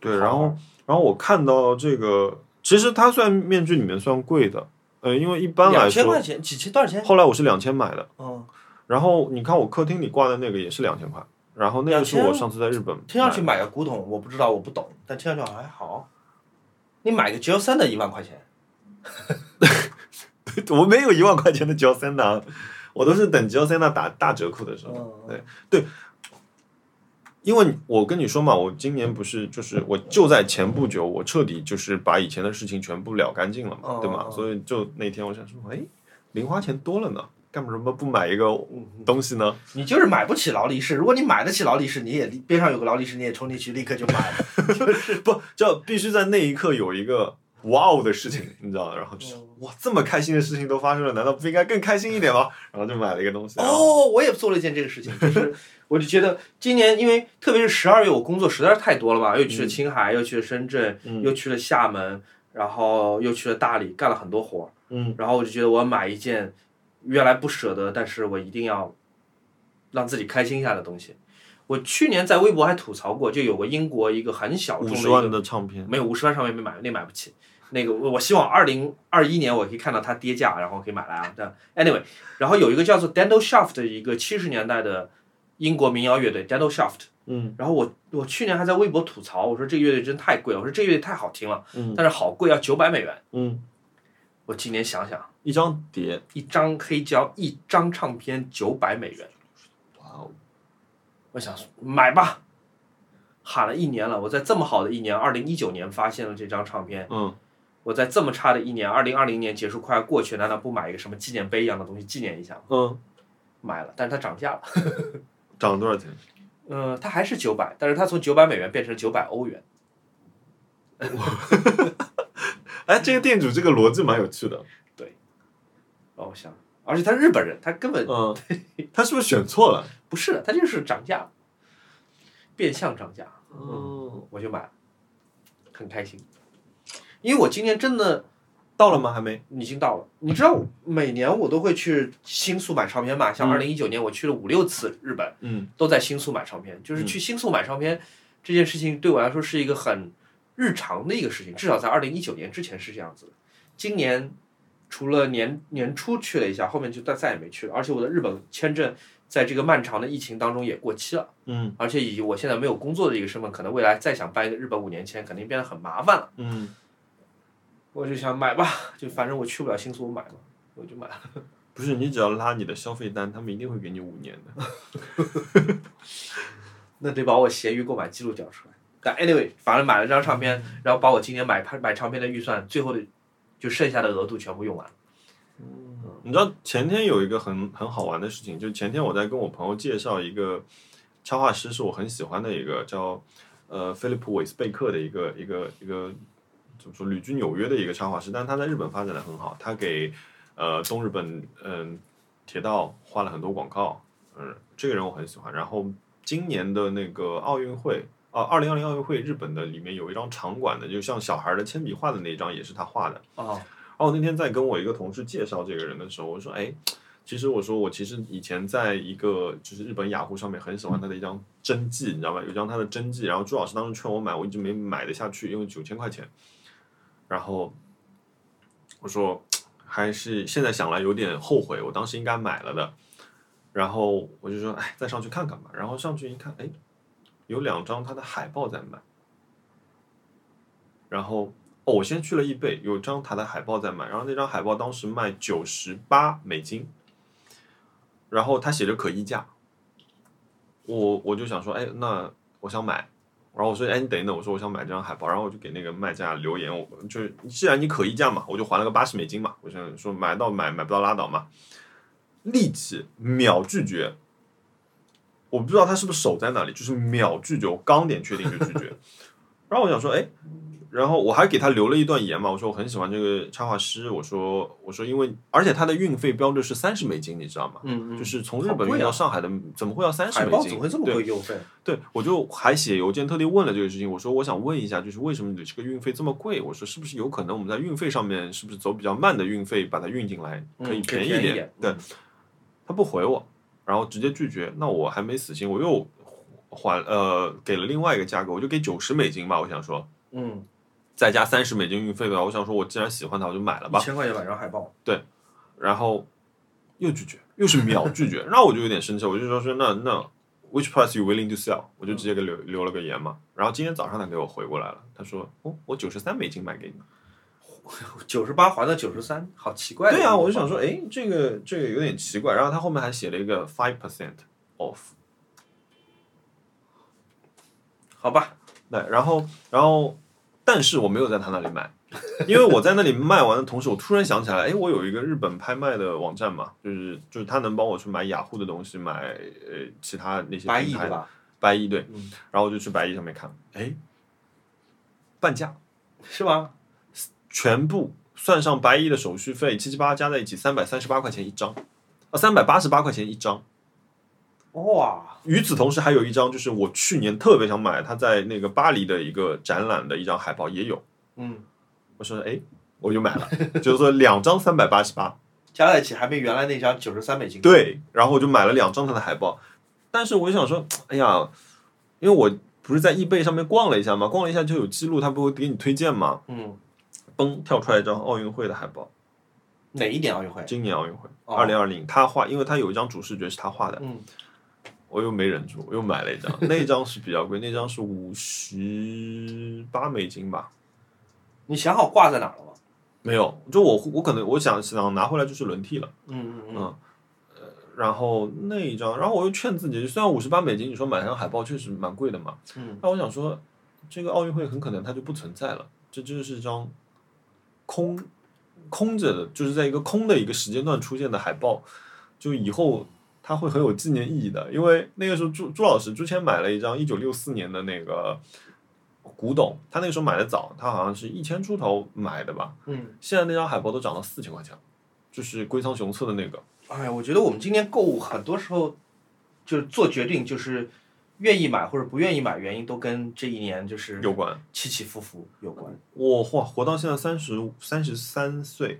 Speaker 2: 对，
Speaker 3: 好
Speaker 2: 然后然后我看到这个，其实它算面具里面算贵的，呃，因为一般来
Speaker 3: 两千块
Speaker 2: 说，
Speaker 3: 钱，几千多少钱？
Speaker 2: 后来我是两千买的，
Speaker 3: 嗯，
Speaker 2: 然后你看我客厅里挂的那个也是两千块，然后那个是
Speaker 3: 2000
Speaker 2: 我上次在日本买的，
Speaker 3: 听上去买个古董，我不知道，我不懂，但听上去还好。你买个 G L 三的一万块钱，
Speaker 2: *laughs* 我没有一万块钱的 G 三的，我都是等 G 三的打打折扣的时候，
Speaker 3: 嗯
Speaker 2: 对因为我跟你说嘛，我今年不是就是我就在前不久，我彻底就是把以前的事情全部了干净了嘛，
Speaker 3: 哦
Speaker 2: 对吗？
Speaker 3: 哦
Speaker 2: 所以就那天我想说，哎，零花钱多了呢，干嘛什么不买一个
Speaker 3: 嗯，
Speaker 2: 东西呢？
Speaker 3: 你就是买不起劳力士。如果你买得起劳力士，你也边上有个劳力士，你也冲进去立刻就买
Speaker 2: *laughs*
Speaker 3: 了。
Speaker 2: 不，就必须在那一刻有一个哇哦的事情，你知道吗？然后
Speaker 3: 嗯
Speaker 2: 就是哇，这么开心的事情都发生了，难道不应该更开心一点吗？然后就买了一个东西。然后，
Speaker 3: 哦，我也做了一件这个事情，就是我就觉得今年，因为特别是十二月，我工作实在是太多了嘛，又去了青海，又去了深圳，又
Speaker 2: 嗯
Speaker 3: 去了厦门，然后又去了大理，干了很多活儿。
Speaker 2: 嗯，
Speaker 3: 然后我就觉得我要买一件原来不舍得，但是我一定要让自己开心一下的东西。我去年在微博还吐槽过，就有个英国一个很小
Speaker 2: 五
Speaker 3: 众的一
Speaker 2: 十
Speaker 3: 个
Speaker 2: 万的唱片，
Speaker 3: 没有五十万上面没买，那买不起。那个我我希望二零二一年我可以看到它跌价，然后可以买来啊。但 anyway，然后有一个叫做 Dando Shaft 的一个七十年代的英国民谣乐队 Dando Shaft，
Speaker 2: 嗯
Speaker 3: 然后我我去年还在微博吐槽，我说这个乐队真太贵了，我说这个乐队太好听了，啊
Speaker 2: 嗯
Speaker 3: 但是好贵，要九百美元。
Speaker 2: 嗯
Speaker 3: 我今年想想，
Speaker 2: 一张碟，
Speaker 3: 一张黑胶，一张唱片九百美元，
Speaker 2: 哇哦，
Speaker 3: 我想说买吧，喊了一年了。我在这么好的一年，二零一九年发现了这张唱片，
Speaker 2: 嗯，
Speaker 3: 我在这么差的一年，二零二零年结束快要过去，难道不买一个什么纪念碑一样的东西纪念一下吗？
Speaker 2: 嗯，
Speaker 3: 买了，但是它涨价了，
Speaker 2: 涨了多少钱？
Speaker 3: 嗯、它还是九百，但是它从九百美元变成九百欧元。
Speaker 2: 哎，这个店主这个逻辑蛮有趣的，
Speaker 3: 哦，我想，而且他日本人，他根本
Speaker 2: 嗯，
Speaker 3: *laughs*
Speaker 2: 他是不是选错了？
Speaker 3: 不是的，他就是涨价，变相涨价。
Speaker 2: 嗯，
Speaker 3: 我就买了，很开心。因为我今年真的
Speaker 2: 到了吗？还没。
Speaker 3: 已经到了，你知道，每年我都会去新宿买唱片嘛。像
Speaker 2: 嗯
Speaker 3: 二零一九年，我去了五六次日本，
Speaker 2: 嗯
Speaker 3: 都在新宿买唱片。就是去新宿买唱片这件事情，对我来说是一个很日常的一个事情，至少在二零一九年之前是这样子的。今年除了年年初去了一下，后面就再再也没去了。而且我的日本签证在这个漫长的疫情当中也过期了。
Speaker 2: 嗯
Speaker 3: 而且以我现在没有工作的一个身份，可能未来再想办一个日本五年签，肯定变得很麻烦了。
Speaker 2: 嗯，
Speaker 3: 我就想买吧，就反正我去不了新宿，我买嘛，我就买了。
Speaker 2: 不是，你只要拉你的消费单，他们一定会给你五年的。
Speaker 3: 那得把我闲鱼购买记录调出来。但 anyway，反正买了张唱片，然后把我今年买拍买唱片的预算，最后的就剩下的额度全部用完了。
Speaker 2: 你知道前天有一个很很好玩的事情，就前天我在跟我朋友介绍一个插画师，是我很喜欢的一个叫呃菲利普韦斯贝克的一个一个一个怎么说旅居纽约的一个插画师，但他在日本发展的很好，他给呃东日本嗯、铁道画了很多广告，嗯，这个人我很喜欢。然后今年的那个奥运会。啊，二零二零奥运会日本的里面有一张场馆的，就像小孩儿的铅笔画的那一张，也是他画的。
Speaker 3: 哦，
Speaker 2: 然后我那天在跟我一个同事介绍这个人的时候，我说：“哎，其实我说我其实以前在一个就是日本雅虎上面很喜欢他的一张真迹，你知道吧？有一张他的真迹，然后朱老师当时劝我买，我一直没买得下去，因为九千块钱。然后我说还是现在想来有点后悔，我当时应该买了的。然后我就说：哎，再上去看看吧。然后上去一看，哎，有两张他的海报在卖。然后哦，我先去了易贝，有张他的海报在卖，然后那张海报当时卖九十八美金，然后他写着可议价，我我就想说，哎，那我想买，然后我说，哎，你等一等，我说我想买这张海报，然后我就给那个卖家留言，我就是既然你可议价嘛，我就还了个八十美金嘛，我想说买到买，买不到拉倒嘛，立即秒拒绝。我不知道他是不是手在那里，就是秒拒绝，我刚点确定就拒绝。 *laughs* 然后我想说，哎，然后我还给他留了一段言嘛，我说我很喜欢这个插画师，我说我说因为而且他的运费标的是三十美金，你知道吗？
Speaker 3: 嗯嗯，
Speaker 2: 就是从日
Speaker 3: 好
Speaker 2: 本
Speaker 3: 贵
Speaker 2: 运
Speaker 3: 啊
Speaker 2: 到上海的，怎么会要三十
Speaker 3: 海
Speaker 2: 美
Speaker 3: 报
Speaker 2: 金？
Speaker 3: 怎么会这么
Speaker 2: 对
Speaker 3: 贵邮费？
Speaker 2: 对，我就还写邮件特地问了这个事情，我说我想问一下，就是为什么你的这个运费这么贵？我说是不是有可能我们在运费上面是不是走比较慢的运费把它运进来，可以
Speaker 3: 嗯可以
Speaker 2: 便宜
Speaker 3: 便宜
Speaker 2: 点？
Speaker 3: 一点
Speaker 2: 对
Speaker 3: 嗯，
Speaker 2: 他不回我，然后直接拒绝。那我还没死心，我又还呃给了另外一个价格，我就给九十美金吧，我想说
Speaker 3: 嗯，
Speaker 2: 再加三十美金运费吧。我想说我既然喜欢它，我就买了
Speaker 3: 一
Speaker 2: 吧。
Speaker 3: 千块钱买张海报，
Speaker 2: 然后又拒绝，又是秒拒绝，那我就有点生气，我就说是那那 which price you willing to sell，我就直接给留留了个言嘛。然后今天早上他给我回过来了，他说哦，我九十三美金买给你。
Speaker 3: 九十八还到九十三，好奇怪。
Speaker 2: 对啊，我就想说，，哎，这个这个有点奇怪。然后他后面还写了一个 five percent off，
Speaker 3: 好吧，
Speaker 2: 对，然后然后，但是我没有在他那里买，因为我在那里卖完的同时，我突然想起来，哎，我有一个日本拍卖的网站嘛，就是就是他能帮我去买雅虎的东西，买呃其他那些
Speaker 3: 八
Speaker 2: 平
Speaker 3: 亿
Speaker 2: 台
Speaker 3: 对吧？
Speaker 2: 白衣对，
Speaker 3: 嗯
Speaker 2: 然后我就去白衣上面看，哎，半价，
Speaker 3: 是吗？
Speaker 2: 全部算上白衣的手续费，七七八加在一起三百三十八块钱一张，啊，三百八十八块钱一张。
Speaker 3: 哇，
Speaker 2: 与此同时，还有一张就是我去年特别想买，他在那个巴黎的一个展览的一张海报也有，
Speaker 3: 嗯，
Speaker 2: 我说哎，我就买了，就是说两张三百八十八，
Speaker 3: 加在一起还没原来那张九十三美金贵。
Speaker 2: 对，然后我就买了两张他的海报，但是我就想说，哎呀，因为我不是在易贝上面逛了一下嘛，逛了一下就有记录，他不会给你推荐吗？
Speaker 3: 嗯，
Speaker 2: 嘣跳出来一张奥运会的海报，
Speaker 3: 哪一年奥运会？
Speaker 2: 今年奥运会，
Speaker 3: 哦
Speaker 2: 二零二零，他画，因为他有一张主视觉是他画的，
Speaker 3: 嗯，
Speaker 2: 我又没忍住，我又买了一张，那张是比较贵，那张是五十八美金吧，
Speaker 3: 你想好挂在哪儿了吗？
Speaker 2: 没有，就我我可能我想想拿回来就是轮替了，
Speaker 3: 嗯嗯嗯
Speaker 2: 嗯，然后那一张，然后我又劝自己，虽然五十八美金，你说买张海报确实蛮贵的嘛，
Speaker 3: 嗯，
Speaker 2: 但我想说，这个奥运会很可能它就不存在了，这就是一张空空着的，就是在一个空的一个时间段出现的海报，就以后它会很有纪念意义的，因为那个时候朱朱老师之前买了一张一九六四年的那个古董，他那个时候买的早，他好像是一千出头买的吧，
Speaker 3: 嗯，
Speaker 2: 现在那张海报都涨到四千块钱了，就是龟仓雄策的那个，
Speaker 3: 哎呀，我觉得我们今天购物很多时候就是做决定，就是愿意买或者不愿意买，原因都跟这一年就是
Speaker 2: 有关。
Speaker 3: 起起伏伏有关。
Speaker 2: 我活活到现在三十三十三岁，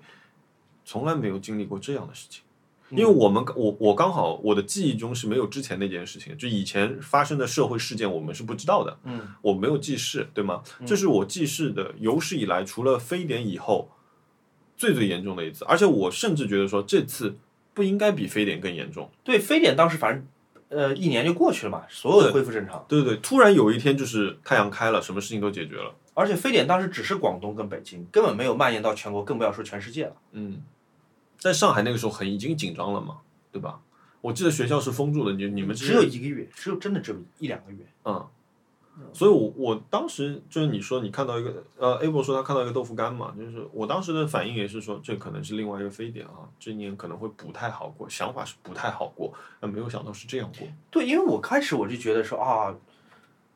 Speaker 2: 从来没有经历过这样的事情。因为我们我我刚好我的记忆中是没有之前那件事情，就以前发生的社会事件我们是不知道的，
Speaker 3: 嗯
Speaker 2: 我没有记事，对吗？这是我记事的有史以来除了非典以后最最严重的一次，而且我甚至觉得说这次不应该比非典更严重。
Speaker 3: 对，非典当时反正呃一年就过去了嘛，所有的
Speaker 2: 对
Speaker 3: 恢复正常，
Speaker 2: 对对对，突然有一天就是太阳开了，什么事情都解决了。
Speaker 3: 而且非典当时只是广东跟北京，根本没有蔓延到全国，更不要说全世界了。
Speaker 2: 嗯，在上海那个时候很已经紧张了嘛，对吧？我记得学校是封住的，你你们之
Speaker 3: 只
Speaker 2: 前
Speaker 3: 有一个月，只有真的只有一两个月。
Speaker 2: 嗯，所以我我当时就是你说你看到一个呃，able 说他看到一个豆腐干嘛，就是我当时的反应也是说这可能是另外一个非典啊，这一年可能会不太好过，想法是不太好过，但没有想到是这样过。
Speaker 3: 对，因为我开始我就觉得说啊， *laughs*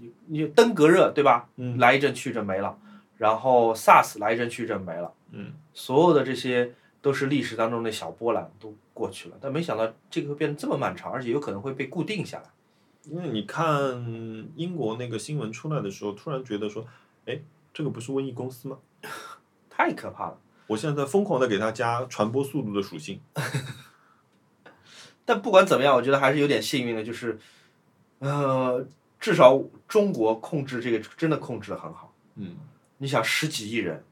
Speaker 3: 你你登革热对吧？
Speaker 2: 嗯
Speaker 3: 来一阵去一阵没了，然后 SARS 来一阵去一阵没了，
Speaker 2: 嗯，
Speaker 3: 所有的这些都是历史当中的小波澜都过去了，但没想到这个会变得这么漫长，而且有可能会被固定下来。
Speaker 2: 因为你看英国那个新闻出来的时候，突然觉得说，哎，这个不是瘟疫公司吗？
Speaker 3: 太可怕了。
Speaker 2: 我现在在疯狂的给它加传播速度的属性。
Speaker 3: 但不管怎么样，我觉得还是有点幸运的，就是，呃，至少中国控制这个真的控制的很好。
Speaker 2: 嗯，
Speaker 3: 你想十几亿人，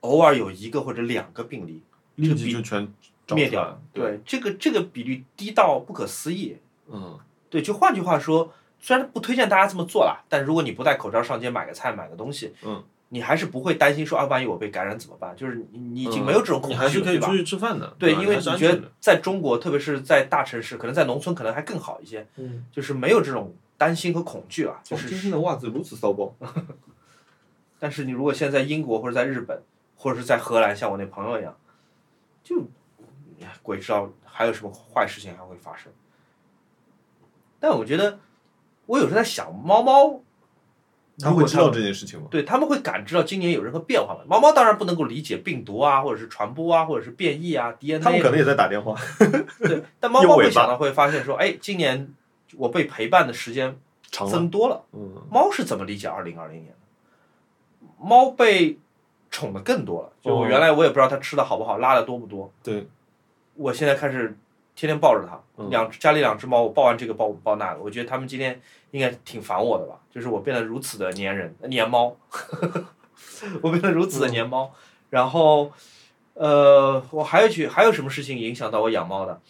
Speaker 3: 偶尔有一个或者两个病例
Speaker 2: 立即就全找
Speaker 3: 灭
Speaker 2: 出来
Speaker 3: 掉
Speaker 2: 了，，
Speaker 3: 对这个这个比率低到不可思议。
Speaker 2: 嗯，
Speaker 3: 对，就换句话说，虽然不推荐大家这么做啦，但如果你不戴口罩上街买个菜、买个东西，
Speaker 2: 嗯，
Speaker 3: 你还是不会担心说啊，万一我被感染怎么办？就是你你已经没有这种恐
Speaker 2: 嗯
Speaker 3: 惧
Speaker 2: 你还
Speaker 3: 了，
Speaker 2: 是可以
Speaker 3: 对吧
Speaker 2: 出去吃饭的，
Speaker 3: 对，
Speaker 2: 吧
Speaker 3: 因为
Speaker 2: 还
Speaker 3: 你
Speaker 2: 是安
Speaker 3: 觉
Speaker 2: 全
Speaker 3: 得
Speaker 2: 的，
Speaker 3: 在中国，特别是在大城市，可能在农村可能还更好一些，
Speaker 2: 嗯，
Speaker 3: 就是没有这种担心和恐惧了。
Speaker 2: 哦就
Speaker 3: 就
Speaker 2: 是
Speaker 3: 是，嗯
Speaker 2: 今天的袜子如此骚包，
Speaker 3: 但是你如果现在在英国或者在日本，或者是在荷兰，像我那朋友一样，就哎鬼知道还有什么坏事情还会发生。但我觉得，我有时候在想，猫猫，
Speaker 2: 他
Speaker 3: 如果
Speaker 2: 会知道这件事情吗？
Speaker 3: 对他们会感知到今年有任何变化吗？猫猫当然不能够理解病毒啊，或者是传播啊，或者是变异啊，DNA 啊。
Speaker 2: 他们可能也在打电
Speaker 3: *laughs*
Speaker 2: 话。
Speaker 3: 对，但猫猫
Speaker 2: 有尾
Speaker 3: 会
Speaker 2: 巴
Speaker 3: 想到会发现说，哎，今年我被陪伴的时间
Speaker 2: 长了，
Speaker 3: 增多了。
Speaker 2: 嗯，
Speaker 3: 猫是怎么理解二零二零年的？猫被宠的更多了。就我
Speaker 2: 哦
Speaker 3: 原来我也不知道它吃的好不好，拉的多不多。
Speaker 2: 对，
Speaker 3: 我现在开始天天抱着它，
Speaker 2: 嗯
Speaker 3: 两家里两只猫，我抱完这个抱抱那个，我觉得它们今天应该挺烦我的吧？就是我变得如此的粘人呃粘猫， *laughs* 我变得如此的粘猫。然后，呃，我还有去还有什么事情影响到我养猫的？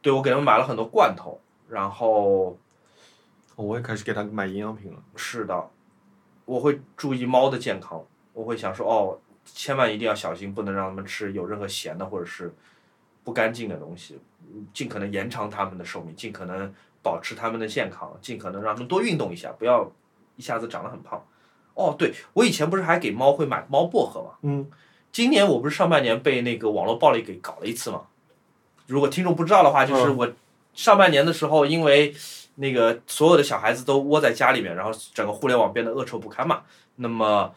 Speaker 3: 对，我给他们买了很多罐头，然后
Speaker 2: 我也开始给他买营养品了。
Speaker 3: 是的，我会注意猫的健康，我会想说哦，千万一定要小心，不能让它们吃有任何咸的或者是不干净的东西，嗯尽可能延长它们的寿命，尽可能保持它们的健康，尽可能让它们多运动一下，不要一下子长得很胖。哦，对，我以前不是还给猫会买猫薄荷吗？
Speaker 2: 嗯，
Speaker 3: 今年我不是上半年被那个网络暴力给搞了一次嘛？如果听众不知道的话，就是我上半年的时候，因为那个所有的小孩子都窝在家里面，然后整个互联网变得恶臭不堪嘛。那么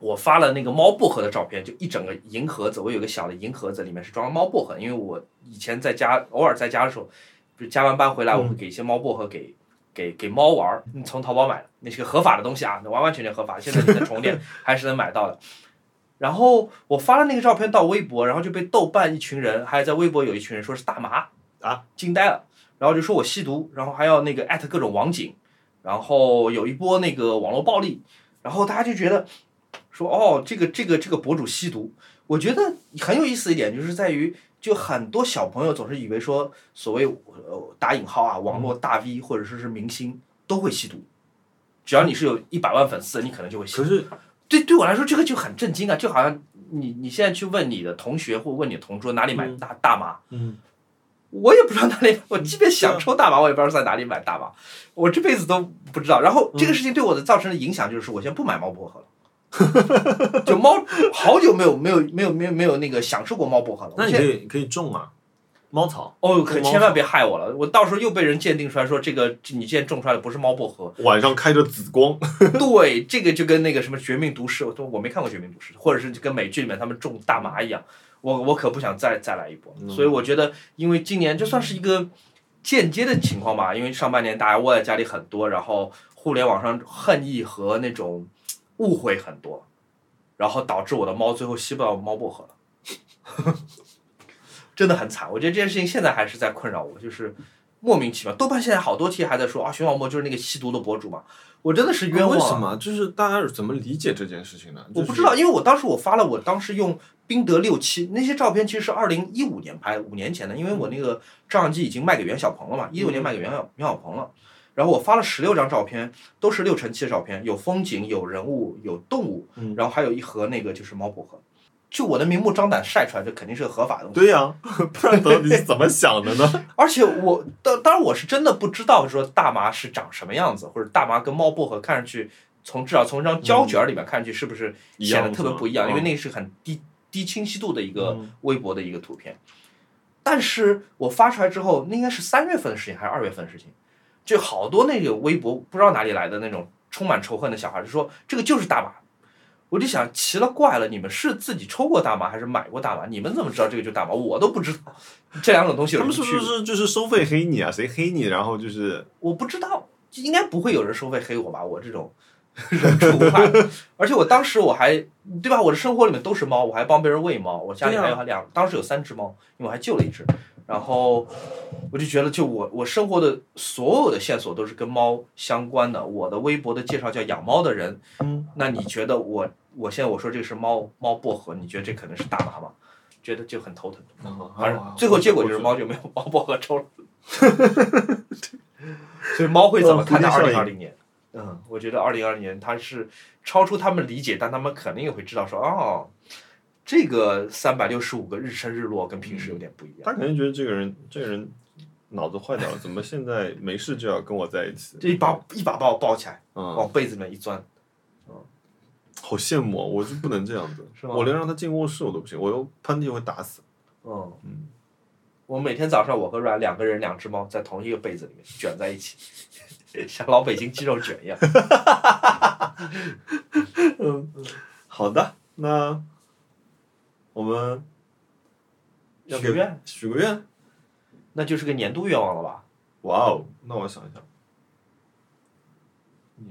Speaker 3: 我发了那个猫薄荷的照片，就一整个银盒子，我有个小的银盒子，里面是装猫薄荷，因为我以前在家偶尔在家的时候，就加完班回来，我会给一些猫薄荷给。给给猫玩儿，嗯从淘宝买的，那是个合法的东西啊，那完完全全合法。现在你在宠物店还是能买到的。然后我发了那个照片到微博，然后就被豆瓣一群人，还有在微博有一群人说是大麻
Speaker 2: 啊，
Speaker 3: 惊呆了，然后就说我吸毒，然后还要那个艾特各种网警，然后有一波那个网络暴力，然后大家就觉得说哦，这个这个这个博主吸毒，我觉得很有意思一点就是在于，就很多小朋友总是以为说所谓呃打引号啊，网络大 V 或者说是明星都会吸毒，只要你是有一百万粉丝，你可能就会吸毒
Speaker 2: 可。是
Speaker 3: 对对我来说这个就很震惊啊，就好像你你现在去问你的同学或问你的同桌哪里买
Speaker 6: 嗯
Speaker 3: 大大麻，
Speaker 6: 嗯，
Speaker 3: 我也不知道哪里，我即便
Speaker 6: 对
Speaker 3: 想
Speaker 6: 啊
Speaker 3: 抽大麻，我也不知道在哪里买大麻，我这辈子都不知道。然
Speaker 6: 嗯
Speaker 3: 后这个事情对我的造成的影响就是，我现在不买猫薄荷了。就猫，好久没有没有没有没有没有那个享受过猫薄荷了。
Speaker 6: 那你
Speaker 3: 我
Speaker 6: 可
Speaker 3: 现在
Speaker 6: 以可以种啊，猫草
Speaker 3: 哦，可千万别害我了，我到时候又被人鉴定出来说这个你现在种出来的不是猫薄荷。
Speaker 6: 晚上开着紫光， *laughs*
Speaker 3: 对，这个就跟那个什么《绝命毒师》，我都我没看过《绝命毒师》，或者是跟美剧里面他们种大麻一样，我我可不想再再来一波。
Speaker 6: 嗯
Speaker 3: 所以我觉得，因为今年这算是一个间接的情况吧，因为上半年大家窝在家里很多，然后互联网上恨意和那种误会很多，然后导致我的猫最后吸不到猫薄荷了， *laughs* 真的很惨。我觉得这件事情现在还是在困扰我，就是。莫名其妙，豆瓣现在好多期还在说啊，熊小莫就是那个吸毒的博主嘛，我真的是冤
Speaker 6: 为
Speaker 3: 枉、啊。
Speaker 6: 什么？就是大家是怎么理解这件事情呢？就
Speaker 3: 我
Speaker 6: 是
Speaker 3: 不知道，因为我当时我发了，我当时用宾得六七那些照片，其实是二零一五年拍，五年前的，因为我
Speaker 6: 嗯
Speaker 3: 那个照相机已经卖给袁小鹏了嘛，一六年卖给袁小袁小鹏了。然后我发了十六张照片，都是六乘七的照片，有风景，有人物，有动物
Speaker 6: 嗯，
Speaker 3: 然后还有一盒那个就是猫薄荷。就我的明目张胆晒出来，这肯定是合法的东西。
Speaker 2: 对呀、 *laughs* 不然到底是怎么想的呢？
Speaker 3: 而且我当当然我是真的不知道说大麻是长什么样子，或者大麻跟猫薄荷看上去，从至少从一张胶卷里面看上去是不是
Speaker 6: 一
Speaker 3: 显
Speaker 6: 样嗯
Speaker 3: 得特别不一
Speaker 6: 是
Speaker 3: 样，
Speaker 6: 吧
Speaker 3: 因为那是很低低清晰度的一个
Speaker 6: 嗯
Speaker 3: 微博的一个图片。但是我发出来之后，那应该是三月份的事情还是二月份的事情，就好多那个微博不知道哪里来的那种充满仇恨的小孩就说这个就是大麻。我就想奇了怪了，你们是自己抽过大麻还是买过大麻？你们怎么知道这个就是大麻？我都不知道这两种东西有
Speaker 2: 他
Speaker 3: 什
Speaker 2: 们
Speaker 3: 么
Speaker 2: 是
Speaker 3: 区别。
Speaker 2: 不是就是收费黑你啊？谁黑你，然后就是
Speaker 3: 我不知道，应该不会有人收费黑我吧？我这种 *laughs* 人畜无害，而且我当时我还对吧？我的生活里面都是猫，我还帮别人喂猫，我家里还有两，当时有三只猫，因为我还救了一只。然后我就觉得，就我我生活的所有的线索都是跟猫相关的。我的微博的介绍叫养猫的人，
Speaker 6: 嗯，
Speaker 3: 那你觉得我我现在我说这个是猫猫薄荷，你觉得这可能是大麻吗？觉得就很头疼。
Speaker 6: 嗯
Speaker 3: 反正最后结哦果就是猫就没有 *laughs* 猫薄荷抽了。所以猫会怎么看待
Speaker 2: 呃蝴
Speaker 3: 二
Speaker 2: 蝶
Speaker 3: 零
Speaker 2: 效
Speaker 3: 二零年？嗯，我觉得二零二零年它是超出他们理解，但他们肯定也会知道说，哦，这个三百六十五个日升日落跟平时有点不一样。
Speaker 2: 他可能觉得这个人这个人脑子坏掉了，怎么现在没事就要跟我在一起？
Speaker 3: 就一把一把把我抱起来，
Speaker 2: 嗯，
Speaker 3: 往被子里面一钻，
Speaker 2: 好羡慕、哦，我就不能这样子，
Speaker 3: 是吗
Speaker 2: 我连让他进卧室我都不行，我又喷嚏会打死。
Speaker 3: 嗯
Speaker 2: 嗯，
Speaker 3: 我每天早上我和阮两个人两只猫在同一个被子里面卷在一起， *laughs* 像老北京鸡肉卷一样。
Speaker 2: 好的，那我们要
Speaker 3: 许
Speaker 2: 给
Speaker 3: 愿，
Speaker 2: 许个愿。
Speaker 3: 那就是个年度愿望了吧？
Speaker 2: 哇哦，那我想一想，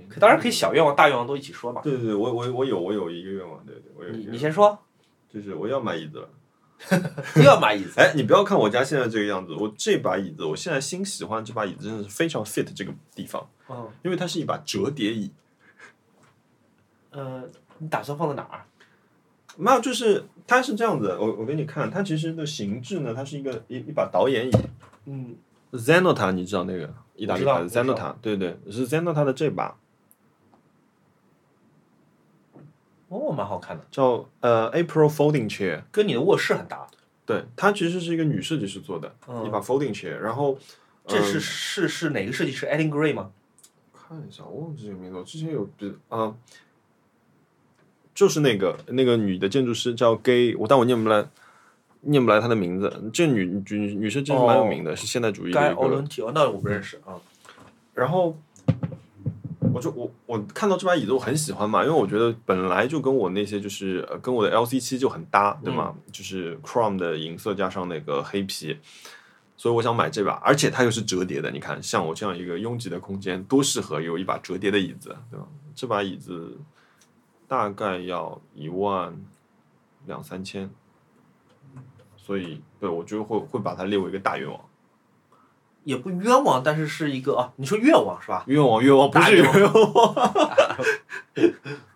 Speaker 3: 可当然可以小愿望、大愿望都一起说嘛。
Speaker 2: 对对对，我我我有我有一个愿望，对对，我有一
Speaker 3: 你
Speaker 2: 个
Speaker 3: 你
Speaker 2: 愿望，
Speaker 3: 先说，
Speaker 2: 就是我要买椅子了。
Speaker 3: 又要买椅子。
Speaker 2: 哎，你不要看我家现在这个样子，我这把椅子，我现在新喜欢这把椅子，真的是非常 fit 这个地方，
Speaker 3: 嗯
Speaker 2: 因为它是一把折叠椅。
Speaker 3: 呃，你打算放在哪儿？啊
Speaker 2: 没有，就是它是这样子，我我给你看，它其实的形制呢，它是一个一一把导演椅
Speaker 3: 嗯，
Speaker 2: ，Zenota，你知道那个意大利牌
Speaker 3: 我
Speaker 2: 子
Speaker 3: 知道我知
Speaker 2: Zenota，对对，是 Zenota 的这把
Speaker 3: 哦，蛮好看的，
Speaker 2: 叫呃 April Folding Chair，
Speaker 3: 跟你的卧室很搭。
Speaker 2: 对，它其实是一个女设计师做的、
Speaker 3: 嗯
Speaker 2: 一把 Folding Chair，然后
Speaker 3: 这是
Speaker 2: 嗯
Speaker 3: 是是哪个设计师 e d i n Gray 吗？
Speaker 2: 看一下，我忘记这个名字，我之前有比啊、就是那个那个女的建筑师叫 Gay，我但我念不来，念不来她的名字。这女女女女生真是蛮有名的，是现代主义的
Speaker 3: 该
Speaker 2: 一
Speaker 3: 欧
Speaker 2: 个。嗯
Speaker 3: 伦提哦，那我不认识啊。
Speaker 2: 然后我就我我看到这把椅子我很喜欢嘛，因为我觉得本来就跟我那些就是、呃跟我的 LC 七就很搭，对吗？就是 chrome 的银色加上那个黑皮。所以我想买这把，而且它又是折叠的。你看，像我这样一个拥挤的空间，多适合有一把折叠的椅子，对吧？这把椅子大概要一万两三千，所以对我就会会把它列为一个大愿望。
Speaker 3: 也不冤枉，但是是一个啊，你说愿望是吧？
Speaker 2: 愿望，愿望不是
Speaker 3: 大
Speaker 2: 愿望。
Speaker 3: *laughs*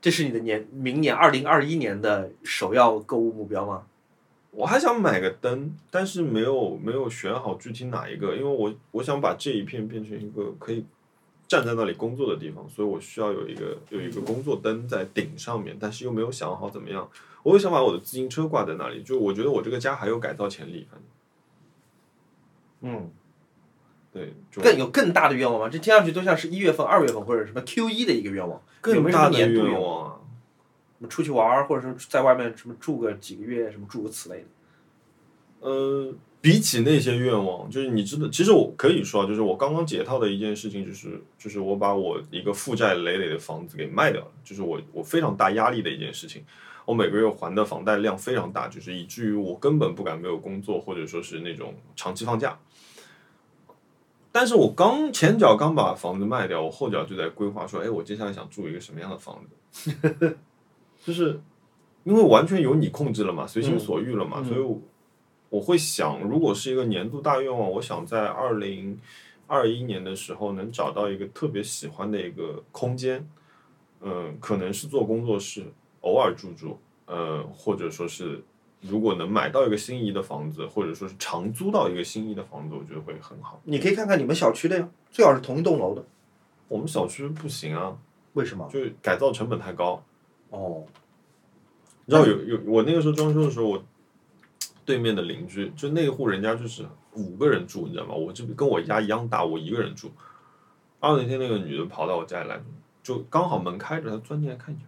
Speaker 3: 这是你的年明年二零二一年的首要购物目标吗？
Speaker 2: 我还想买个灯，但是没有没有选好具体哪一个，因为我我想把这一片变成一个可以站在那里工作的地方，所以我需要有一个有一个工作灯在顶上面，但是又没有想好怎么样，我又想把我的自行车挂在那里，就我觉得我这个家还有改造潜力，反正
Speaker 3: 嗯，
Speaker 2: 对，就
Speaker 3: 更有更大的愿望吗？这听上去都像是一月份、二月份或者什么 Q 一的一个愿望，
Speaker 2: 更
Speaker 3: 有没有什么
Speaker 2: 大的
Speaker 3: 年度
Speaker 2: 愿望啊。
Speaker 3: 什么出去玩儿，或者是在外面什么住个几个月，什么诸如此类的。
Speaker 2: 呃，比起那些愿望，就是你知道，其实我可以说啊，就是我刚刚解套的一件事情，就是就是我把我一个负债累累的房子给卖掉了，就是我我非常大压力的一件事情。我每个月还的房贷量非常大，就是以至于我根本不敢没有工作，或者说是那种长期放假。但是我刚前脚刚把房子卖掉，我后脚就在规划说，哎，我接下来想住一个什么样的房子？ *laughs* 就是因为完全由你控制了嘛，随心所欲了嘛，所以我我会想，如果是一个年度大愿望，我想在二零二一年的时候能找到一个特别喜欢的一个空间，嗯，可能是做工作室，偶尔住住，呃，或者说是如果能买到一个心仪的房子，或者说是长租到一个心仪的房子，我觉得会很好。
Speaker 3: 你可以看看你们小区的呀，最好是同一栋楼的。
Speaker 2: 我们小区不行啊，
Speaker 3: 为什么？
Speaker 2: 就改造成本太高，
Speaker 3: 哦，
Speaker 2: 你知道有有我那个时候装修的时候，我对面的邻居就那户人家就是五个人住，你知道吗？我这跟我家一样大，我一个人住。然后那天那个女的跑到我家里来，就刚好门开着，她钻进来看一下。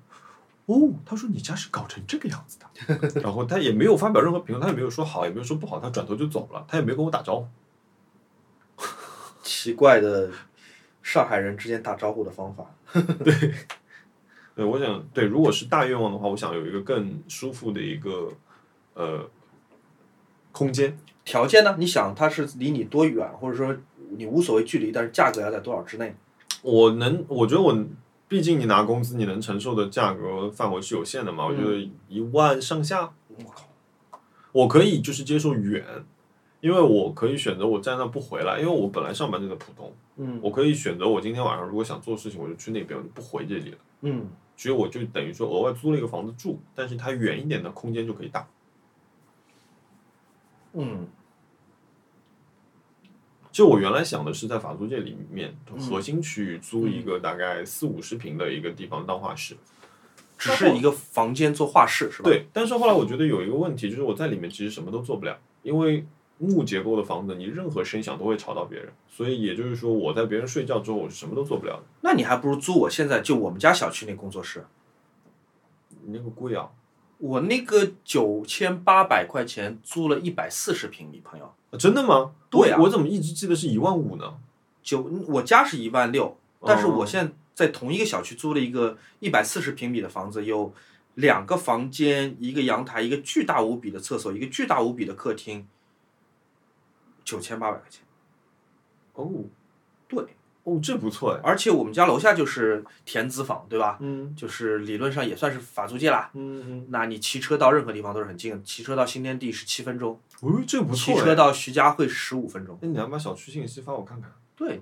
Speaker 2: 哦，她说你家是搞成这个样子的， *laughs* 然后她也没有发表任何评论，她也没有说好，也没有说不好，她转头就走了，她也没跟我打招呼。
Speaker 3: 奇怪的上海人之间打招呼的方法。
Speaker 2: 对，我想对，如果是大愿望的话，我想有一个更舒服的一个呃空间。
Speaker 3: 条件呢？你想它是离你多远，或者说你无所谓距离，但是价格要在多少之内？
Speaker 2: 我能，我觉得我，毕竟你拿工资，你能承受的价格范围是有限的嘛。我觉得一万上下，
Speaker 3: 嗯我靠，
Speaker 2: 我可以就是接受远，因为我可以选择我在那不回来，因为我本来上班就在浦东，
Speaker 3: 嗯
Speaker 2: 我可以选择我今天晚上如果想做事情，我就去那边，我就不回这里了。
Speaker 3: 嗯，
Speaker 2: 所以我就等于说额外租了一个房子住，但是它远一点的空间就可以大。
Speaker 3: 嗯，
Speaker 2: 就我原来想的是在法租界里面
Speaker 3: 嗯
Speaker 2: 核心区域租一个大概四五十平的一个地方当画室，
Speaker 3: 只是一个房间做画室是吧？，
Speaker 2: 对，但是后来我觉得有一个问题，就是我在里面其实什么都做不了，因为木结构的房子，你任何声响都会吵到别人，所以也就是说，我在别人睡觉之后，我是什么都做不了的。
Speaker 3: 那你还不如租我现在就我们家小区那工作室，
Speaker 2: 你那个贵啊，
Speaker 3: 我那个九千八百块钱租了一百四十平米，朋友。
Speaker 2: 啊真的吗？
Speaker 3: 对啊
Speaker 2: 我我怎么一直记得是一万五呢？
Speaker 3: 九，我家是一万六，但是
Speaker 2: 哦
Speaker 3: 我现在在同一个小区租了一个一百四十平米的房子，有两个房间，一个阳台，一个巨大无比的厕所，一个巨大无比的客厅，九千八百块钱。
Speaker 2: 哦
Speaker 3: 对，
Speaker 2: 哦，这不错哎。
Speaker 3: 而且我们家楼下就是田子坊，对吧？
Speaker 2: 嗯
Speaker 3: 就是理论上也算是法租界啦。
Speaker 2: 嗯嗯，
Speaker 3: 那你骑车到任何地方都是很近的，骑车到新天地十七分钟，
Speaker 2: 哦，这不
Speaker 3: 骑
Speaker 2: 错
Speaker 3: 车
Speaker 2: 哎。
Speaker 3: 到徐家汇十五分钟。
Speaker 2: 那你还把小区信息发我看看
Speaker 3: 对，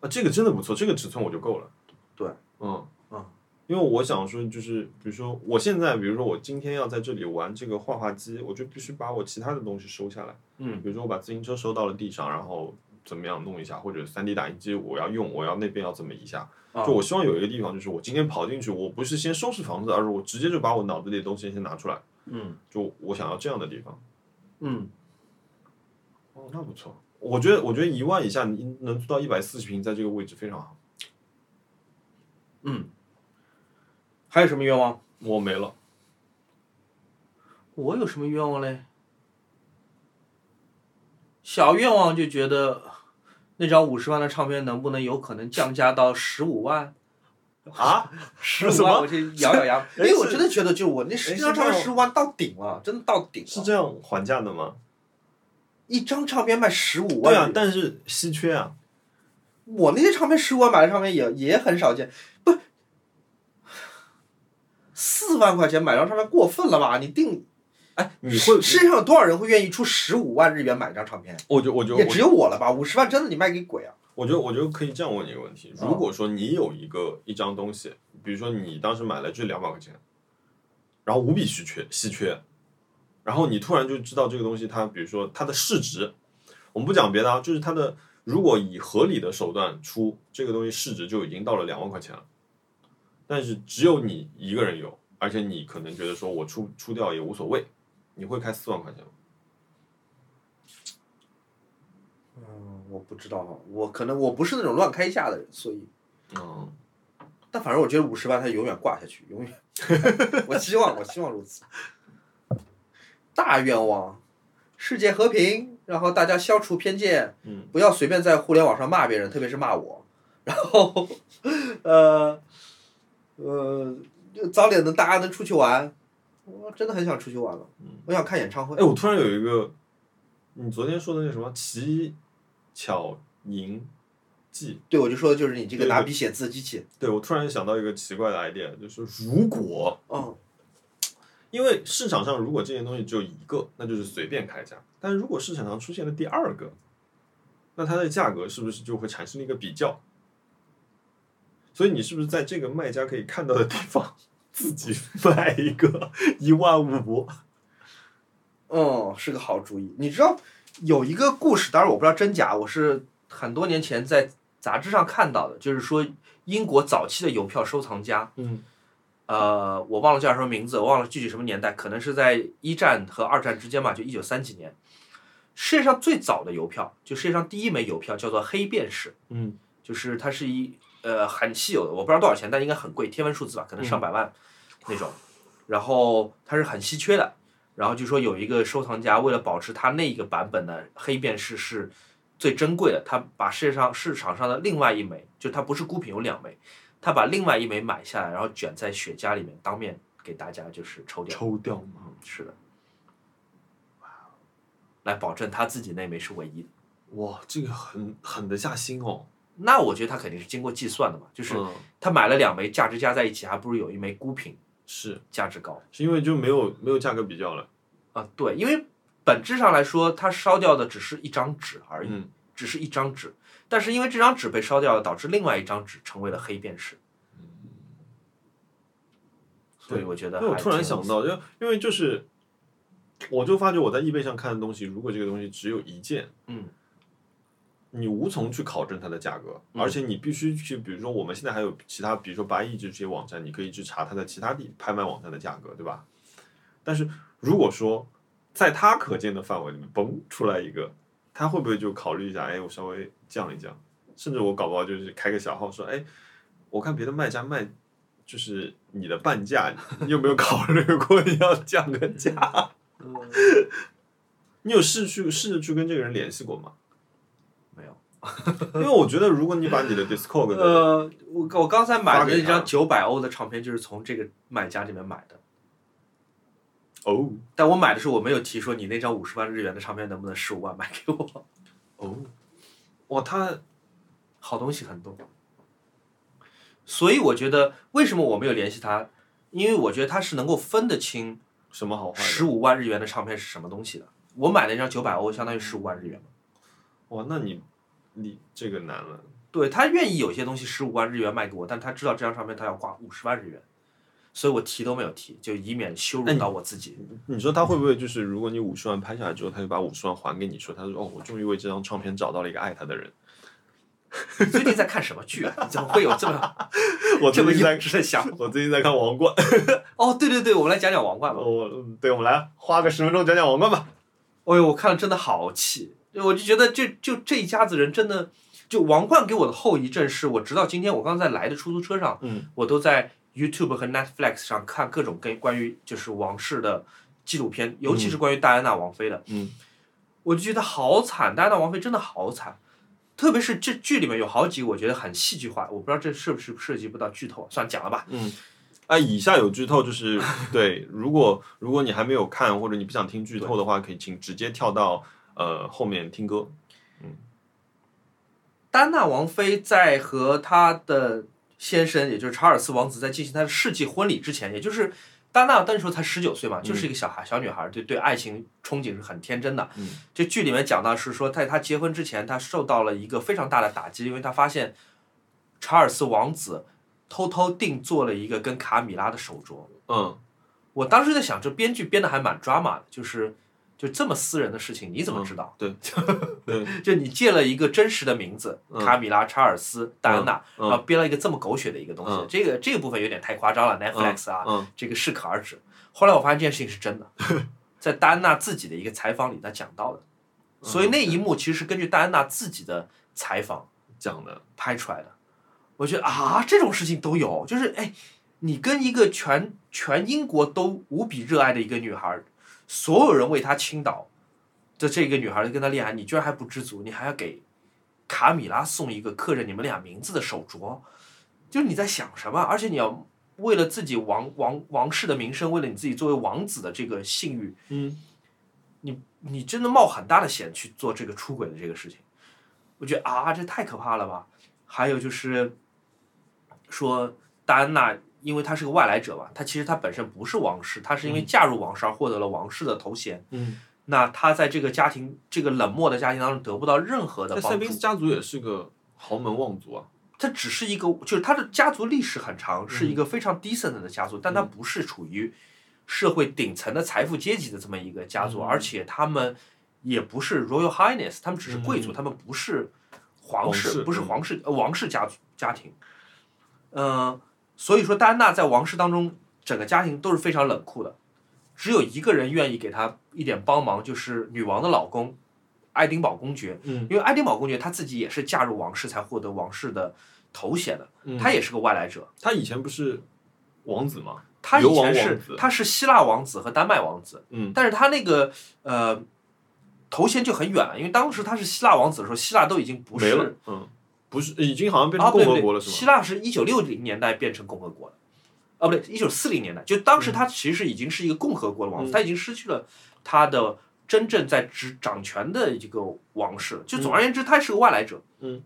Speaker 2: 啊？这个真的不错，这个尺寸我就够了。
Speaker 3: 对，
Speaker 2: 嗯
Speaker 3: 嗯。
Speaker 2: 因为我想说，就是比如说，我现在，比如说我今天要在这里玩这个画画机，我就必须把我其他的东西收下来。
Speaker 3: 嗯
Speaker 2: 比如说我把自行车收到了地上，然后怎么样弄一下，或者三 D 打印机我要用，我要那边要怎么一下。
Speaker 3: 啊
Speaker 2: 就我希望有一个地方，就是我今天跑进去，我不是先收拾房子，而是我直接就把我脑子里的东西先拿出来，
Speaker 3: 嗯
Speaker 2: 就我想要这样的地方。
Speaker 3: 嗯，
Speaker 2: 哦，那不错。我觉得，我觉得一万以下你能做到一百四十平，在这个位置非常好。嗯
Speaker 3: 还有什么愿望？
Speaker 2: 我没了，
Speaker 3: 我有什么愿望嘞？小愿望就觉得那张五十万的唱片能不能有可能降价到十五万？
Speaker 2: *laughs* 啊？
Speaker 3: 十
Speaker 2: 什
Speaker 3: 五
Speaker 2: 么哎
Speaker 3: 万我去咬
Speaker 2: *laughs*
Speaker 3: 咬牙，因为我真的觉得就是我那
Speaker 2: 是
Speaker 3: 十张唱片十五万到顶了，真的到顶
Speaker 2: 是
Speaker 3: 了。
Speaker 2: 这样还价的吗？
Speaker 3: 一张唱片卖十五
Speaker 2: 对啊
Speaker 3: 万，，
Speaker 2: 但是稀缺啊。
Speaker 3: 我那些唱片十五万买的唱片也也很少见，不是四万块钱买张唱片过分了吧？你定
Speaker 2: 哎，你会？
Speaker 3: 世界上有多少人会愿意出十五万日元买一张唱片？
Speaker 2: 我觉我觉得
Speaker 3: 也
Speaker 2: 我
Speaker 3: 只有我了吧？五十万真的你卖给鬼啊？
Speaker 2: 我觉得，我觉得可以这样问你一个问题：
Speaker 3: 嗯
Speaker 2: 如果说你有一个一张东西，比如说你当时买了这两百块钱，然后无比稀缺稀缺，然后你突然就知道这个东西它，比如说它的市值，我们不讲别的啊，就是它的如果以合理的手段出这个东西，市值就已经到了两万块钱了。但是只有你一个人有，而且你可能觉得说我出出掉也无所谓，你会开四万块钱吗？
Speaker 3: 嗯，我不知道，我可能我不是那种乱开价的人，所以，
Speaker 2: 嗯，
Speaker 3: 但反正我觉得五十万它永远挂下去，永
Speaker 2: *laughs*
Speaker 3: 远。我希望，我希望如此。大愿望，世界和平，然后大家消除偏见，
Speaker 2: 嗯，
Speaker 3: 不要随便在互联网上骂别人，特别是骂我。然后，呃，呃，早点能大家能出去玩，我真的很想出去玩了，我想看演唱会
Speaker 2: 嗯哎，。我突然有一个，你昨天说的那什么奇巧银记，
Speaker 3: 对，我就说的就是你这个
Speaker 2: 对
Speaker 3: 拿
Speaker 2: 对
Speaker 3: 笔写字的机器。
Speaker 2: 对我突然想到一个奇怪的 idea，就是如果
Speaker 3: 嗯，
Speaker 2: 因为市场上如果这件东西只有一个，那就是随便开价；但如果市场上出现了第二个，那它的价格是不是就会产生一个比较？所以你是不是在这个卖家可以看到的地方自己 *laughs* 买一个一万五？
Speaker 3: 嗯，是个好主意。你知道有一个故事，当然我不知道真假，我是很多年前在杂志上看到的，就是说英国早期的邮票收藏家，
Speaker 2: 嗯
Speaker 3: 呃，我忘了叫什么名字，我忘了具体什么年代，可能是在一战和二战之间吧，就一九三几年。世界上最早的邮票，就世界上第一枚邮票叫做黑便士，
Speaker 2: 嗯
Speaker 3: 就是它是一呃很稀有的，我不知道多少钱，但应该很贵，天文数字吧，可能上百万那种。然后它是很稀缺的，然后据说有一个收藏家为了保持他那一个版本的黑便士是最珍贵的，他把世界上市场上的另外一枚，就它不是孤品有两枚，他把另外一枚买下来，然后卷在雪茄里面，当面给大家就是抽掉。
Speaker 2: 抽掉吗？
Speaker 3: 是的，来保证他自己那枚是唯一的。
Speaker 2: 哇，这个很狠得下心哦。
Speaker 3: 那我觉得他肯定是经过计算的嘛，就是
Speaker 2: 嗯，
Speaker 3: 他买了两枚价值加在一起，还不如有一枚孤品
Speaker 2: 是
Speaker 3: 价值高
Speaker 2: 是因为就没有没有价格比较了。
Speaker 3: 啊。对，因为本质上来说，他烧掉的只是一张纸而已，
Speaker 2: 嗯
Speaker 3: 只是一张纸。但是因为这张纸被烧掉了，导致另外一张纸成为了黑便士。所以我觉得还
Speaker 2: 那
Speaker 3: 挺有
Speaker 2: 我
Speaker 3: 意思，
Speaker 2: 突然想到，就因为就是，我就发觉我在易贝上看的东西，如果这个东西只有一件，
Speaker 3: 嗯，
Speaker 2: 你无从去考证它的价格，
Speaker 3: 嗯
Speaker 2: 而且你必须去，比如说我们现在还有其他，比如说八亿这些网站，你可以去查它的其他地拍卖网站的价格，对吧？但是如果说在它可见的范围里面，嘣出来一个，他会不会就考虑一下？哎，我稍微降一降，甚至我搞不好就是开个小号说，哎，我看别的卖家卖。就是你的半价，你有没有考虑过 *laughs* 你要降个价？
Speaker 3: 嗯
Speaker 2: 你有试去试着去跟这个人联系过吗？
Speaker 3: 没有。
Speaker 2: 因为我觉得，如果你把你的 Discord 的
Speaker 3: 呃，我我刚才买
Speaker 2: 发
Speaker 3: 的
Speaker 2: 给
Speaker 3: 一张
Speaker 2: 他
Speaker 3: 九百欧的唱片就是从这个买家里面买的，
Speaker 2: 哦
Speaker 3: 但我买的时候我没有提说你那张五十万日元的唱片能不能十五万买给我，
Speaker 2: 哦，哇，他
Speaker 3: 好东西很多。所以我觉得为什么我没有联系他，因为我觉得他是能够分得清
Speaker 2: 什么好坏
Speaker 3: 十
Speaker 2: 的？
Speaker 3: 五万日元的唱片是什么东西的。我买了一张九百欧，相当于十五万日元嘛。
Speaker 2: 哇，那你你这个难了。
Speaker 3: 对他愿意有些东西十五万日元卖给我，但他知道这张唱片他要花五十万日元，所以我提都没有提，就以免羞辱到我自
Speaker 2: *laughs*
Speaker 3: 己。
Speaker 2: 你说他会不会就是，如果你五十万拍下来之后，他就把五十万还给你，说他说哦，我终于为这张唱片找到了一个爱他的人。 *laughs*
Speaker 3: 你最近在看什么剧啊？你怎么会有这么
Speaker 2: *laughs* 我
Speaker 3: 这
Speaker 2: 最
Speaker 3: 么
Speaker 2: 近
Speaker 3: 幼
Speaker 2: 在，
Speaker 3: 稚的想法？
Speaker 2: 我最近在看《王冠》
Speaker 3: 哦，对对对，我们来讲讲王冠吧。
Speaker 2: 我，嗯对，我们来花个十分钟讲讲《王冠》吧。
Speaker 3: 哎呦，我看了真的好气，我就觉得这就这一家子人真的，就王冠给我的后遗症是，我直到今天我刚才来的出租车上，
Speaker 2: 嗯，
Speaker 3: 我都在 YouTube 和 Netflix 上看各种跟关于就是王室的纪录片，尤其是关于戴安娜王妃的，
Speaker 2: 嗯，
Speaker 3: 我就觉得好惨，戴安娜王妃真的好惨。特别是这剧里面有好几个我觉得很戏剧化，我不知道这是不是涉及不到剧透，算了讲了吧。
Speaker 5: 嗯哎
Speaker 2: 啊，以下有剧透，就是对，如果如果你还没有看或者你不想听剧透的话，可以请直接跳到呃后面听歌。
Speaker 3: 丹娜王妃在和她的先生，也就是查尔斯王子，在进行她的世纪婚礼之前，也就是丹娜那时候才十九岁嘛，就是一个小孩小女孩，对对爱情憧憬是很天真的。
Speaker 2: 嗯
Speaker 3: 这剧里面讲到是说，在她结婚之前，她受到了一个非常大的打击，因为她发现查尔斯王子偷偷定做了一个跟卡米拉的手镯。
Speaker 2: 嗯
Speaker 3: 我当时在想，这编剧编的还蛮抓马的，就是就这么私人的事情，你怎么知道？
Speaker 5: 对，对，
Speaker 3: 就你借了一个真实的名字，
Speaker 5: 嗯
Speaker 3: 卡米拉·查尔斯·戴安娜，
Speaker 5: 嗯
Speaker 3: 然后编了一个这么狗血的一个东西，
Speaker 5: 嗯
Speaker 3: 这个这个部分有点太夸张了，Netflix 啊，
Speaker 5: 嗯
Speaker 3: 这个适可而止。后来我发现这件事情是
Speaker 5: *laughs*
Speaker 3: 真的，在戴安娜自己的一个采访里，她讲到
Speaker 5: 嗯
Speaker 3: 的，所以那一幕其实是根据戴安娜自己的采访
Speaker 5: 讲的，
Speaker 3: 拍出来的。我觉得啊，这种事情都有，就是哎，你跟一个全全英国都无比热爱的一个女孩，所有人为她倾倒的这个女孩跟她恋爱，你居然还不知足，你还要给卡米拉送一个刻着你们俩名字的手镯，就是你在想什么？而且你要为了自己王王王室的名声，为了你自己作为王子的这个信誉，
Speaker 5: 嗯，
Speaker 3: 你你真的冒很大的险去做这个出轨的这个事情，我觉得啊，这太可怕了吧！还有就是说，戴安娜因为她是个外来者嘛，她其实她本身不是王室，她是因为嫁入王室而获得了王室的头衔。
Speaker 5: 嗯，
Speaker 3: 那她在这个家庭这个冷漠的家庭当中得不到任何的
Speaker 5: 那塞
Speaker 3: 帮助
Speaker 5: 宾斯。家族也是个豪门望族啊，
Speaker 3: 她只是一个，就是她的家族历史很长，是
Speaker 5: 嗯
Speaker 3: 一个非常 decent 的家族，但她不是处于社会顶层的财富阶级的这么一个家
Speaker 5: 嗯
Speaker 3: 族，而且他们也不是 royal highness，他们只是贵族，他们不是
Speaker 5: 嗯
Speaker 3: 皇
Speaker 5: 皇室
Speaker 3: 室，不是
Speaker 5: 嗯
Speaker 3: 皇室，呃，王室家族家庭。嗯，所以说戴安娜在王室当中，整个家庭都是非常冷酷的，只有一个人愿意给她一点帮忙，就是女王的老公爱丁堡公爵。
Speaker 5: 嗯，
Speaker 3: 因为爱丁堡公爵他自己也是嫁入王室才获得王室的头衔的，
Speaker 5: 嗯
Speaker 3: 他也是个外来者。
Speaker 5: 他以前不是王子吗？
Speaker 3: 他以
Speaker 5: 流亡
Speaker 3: 前
Speaker 5: 王
Speaker 3: 是
Speaker 5: 子
Speaker 3: 他是希腊王子和丹麦王子，
Speaker 5: 嗯
Speaker 3: 但是他那个呃头衔就很远了，因为当时他是希腊王子的时候，希腊都已经不
Speaker 5: 没
Speaker 3: 是
Speaker 5: 了，嗯，不是，已经好像变
Speaker 3: 啊，
Speaker 5: 成
Speaker 3: 不对
Speaker 5: 共
Speaker 3: 不
Speaker 5: 和
Speaker 3: 对，
Speaker 5: 国了，是
Speaker 3: 希
Speaker 5: 吗？
Speaker 3: 腊是一九六零年代变成共和国的，啊，不对，一九四零年代，就当时他其实已经是一个共和国的王
Speaker 5: 嗯
Speaker 3: 子，他已经失去了他的真正在执掌权的一个王室了。就总而言之，他是个外来者。
Speaker 5: 嗯。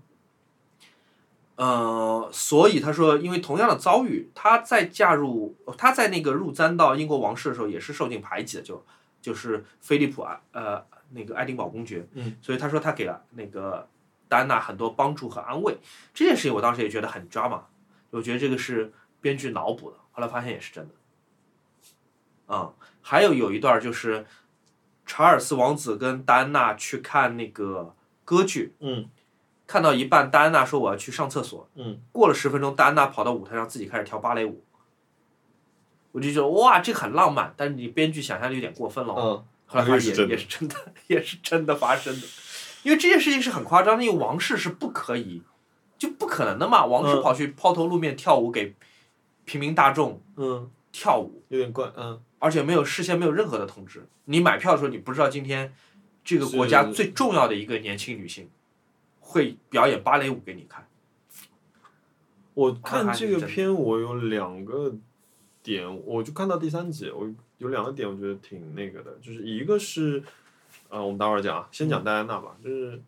Speaker 3: 呃，所以他说，因为同样的遭遇，他在嫁入，他在那个入簪到英国王室的时候，也是受尽排挤的，就就是菲利普啊，呃，那个爱丁堡公爵，
Speaker 5: 嗯，
Speaker 3: 所以他说他给了那个戴安娜很多帮助和安慰，这件事情我当时也觉得很 drama，我觉得这个是编剧脑补的，后来发现也是真的。嗯，还有有一段就是查尔斯王子跟戴安娜去看那个歌剧，
Speaker 5: 嗯，
Speaker 3: 看到一半，戴安娜说我要去上厕所，
Speaker 5: 嗯，
Speaker 3: 过了十分钟，戴安娜跑到舞台上自己开始跳芭蕾舞，我就觉得哇，这个很浪漫，但是你编剧想象力有点过分了哦。
Speaker 5: 嗯，
Speaker 3: 后来发
Speaker 5: 这
Speaker 3: 现
Speaker 5: 个是真的
Speaker 3: 也是真的，也是真的发生的。因为这件事情是很夸张的，因为王室是不可以，就不可能的嘛。王室
Speaker 5: 嗯
Speaker 3: 跑去抛头露面跳舞给平民大众
Speaker 5: 嗯，
Speaker 3: 跳舞，
Speaker 5: 有点怪，嗯，
Speaker 3: 而且没有事先没有任何的通知。你买票的时候，你不知道今天这个国家
Speaker 5: 是
Speaker 3: 最重要的一个年轻女性会表演芭蕾舞给你看。
Speaker 5: 我看这
Speaker 3: 还是
Speaker 5: 个
Speaker 3: 真的
Speaker 5: 片，我有两个点，我就看到第三集，我有两个点，我觉得挺那个的，就是一个是，呃，我们待会儿讲啊，先讲戴安娜吧，就是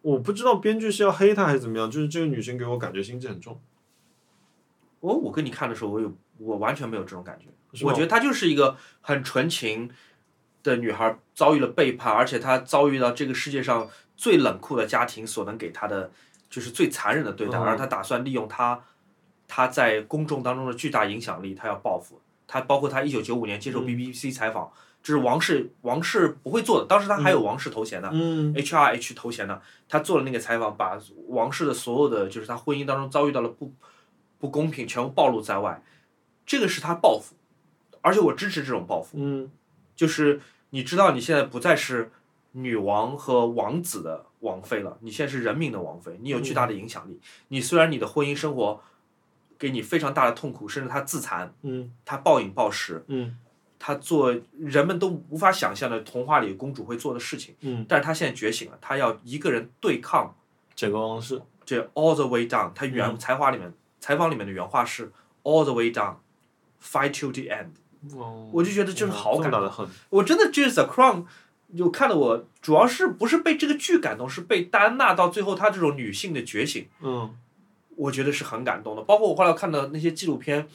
Speaker 5: 我不知道编剧是要黑她还是怎么样，就是这个女生给我感觉心机很重，
Speaker 3: 哦，我跟你看的时候，我有我完全没有这种感觉。
Speaker 5: 是吗
Speaker 3: 我觉得她就是一个很纯情的女孩，遭遇了背叛，而且她遭遇到这个世界上最冷酷的家庭所能给她的就是最残忍的对待，
Speaker 5: 嗯
Speaker 3: 而她打算利用她她在公众当中的巨大影响力，她要报复。她包括她一九九五年接受
Speaker 5: 嗯
Speaker 3: BBC 采访，这是王室王室不会做的，当时她还有王室头衔呢。
Speaker 5: 嗯
Speaker 3: HRH 头衔呢，他做了那个采访，把王室的所有的就是他婚姻当中遭遇到了不不公平，全部暴露在外。这个是他报复，而且我支持这种报复。
Speaker 5: 嗯
Speaker 3: 就是你知道你现在不再是女王和王子的王妃了，你现在是人民的王妃，你有巨大的影响力。你虽然你的婚姻生活给你非常大的痛苦，甚至他自残，
Speaker 5: 嗯
Speaker 3: 他暴饮暴食，
Speaker 5: 嗯
Speaker 3: 他做人们都无法想象的童话里公主会做的事情。
Speaker 5: 嗯，
Speaker 3: 但是他现在觉醒了，他要一个人对抗
Speaker 5: 整个王室，
Speaker 3: 这 all the way down。他原
Speaker 5: 嗯
Speaker 3: 才华里面采访里面的原话是 all the way down，fight to the end。我哦
Speaker 5: 我
Speaker 3: 就觉得就是好感
Speaker 5: 大的
Speaker 3: 动，
Speaker 5: 恨，
Speaker 3: 我真的就是 The Crown，就看得我主要是不是被这个剧感动，是被戴安娜到最后她这种女性的觉醒，
Speaker 5: 嗯
Speaker 3: 我觉得是很感动的。包括我后来看的那些纪录片，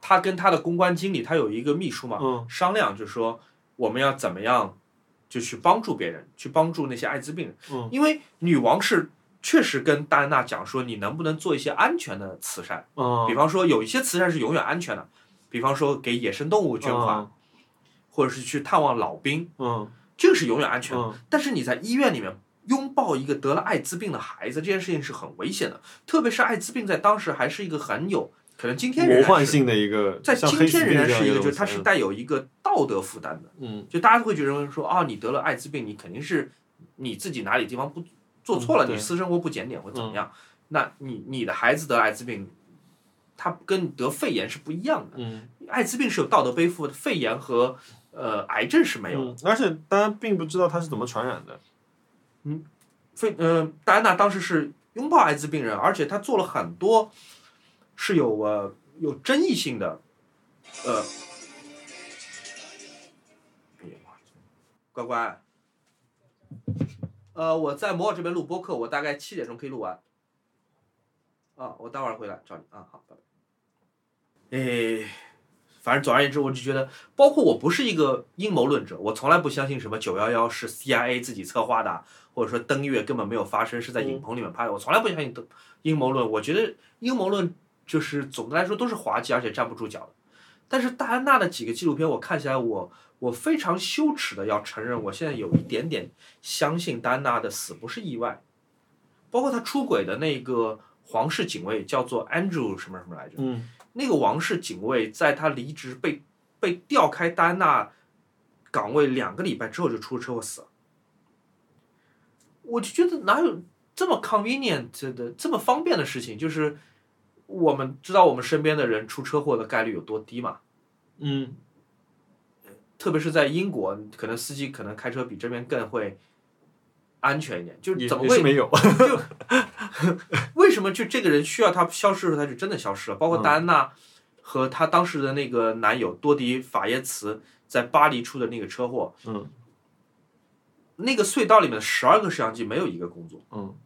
Speaker 3: 她跟她的公关经理，她有一个秘书嘛，
Speaker 5: 嗯
Speaker 3: 商量就说我们要怎么样就去帮助别人，去帮助那些艾滋病人。
Speaker 5: 嗯
Speaker 3: 因为女王是确实跟戴安娜讲说，你能不能做一些安全的慈善，比
Speaker 5: 嗯，
Speaker 3: 方说有一些慈善是永远安全的，比方说给野生动物捐款，或者是去探望老兵，
Speaker 5: 嗯
Speaker 3: 这个是永远安全的。
Speaker 5: 嗯
Speaker 3: 但是你在医院里面拥抱一个得了艾滋病的孩子，这件事情是很危险的，特别是艾滋病在当时还是一个很有可能今天仍
Speaker 5: 魔
Speaker 3: 然
Speaker 5: 幻
Speaker 3: 是
Speaker 5: 性的一个，
Speaker 3: 嗯在
Speaker 5: 像
Speaker 3: 今
Speaker 5: 黑死
Speaker 3: 天仍
Speaker 5: 病
Speaker 3: 然
Speaker 5: 这样
Speaker 3: 是一
Speaker 5: 一
Speaker 3: 个，就
Speaker 5: 东
Speaker 3: 是它
Speaker 5: 西
Speaker 3: 是带有一个道德负担的，
Speaker 5: 嗯
Speaker 3: 就大家会觉得说，哦，你得了艾滋病，你肯定是你自己哪里地方不做错了，
Speaker 5: 嗯对嗯
Speaker 3: 你私生活不检点或怎么样，那你你的孩子得了艾滋病，他跟得肺炎是不一样的，
Speaker 5: 嗯
Speaker 3: 艾滋病是有道德背负的，肺炎和呃癌症是没有的。
Speaker 5: 嗯，而且大家并不知道它是怎么传染的，
Speaker 3: 非呃，戴安娜当时是拥抱艾滋病人，而且她做了很多是有呃有争议性的，呃，哎乖乖，呃，我在摩尔这边录播客，我大概七点钟可以录完，啊，我待会儿回来找你啊，好，拜拜。诶，反正总而言之，我只觉得，包括我不是一个阴谋论者，我从来不相信什么九幺幺是 CIA 自己策划的啊，或者说登月根本没有发生，是在影棚里面拍的。我从来不相信都阴谋论，我觉得阴谋论就是总的来说都是滑稽，而且站不住脚的。但是戴安娜的几个纪录片，我看起来我我非常羞耻的要承认，我现在有一点点相信戴安娜的死不是意外，包括她出轨的那个皇室警卫叫做 Andrew 什么什么来着，
Speaker 5: 嗯
Speaker 3: 那个王室警卫在他离职被被调开戴安娜岗位两个礼拜之后就出车祸死了。我就觉得哪有这么 convenient 的这么方便的事情？就是我们知道我们身边的人出车祸的概率有多低嘛？
Speaker 5: 嗯
Speaker 3: 特别是在英国，可能司机可能开车比这边更会安全一点。就是
Speaker 5: 也
Speaker 3: 怎么
Speaker 5: 也
Speaker 3: 会
Speaker 5: 是没有，
Speaker 3: 就为什么就这个人需要他消失的时候，他就真的消失了？包括戴安娜和她当时的那个男友多迪法耶茨在巴黎出的那个车祸，
Speaker 2: *laughs*
Speaker 5: 嗯
Speaker 3: 那个隧道里面十二个摄像机没有一个工作。
Speaker 5: 嗯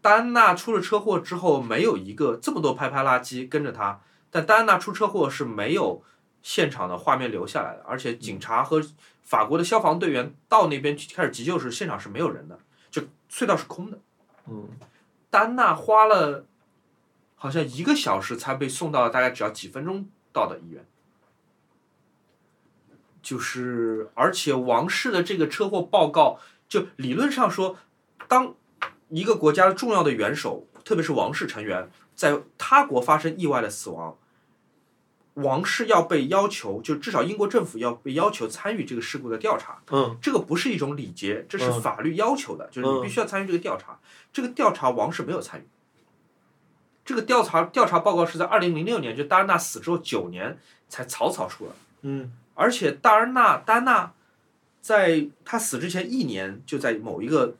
Speaker 3: 戴安娜出了车祸之后，没有一个这么多拍拍拉机跟着她，但戴安娜出车祸是没有现场的画面留下来的，而且警察和法国的消防队员到那边去开始急救时，现场是没有人的，就隧道是空的。
Speaker 5: 嗯
Speaker 3: 丹娜花了好像一个小时才被送到，大概只要几分钟到的医院。就是，而且王室的这个车祸报告，就理论上说，当一个国家的重要的元首，特别是王室成员，在他国发生意外的死亡，王室要被要求，就至少英国政府要被要求参与这个事故的调查。
Speaker 5: 嗯
Speaker 3: 这个不是一种礼节，这是
Speaker 5: 嗯
Speaker 3: 法律要求的，就是你必须要参与这个调查。这个调查王室没有参与。这个调查调查报告是在二零零六年，就戴安娜死之后九年才草草出来，
Speaker 5: 嗯
Speaker 3: 而且戴安娜戴安娜在她死之前一年就在某一个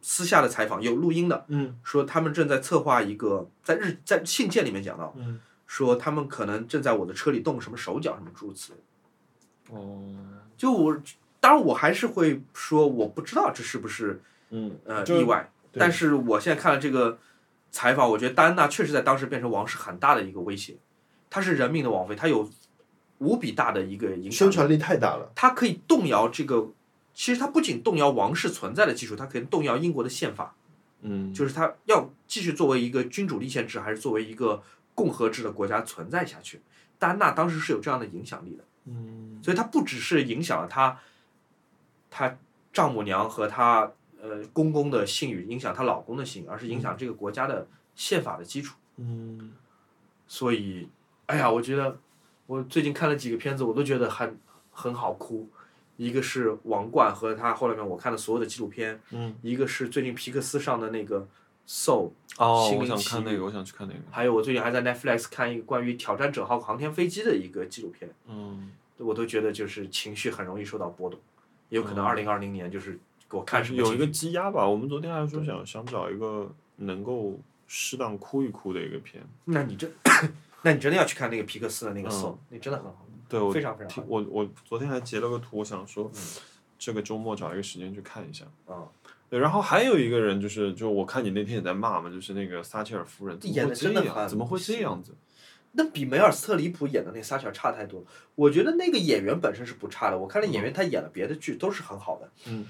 Speaker 3: 私下的采访有录音的，
Speaker 5: 嗯
Speaker 3: 说他们正在策划一个，在日在信件里面讲到，
Speaker 5: 嗯，
Speaker 3: 说他们可能正在我的车里动什么手脚什么诸如此类的。
Speaker 5: 哦，
Speaker 3: 就我当然我还是会说我不知道这是不是
Speaker 5: 嗯
Speaker 3: 呃
Speaker 5: 就
Speaker 3: 意外，
Speaker 5: 对
Speaker 3: 但是我现在看了这个采访，我觉得戴安娜确实在当时变成王室很大的一个威胁，她是人民的王妃，她有无比大的一个影响
Speaker 7: 宣
Speaker 3: 力，
Speaker 7: 传力太大了。
Speaker 3: 她可以动摇这个。其实她不仅动摇王室存在的基础，她可以动摇英国的宪法，
Speaker 5: 嗯
Speaker 3: 就是她要继续作为一个君主立宪制，还是作为一个共和制的国家存在下去。戴安娜当时是有这样的影响力的。
Speaker 5: 嗯
Speaker 3: 所以它不只是影响了他，他丈母娘和他呃公公的信誉，影响她老公的信誉，而是影响这个国家的宪法的基础。
Speaker 5: 嗯
Speaker 3: 所以，哎呀，我觉得我最近看了几个片子，我都觉得很很好哭。一个是《王冠》和他后来面我看的所有的纪录片，
Speaker 5: 嗯，
Speaker 3: 一个是最近皮克斯上的那个《Soul》，
Speaker 5: 哦，
Speaker 3: 心
Speaker 5: 我
Speaker 3: 灵
Speaker 5: 想
Speaker 3: 奇
Speaker 5: 看那
Speaker 3: 遇
Speaker 5: 个，我想去看那个，
Speaker 3: 还有我最近还在 Netflix 看一个关于《挑战者号》航天飞机的一个纪录片。
Speaker 5: 嗯
Speaker 3: 我都觉得就是情绪很容易受到波动，也有可能
Speaker 5: 嗯
Speaker 3: 二零二零年就是给我看什么
Speaker 2: 有
Speaker 3: 情
Speaker 2: 一
Speaker 3: 绪
Speaker 2: 个积压吧。我们昨天还说
Speaker 5: 对
Speaker 2: 想想找一个能够适当哭一哭的一个片。
Speaker 3: 那你 *laughs* 这，那你真的要去看那个皮克斯的那个《Soul》，那真的很好，
Speaker 2: 对我
Speaker 3: 非常非常
Speaker 2: 挺
Speaker 3: 好。
Speaker 2: 我我昨天还截了个图，我想
Speaker 5: 嗯
Speaker 2: 说这个周末找一个时间去看一下。
Speaker 3: 啊，
Speaker 2: 对，然后还有一个人就是，就我看你那天也在骂嘛，就是那个撒切尔夫人，怎么
Speaker 3: 演
Speaker 2: 会
Speaker 3: 得
Speaker 2: 这
Speaker 3: 真的
Speaker 2: 样？
Speaker 3: 很
Speaker 2: 怎么会这样子？
Speaker 3: 那比梅尔斯特里普演的那个撒切尔差太多了。我觉得那个演员本身是不差的，我看了演员他演了别的剧都是很好的，
Speaker 5: 嗯，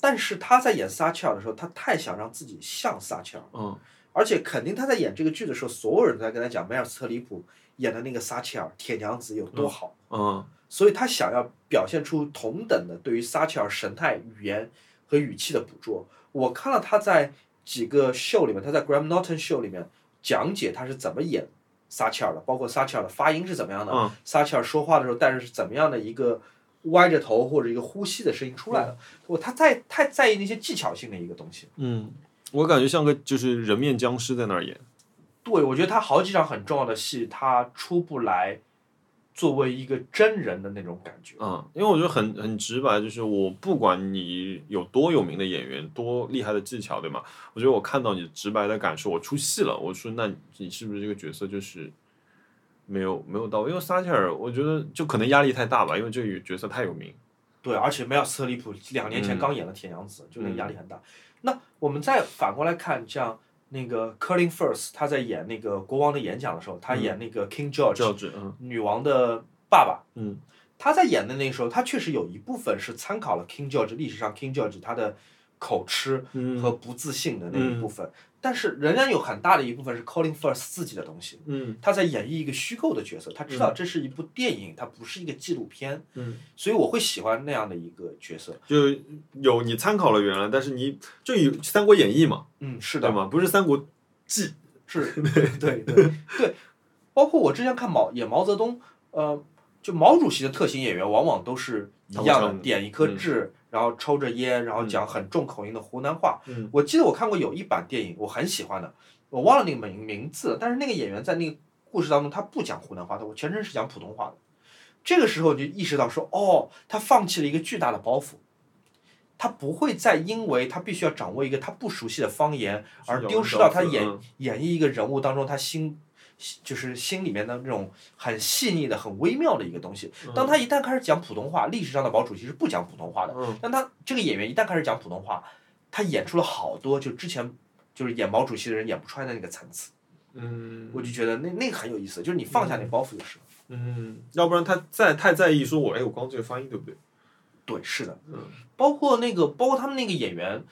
Speaker 3: 但是他在演撒切尔的时候，他太想让自己像撒切尔了，
Speaker 5: 嗯
Speaker 3: 而且肯定他在演这个剧的时候，所有人都在跟他讲梅尔斯特里普演的那个撒切尔《铁娘子》有多好，
Speaker 2: 嗯
Speaker 3: 所以他想要表现出同等的对于撒切尔神态、语言和语气的捕捉。我看了他在几个秀里面，他在 Graham Norton 秀里面讲解他是怎么演撒切尔的，包括撒切尔的发音是怎么样的，
Speaker 2: 嗯
Speaker 3: 撒切尔说话的时候带着是怎么样的一个歪着头或者一个呼吸的声音出来的。我他在太在意那些技巧性的一个东西。
Speaker 2: 嗯，我感觉像个就是人面僵尸在那儿演，
Speaker 3: 对，我觉得他好几场很重要的戏，他出不来，作为一个真人的那种感觉。
Speaker 2: 嗯，因为我觉得很很直白，就是我不管你有多有名的演员，多厉害的技巧，对吗？我觉得我看到你直白的感受，我出戏了，我说那你是不是这个角色就是没有没有到位？因为撒切尔，我觉得就可能压力太大吧，因为这个角色太有名，
Speaker 3: 对，而且梅尔斯特里普两年前
Speaker 2: 嗯
Speaker 3: 刚演了《铁娘子》就那个
Speaker 2: 嗯
Speaker 3: 压力很大。那我们再反过来看，像那个 Colin Firth，他在演那个国王的演讲的时候，他
Speaker 2: 嗯
Speaker 3: 演那个 King George，、
Speaker 2: 这样子，嗯
Speaker 3: 女王的爸爸。
Speaker 2: 嗯，
Speaker 3: 他在演的那个时候，他确实有一部分是参考了 King George 历史上 King George 他的口吃
Speaker 2: 嗯
Speaker 3: 和不自信的那一部分，但是仍然有很大的一部分是 Colin Firth 自己的东西。
Speaker 2: 嗯
Speaker 3: 他在演绎一个虚构的角色，他知道这是一部电影，它不是一个纪录片，
Speaker 2: 嗯，
Speaker 3: 所以我会喜欢那样的一个角色。
Speaker 2: 就有你参考了原来，但是你就有《三国演义》嘛，
Speaker 3: 嗯，是
Speaker 2: 对
Speaker 3: 的，
Speaker 2: 吗？不是《三国志》，
Speaker 3: 是，
Speaker 2: *laughs*
Speaker 3: 对对 *laughs* 对，包括我之前看毛演毛泽东，呃，就毛主席的特型演员往往都是一
Speaker 2: 唐
Speaker 3: 样
Speaker 2: 国
Speaker 3: 的，
Speaker 2: 强的
Speaker 3: 点一颗
Speaker 2: 嗯
Speaker 3: 痣，然后抽着烟，然后
Speaker 2: 嗯
Speaker 3: 讲很重口音的湖南话。
Speaker 2: 嗯
Speaker 3: 我记得我看过有一版电影，我很喜欢的，我忘了那个名名字了，但是那个演员在那个故事当中他不讲湖南话的，我全程是讲普通话的。这个时候你就意识到说，哦，他放弃了一个巨大的包袱。他不会再因为他必须要掌握一个他不熟悉的方言而丢失到他演
Speaker 2: 嗯
Speaker 3: 演绎一个人物当中他心就是心里面的那种很细腻的、很微妙的一个东西。
Speaker 2: 嗯
Speaker 3: 当他一旦开始讲普通话，历史上的毛主席是不讲普通话的。
Speaker 2: 嗯
Speaker 3: 但他这个演员一旦开始讲普通话，他演出了好多就之前就是演毛主席的人演不出来的那个层次。
Speaker 2: 嗯
Speaker 3: 我就觉得那那个很有意思，就是你放下那包袱就是。
Speaker 2: 嗯，要不然他在太在意说我哎，我刚这个发音对不对？
Speaker 3: 对，是的，
Speaker 2: 嗯，
Speaker 3: 包括那个，包括他们那个演员，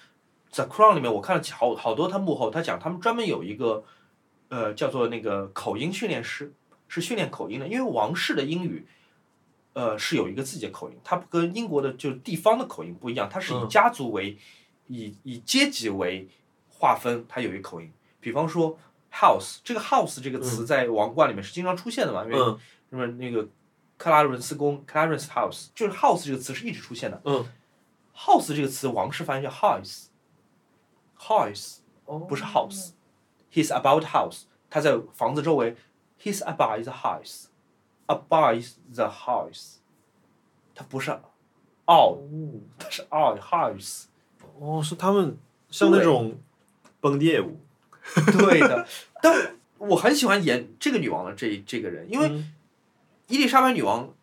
Speaker 3: 在《Crown》里面，我看了几好好多他幕后，他讲他们专门有一个，呃，叫做那个口音训练师，是训练口音的，因为王室的英语，呃，是有一个自己的口音，它跟英国的就是地方的口音不一样，它是以
Speaker 2: 嗯
Speaker 3: 家族为，以以阶级为划分，它有一个口音，比方说 house 这个 house 这个词在王冠里面是经常出现的嘛，因为
Speaker 2: 嗯
Speaker 3: 那么那个克拉伦斯宫 （Clarence House） 就是 house 这个词是一直出现的。
Speaker 2: 嗯
Speaker 3: ，house 这个词王室翻译叫 house，house 不是 house。He's about house，他在房子周围。He's about the house。About the house，它不是 out，它是 out house。
Speaker 2: 哦，是他们像那种蹦迪业务，
Speaker 3: 对的，但我很喜欢演这个女王的这一这个人，因为
Speaker 2: 嗯
Speaker 3: 伊丽莎白女王，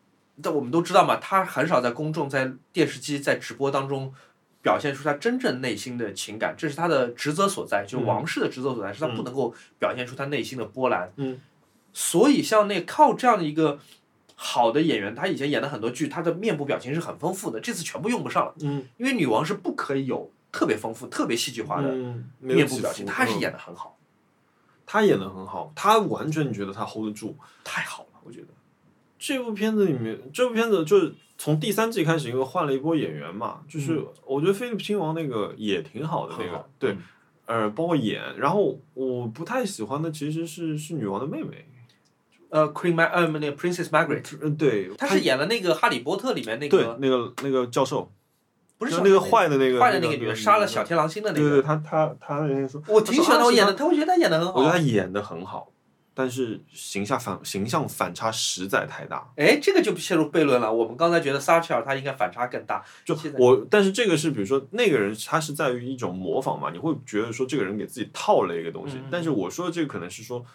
Speaker 3: 但我们都知道嘛，她很少在公众、在电视机、在直播当中表现出她真正内心的情感，这是她的职责所在，就是
Speaker 2: 嗯
Speaker 3: 王室的职责所在，是她
Speaker 2: 嗯
Speaker 3: 不能够表现出她内心的波澜。
Speaker 2: 嗯，
Speaker 3: 所以像那靠这样的一个。好的演员，她以前演的很多剧，她的面部表情是很丰富的，这次全部用不上了，
Speaker 2: 嗯
Speaker 3: 因为女王是不可以有特别丰富、特别戏剧化的
Speaker 2: 嗯，没有
Speaker 3: 面部
Speaker 2: 起
Speaker 3: 表情，
Speaker 2: 伏
Speaker 3: 她还是
Speaker 2: 嗯
Speaker 3: 演的很好。
Speaker 2: 他演的很好，他完全觉得他 hold 得住。
Speaker 3: 太好了，我觉得。
Speaker 2: 这部片子里面，这部片子就是从第三季开始，因为换了一波演员嘛，就是我觉得菲利普亲王那个也挺好的那
Speaker 3: 嗯很
Speaker 2: 个
Speaker 3: 好，
Speaker 2: 对
Speaker 3: 嗯，
Speaker 2: 呃，包括演，然后我不太喜欢的其实是是女王的妹妹，
Speaker 3: 呃，Queen Ma 呃，那个 Princess Margaret，
Speaker 2: 嗯，对，
Speaker 3: 她是演了那个《哈利波特》里面那
Speaker 2: 对
Speaker 3: 个，
Speaker 2: 那个那个教授，
Speaker 3: 不是
Speaker 2: 就
Speaker 3: 小
Speaker 2: 那个坏的那个
Speaker 3: 坏的那
Speaker 2: 那
Speaker 3: 个女人杀了小天狼星的那
Speaker 2: 对对，
Speaker 3: 个，
Speaker 2: 他他他人家说，
Speaker 3: 我挺喜欢她，我演的，她我觉得她演的很
Speaker 2: 我觉得他
Speaker 3: 好。
Speaker 2: 演的很好，但是形象反形象反差实在太大。
Speaker 3: 哎，这个就陷入悖论了。我们刚才觉得撒切尔她应该反差更大，
Speaker 2: 就
Speaker 3: 现在
Speaker 2: 我，但是这个是比如说那个人他是在于一种模仿嘛，你会觉得说这个人给自己套了一个东西，
Speaker 3: 嗯嗯嗯
Speaker 2: 但是我说的这个可能是说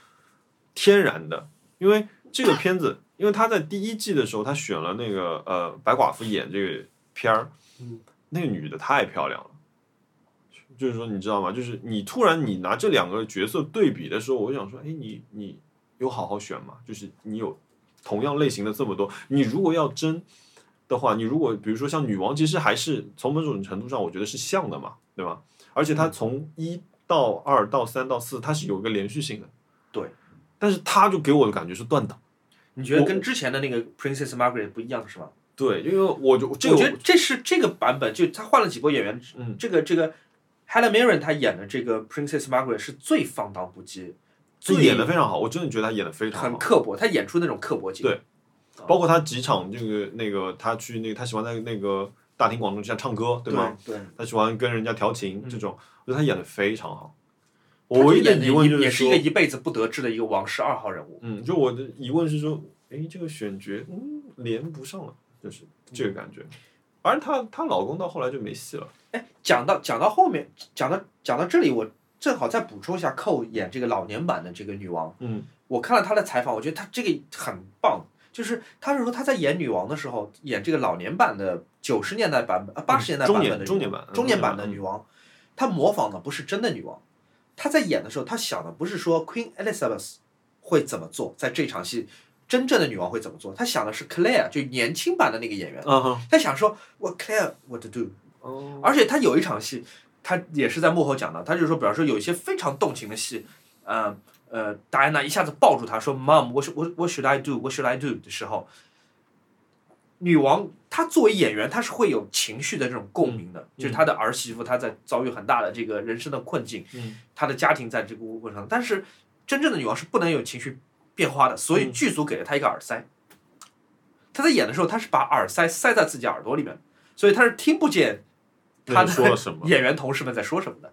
Speaker 2: 天然的，因为这个片子，因为他在第一季的时候他选了那个呃白寡妇演这个片儿，
Speaker 3: 嗯
Speaker 2: 那个女的太漂亮了。就是说，你知道吗？就是你突然你拿这两个角色对比的时候，我就想说，哎，你你有好好选吗？就是你有同样类型的这么多，你如果要争的话，你如果比如说像女王，其实还是从某种程度上，我觉得是像的嘛，对吧？
Speaker 3: 嗯
Speaker 2: 而且它从一到二到三到四，它是有一个连续性的。
Speaker 3: 对，
Speaker 5: 但是它就给我的感觉是断档。
Speaker 3: 你觉得
Speaker 5: 我
Speaker 3: 跟之前的那个 Princess Margaret 不一样是吗？
Speaker 5: 对，因为我就这
Speaker 3: 我
Speaker 5: 个
Speaker 3: 觉得这是这个版本，就他换了几波演员，
Speaker 2: 嗯
Speaker 3: 这个这个 Helen Mirren 她演的这个 Princess Margaret 是最放荡不羁，
Speaker 2: 他
Speaker 3: 最
Speaker 2: 演的非常好，我真的觉得他演的非常
Speaker 3: 很
Speaker 2: 好。
Speaker 3: 刻薄，她演出那种刻薄劲。
Speaker 2: 对包括他几场这个那个，他去那个他喜欢在那个大庭广众之下唱歌，对吗？
Speaker 3: 对，
Speaker 2: 他喜欢跟人家调情，这种我觉得他演的非常好。
Speaker 3: 她
Speaker 2: 我唯一的
Speaker 3: 演
Speaker 2: 疑问就
Speaker 3: 也也是
Speaker 2: 说
Speaker 3: 一，个一辈子不得志的一个王室二号人物。
Speaker 2: 嗯，就我的疑问是说，哎，这个选角嗯连不上了，就是这
Speaker 3: 嗯
Speaker 2: 个感觉。而她她老公到后来就没戏了，
Speaker 3: 哎，讲到讲到后面，讲到讲到这里，我正好再补充一下，寇演这个老年版的这个女王，
Speaker 2: 嗯，
Speaker 3: 我看了她的采访，我觉得她这个很棒，就是她是说她在演女王的时候，演这个老年版的九十年代版本啊八十年代版
Speaker 2: 中
Speaker 3: 本的
Speaker 2: 年
Speaker 3: 女
Speaker 2: 中
Speaker 3: 王
Speaker 2: 年版
Speaker 3: 中年版的
Speaker 2: 嗯
Speaker 3: 女王，她模仿的不是真的女王，她在演的时候，她想的不是说 Queen Elizabeth 会怎么做，在这场戏真正的女王会怎么做，她想的是 Claire 就年轻版的那个演员，
Speaker 2: 啊哈
Speaker 3: 她想说我 Claire what to do，
Speaker 2: 哦
Speaker 3: 而且他有一场戏，他也是在幕后讲的，他就说，比方说有一些非常动情的戏，呃呃，戴安娜一下子抱住他说，Mom，我 what what should I do？What should I do？的时候，女王她作为演员，她是会有情绪的这种共鸣
Speaker 2: 嗯
Speaker 3: 的，就是她的儿媳妇她在遭遇很大的这个人生的困境，
Speaker 2: 嗯
Speaker 3: 她的家庭在这个过程中，但是真正的女王是不能有情绪变化的，所以
Speaker 2: 嗯
Speaker 3: 剧组给了她一个耳塞。她在演的时候，她是把耳塞塞在自己耳朵里面，所以她是听不见他
Speaker 2: 那你说了什么？
Speaker 3: 演员同事们在说什么的。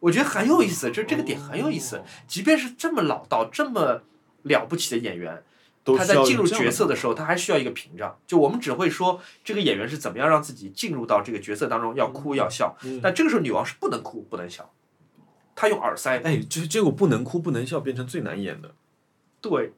Speaker 3: 我觉得很有意思，就这个点很有意思
Speaker 2: 哦。
Speaker 3: 即便是这么老道、这么了不起的演员，
Speaker 2: 都
Speaker 3: 他
Speaker 2: 需
Speaker 3: 在
Speaker 2: 要
Speaker 3: 进
Speaker 2: 有
Speaker 3: 入
Speaker 2: 这样
Speaker 3: 角色的时候，他还需要一个屏障。就我们只会说这个演员是怎么样让自己进入到这个角色当中，要哭要笑。
Speaker 2: 嗯
Speaker 3: 但这个时候，女王是不能哭不能笑，她用耳塞。
Speaker 2: 哎，这这个不能哭不能笑变成最难演的，
Speaker 3: 对，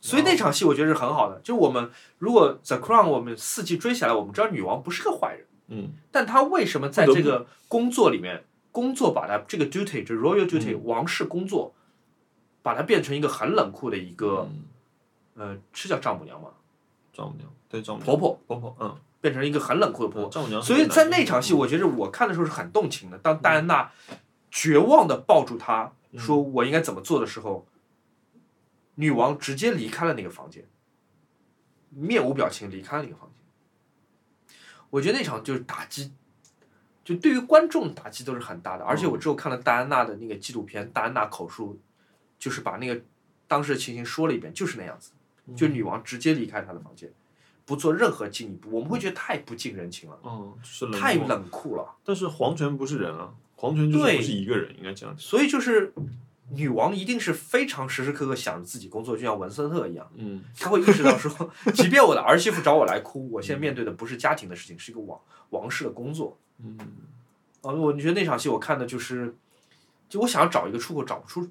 Speaker 3: 所以那场戏我觉得是很好的。就是我们如果《The Crown》我们四季追下来，我们知道女王不是个坏人。
Speaker 2: 嗯，
Speaker 3: 但他为什么在
Speaker 2: 不得
Speaker 3: 这
Speaker 2: 不
Speaker 3: 个工作里面，工作把他这个 duty 就是 royal duty、王
Speaker 2: 嗯
Speaker 3: 室工作，把它变成一个很冷酷的一个、
Speaker 2: 嗯
Speaker 3: 呃，是叫丈母娘吗？
Speaker 2: 丈母娘对丈母娘
Speaker 3: 婆婆
Speaker 2: 婆婆嗯
Speaker 3: 变成一个很冷酷的
Speaker 2: 嗯
Speaker 3: 婆婆。
Speaker 2: 丈母娘是
Speaker 3: 所
Speaker 2: 最难演
Speaker 3: 以
Speaker 2: 的，嗯
Speaker 3: 在那场戏，我觉得我看的时候是很动情的。当戴安娜绝望的抱住他，
Speaker 2: 嗯
Speaker 3: 说我应该怎么做的时候，女王直接离开了那个房间，面无表情离开了那个房间。我觉得那场就是打击，就对于观众打击都是很大的。而且我
Speaker 2: 嗯
Speaker 3: 之后看了戴安娜的那个纪录片，戴安娜口述，就是把那个当时的情形说了一遍，就是那样子，就
Speaker 2: 嗯
Speaker 3: 女王直接离开她的房间，不做任何进一步，我们会觉得太不近人情了，
Speaker 2: 嗯是冷
Speaker 3: 太
Speaker 2: 漠
Speaker 3: 冷酷了。
Speaker 2: 但是皇权不是人啊，皇权就是
Speaker 3: 对
Speaker 2: 不是一个人，应该这样讲。
Speaker 3: 所以就是女王一定是非常时时刻刻想着自己工作，就像文森特一样，
Speaker 2: 嗯，
Speaker 3: 她会意识到说， *laughs* 即便我的儿媳妇找我来哭，我现在面对的不是家庭的事情，是一个王王室的工作。
Speaker 2: 嗯，
Speaker 3: 啊，我觉得那场戏我看的就是，就我想要找一个出口，找不出，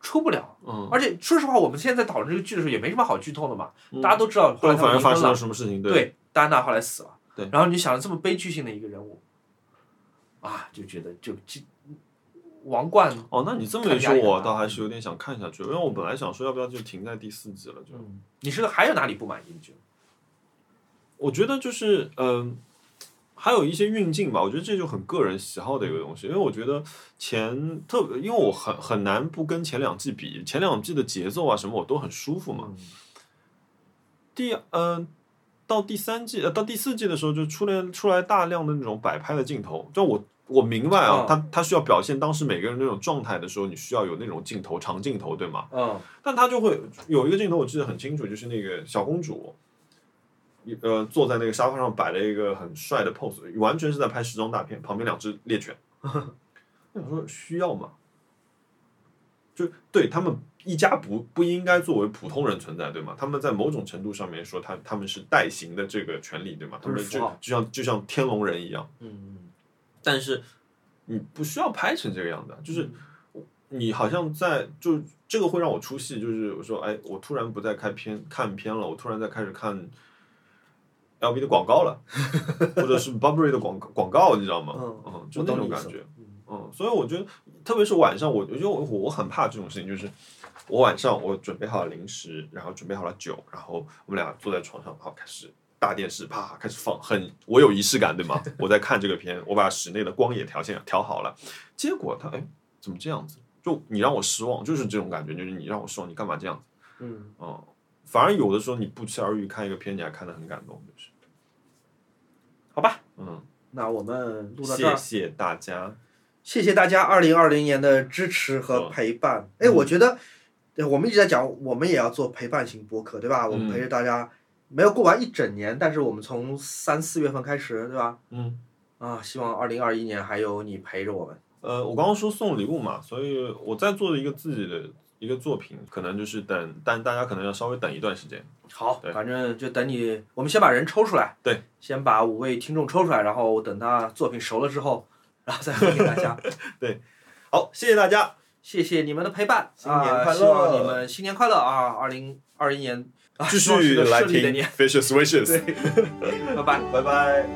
Speaker 3: 出不了。
Speaker 2: 嗯，
Speaker 3: 而且说实话，我们现在在讨论这个剧的时候，也没什么好剧透的嘛，
Speaker 2: 嗯
Speaker 3: 大家都知道
Speaker 2: 不
Speaker 3: 后来
Speaker 2: 然反
Speaker 3: 他们
Speaker 2: 而
Speaker 3: 离
Speaker 2: 发
Speaker 3: 婚了
Speaker 2: 生了什么事情？对，
Speaker 3: 对，戴安娜后来死了。
Speaker 2: 对
Speaker 3: 然后你想这么悲剧性的一个人物，啊，就觉得就就王冠，
Speaker 2: 哦，那你这么
Speaker 3: 看
Speaker 2: 一
Speaker 3: 压
Speaker 2: 说，
Speaker 3: 力很
Speaker 2: 我
Speaker 3: 大嗯
Speaker 2: 倒还是有点想看下去，因为我本来想说要不要就停在第四集了，就
Speaker 3: 嗯，你是还有哪里不满意？你觉得？
Speaker 2: 我觉得就是嗯、还有一些运镜吧，我觉得这就很个人喜好的一个东西，因为我觉得前特别，因为我很很难不跟前两季比，前两季的节奏啊什么我都很舒服嘛，第嗯、到第三季呃到第四季的时候就出现出来大量的那种摆拍的镜头，就我我明白啊
Speaker 3: 嗯，
Speaker 2: 他他需要表现当时每个人那种状态的时候，你需要有那种镜头长镜头对吗？
Speaker 3: 嗯
Speaker 2: 但他就会有一个镜头我记得很清楚，就是那个小公主。一呃，坐在那个沙发上摆了一个很帅的 pose，完全是在拍时装大片，旁边两只猎犬。 *laughs* 我想说需要吗？就对他们一家不不应该作为普通人存在，对吗？他们在某种程度上面说他他们是代行的这个权利，对吗？他
Speaker 3: 都是
Speaker 2: 们
Speaker 3: 符
Speaker 2: 就
Speaker 3: 号
Speaker 2: 就像就像天龙人一样，
Speaker 3: 嗯，
Speaker 2: 但是你不需要拍成这个样子啊，
Speaker 3: 嗯
Speaker 2: 就是你好像在就这个会让我出戏，就是我说哎，我突然不再看片看片了，我突然在开始看 L B 的广告
Speaker 3: *laughs*
Speaker 2: 了，或者是 Burberry 的广广告，你知道吗？
Speaker 3: 嗯
Speaker 2: 就
Speaker 3: 我
Speaker 2: 那
Speaker 3: 懂
Speaker 2: 种
Speaker 3: 你意
Speaker 2: 感
Speaker 3: 思
Speaker 2: 觉
Speaker 3: 嗯，
Speaker 2: 嗯，所以我觉得，特别是晚上，我我觉得我我很怕这种事情，就是我晚上我准备好了零食，然后准备好了酒，然后我们俩坐在床上，好开始大电视，啪开始放，很我有仪式感，对吗？我在看这个片，我把室内的光也调线调好了，结果他哎怎么这样子？就你让我失望，就是这种感觉，就是你让我失望，你干嘛这样子？
Speaker 3: 嗯，
Speaker 2: 嗯，反而有的时候你不期而遇看一个片，你还看得很感动，就是
Speaker 3: 好吧，
Speaker 2: 嗯，
Speaker 3: 那我们录到这
Speaker 2: 谢
Speaker 3: 儿，
Speaker 2: 谢大家，
Speaker 3: 谢谢大家二零二零年的支持和陪伴。
Speaker 2: 嗯
Speaker 3: 哎、我觉得对我们一直在讲，我们也要做陪伴型播客，对
Speaker 2: 嗯
Speaker 3: 吧？我们陪着大家，没有过完一整年，但是我们从三四月份开始，对吧？
Speaker 2: 嗯，
Speaker 3: 啊，希望二零二一年还有你陪着我们。
Speaker 2: 呃，我刚刚说送礼物嘛，所以我在做一个自己的一个作品，可能就是等，但大家可能要稍微等一段时间，
Speaker 3: 好
Speaker 2: 对，
Speaker 3: 反正就等你，我们先把人抽出来，
Speaker 2: 对，
Speaker 3: 先把五位听众抽出来，然后等他作品熟了之后，然后再分给
Speaker 2: *laughs*
Speaker 3: 大家。
Speaker 2: 好，谢谢大家，
Speaker 3: 谢谢你们的陪伴，
Speaker 5: 新年快乐
Speaker 3: 啊希望你们新年快乐啊！二零二一年啊，
Speaker 2: 继
Speaker 3: *laughs* 希望是
Speaker 2: 续
Speaker 3: 个
Speaker 2: 来
Speaker 3: 顺利的
Speaker 2: 听
Speaker 3: 年，
Speaker 2: Fishes
Speaker 3: *laughs*
Speaker 2: Wishes，
Speaker 3: 拜拜。
Speaker 2: 拜拜。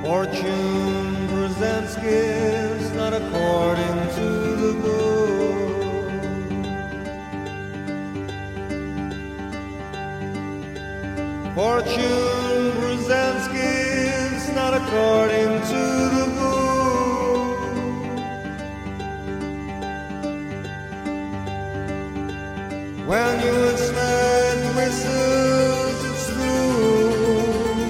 Speaker 7: Fortune presents gifts not according to the book. Fortune presents gifts not according to the book. When you expect whistles, it's through.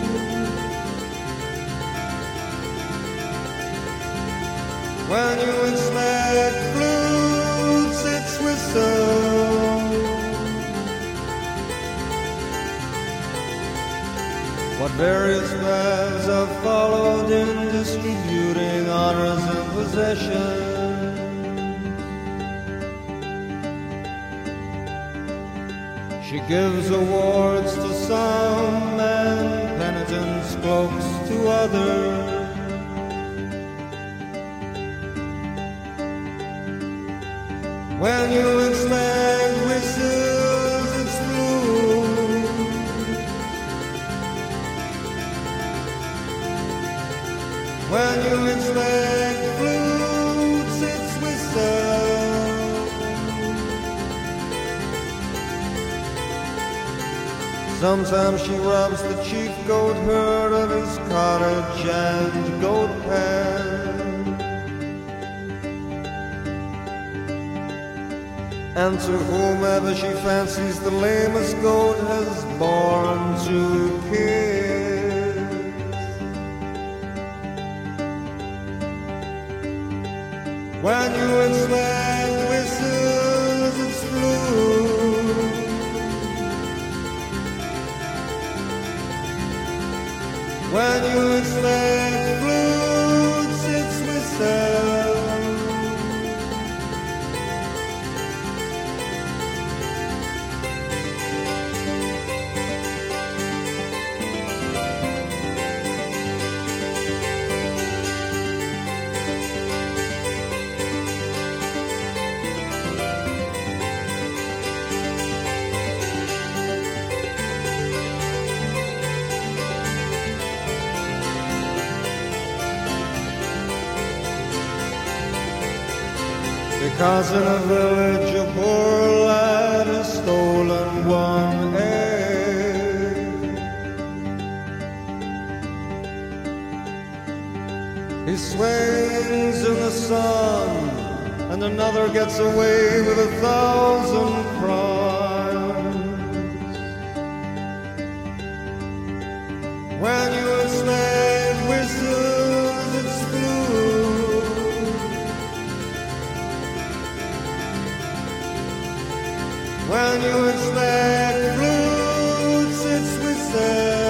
Speaker 7: When you expect flutes, it's whistle. What various paths have followed in distributing honors and possessions. She gives awards to some and penitence cloaks to others. When you expect whistles, it's blue. When you expect flutes, it's whistle. Sometimes she robs the chief goat herd of his cottage and goat pen. And to whomever she fancies the lamest goat has borne to kiss. When you expect whistles, it's blue. When you expect flutes, it's whistle. Because in a village a poor lad has stolen one egg. swings in the sun, and another gets away with a thousand crimes. When you stand whistles at school, when you stand flutes, it's whistle.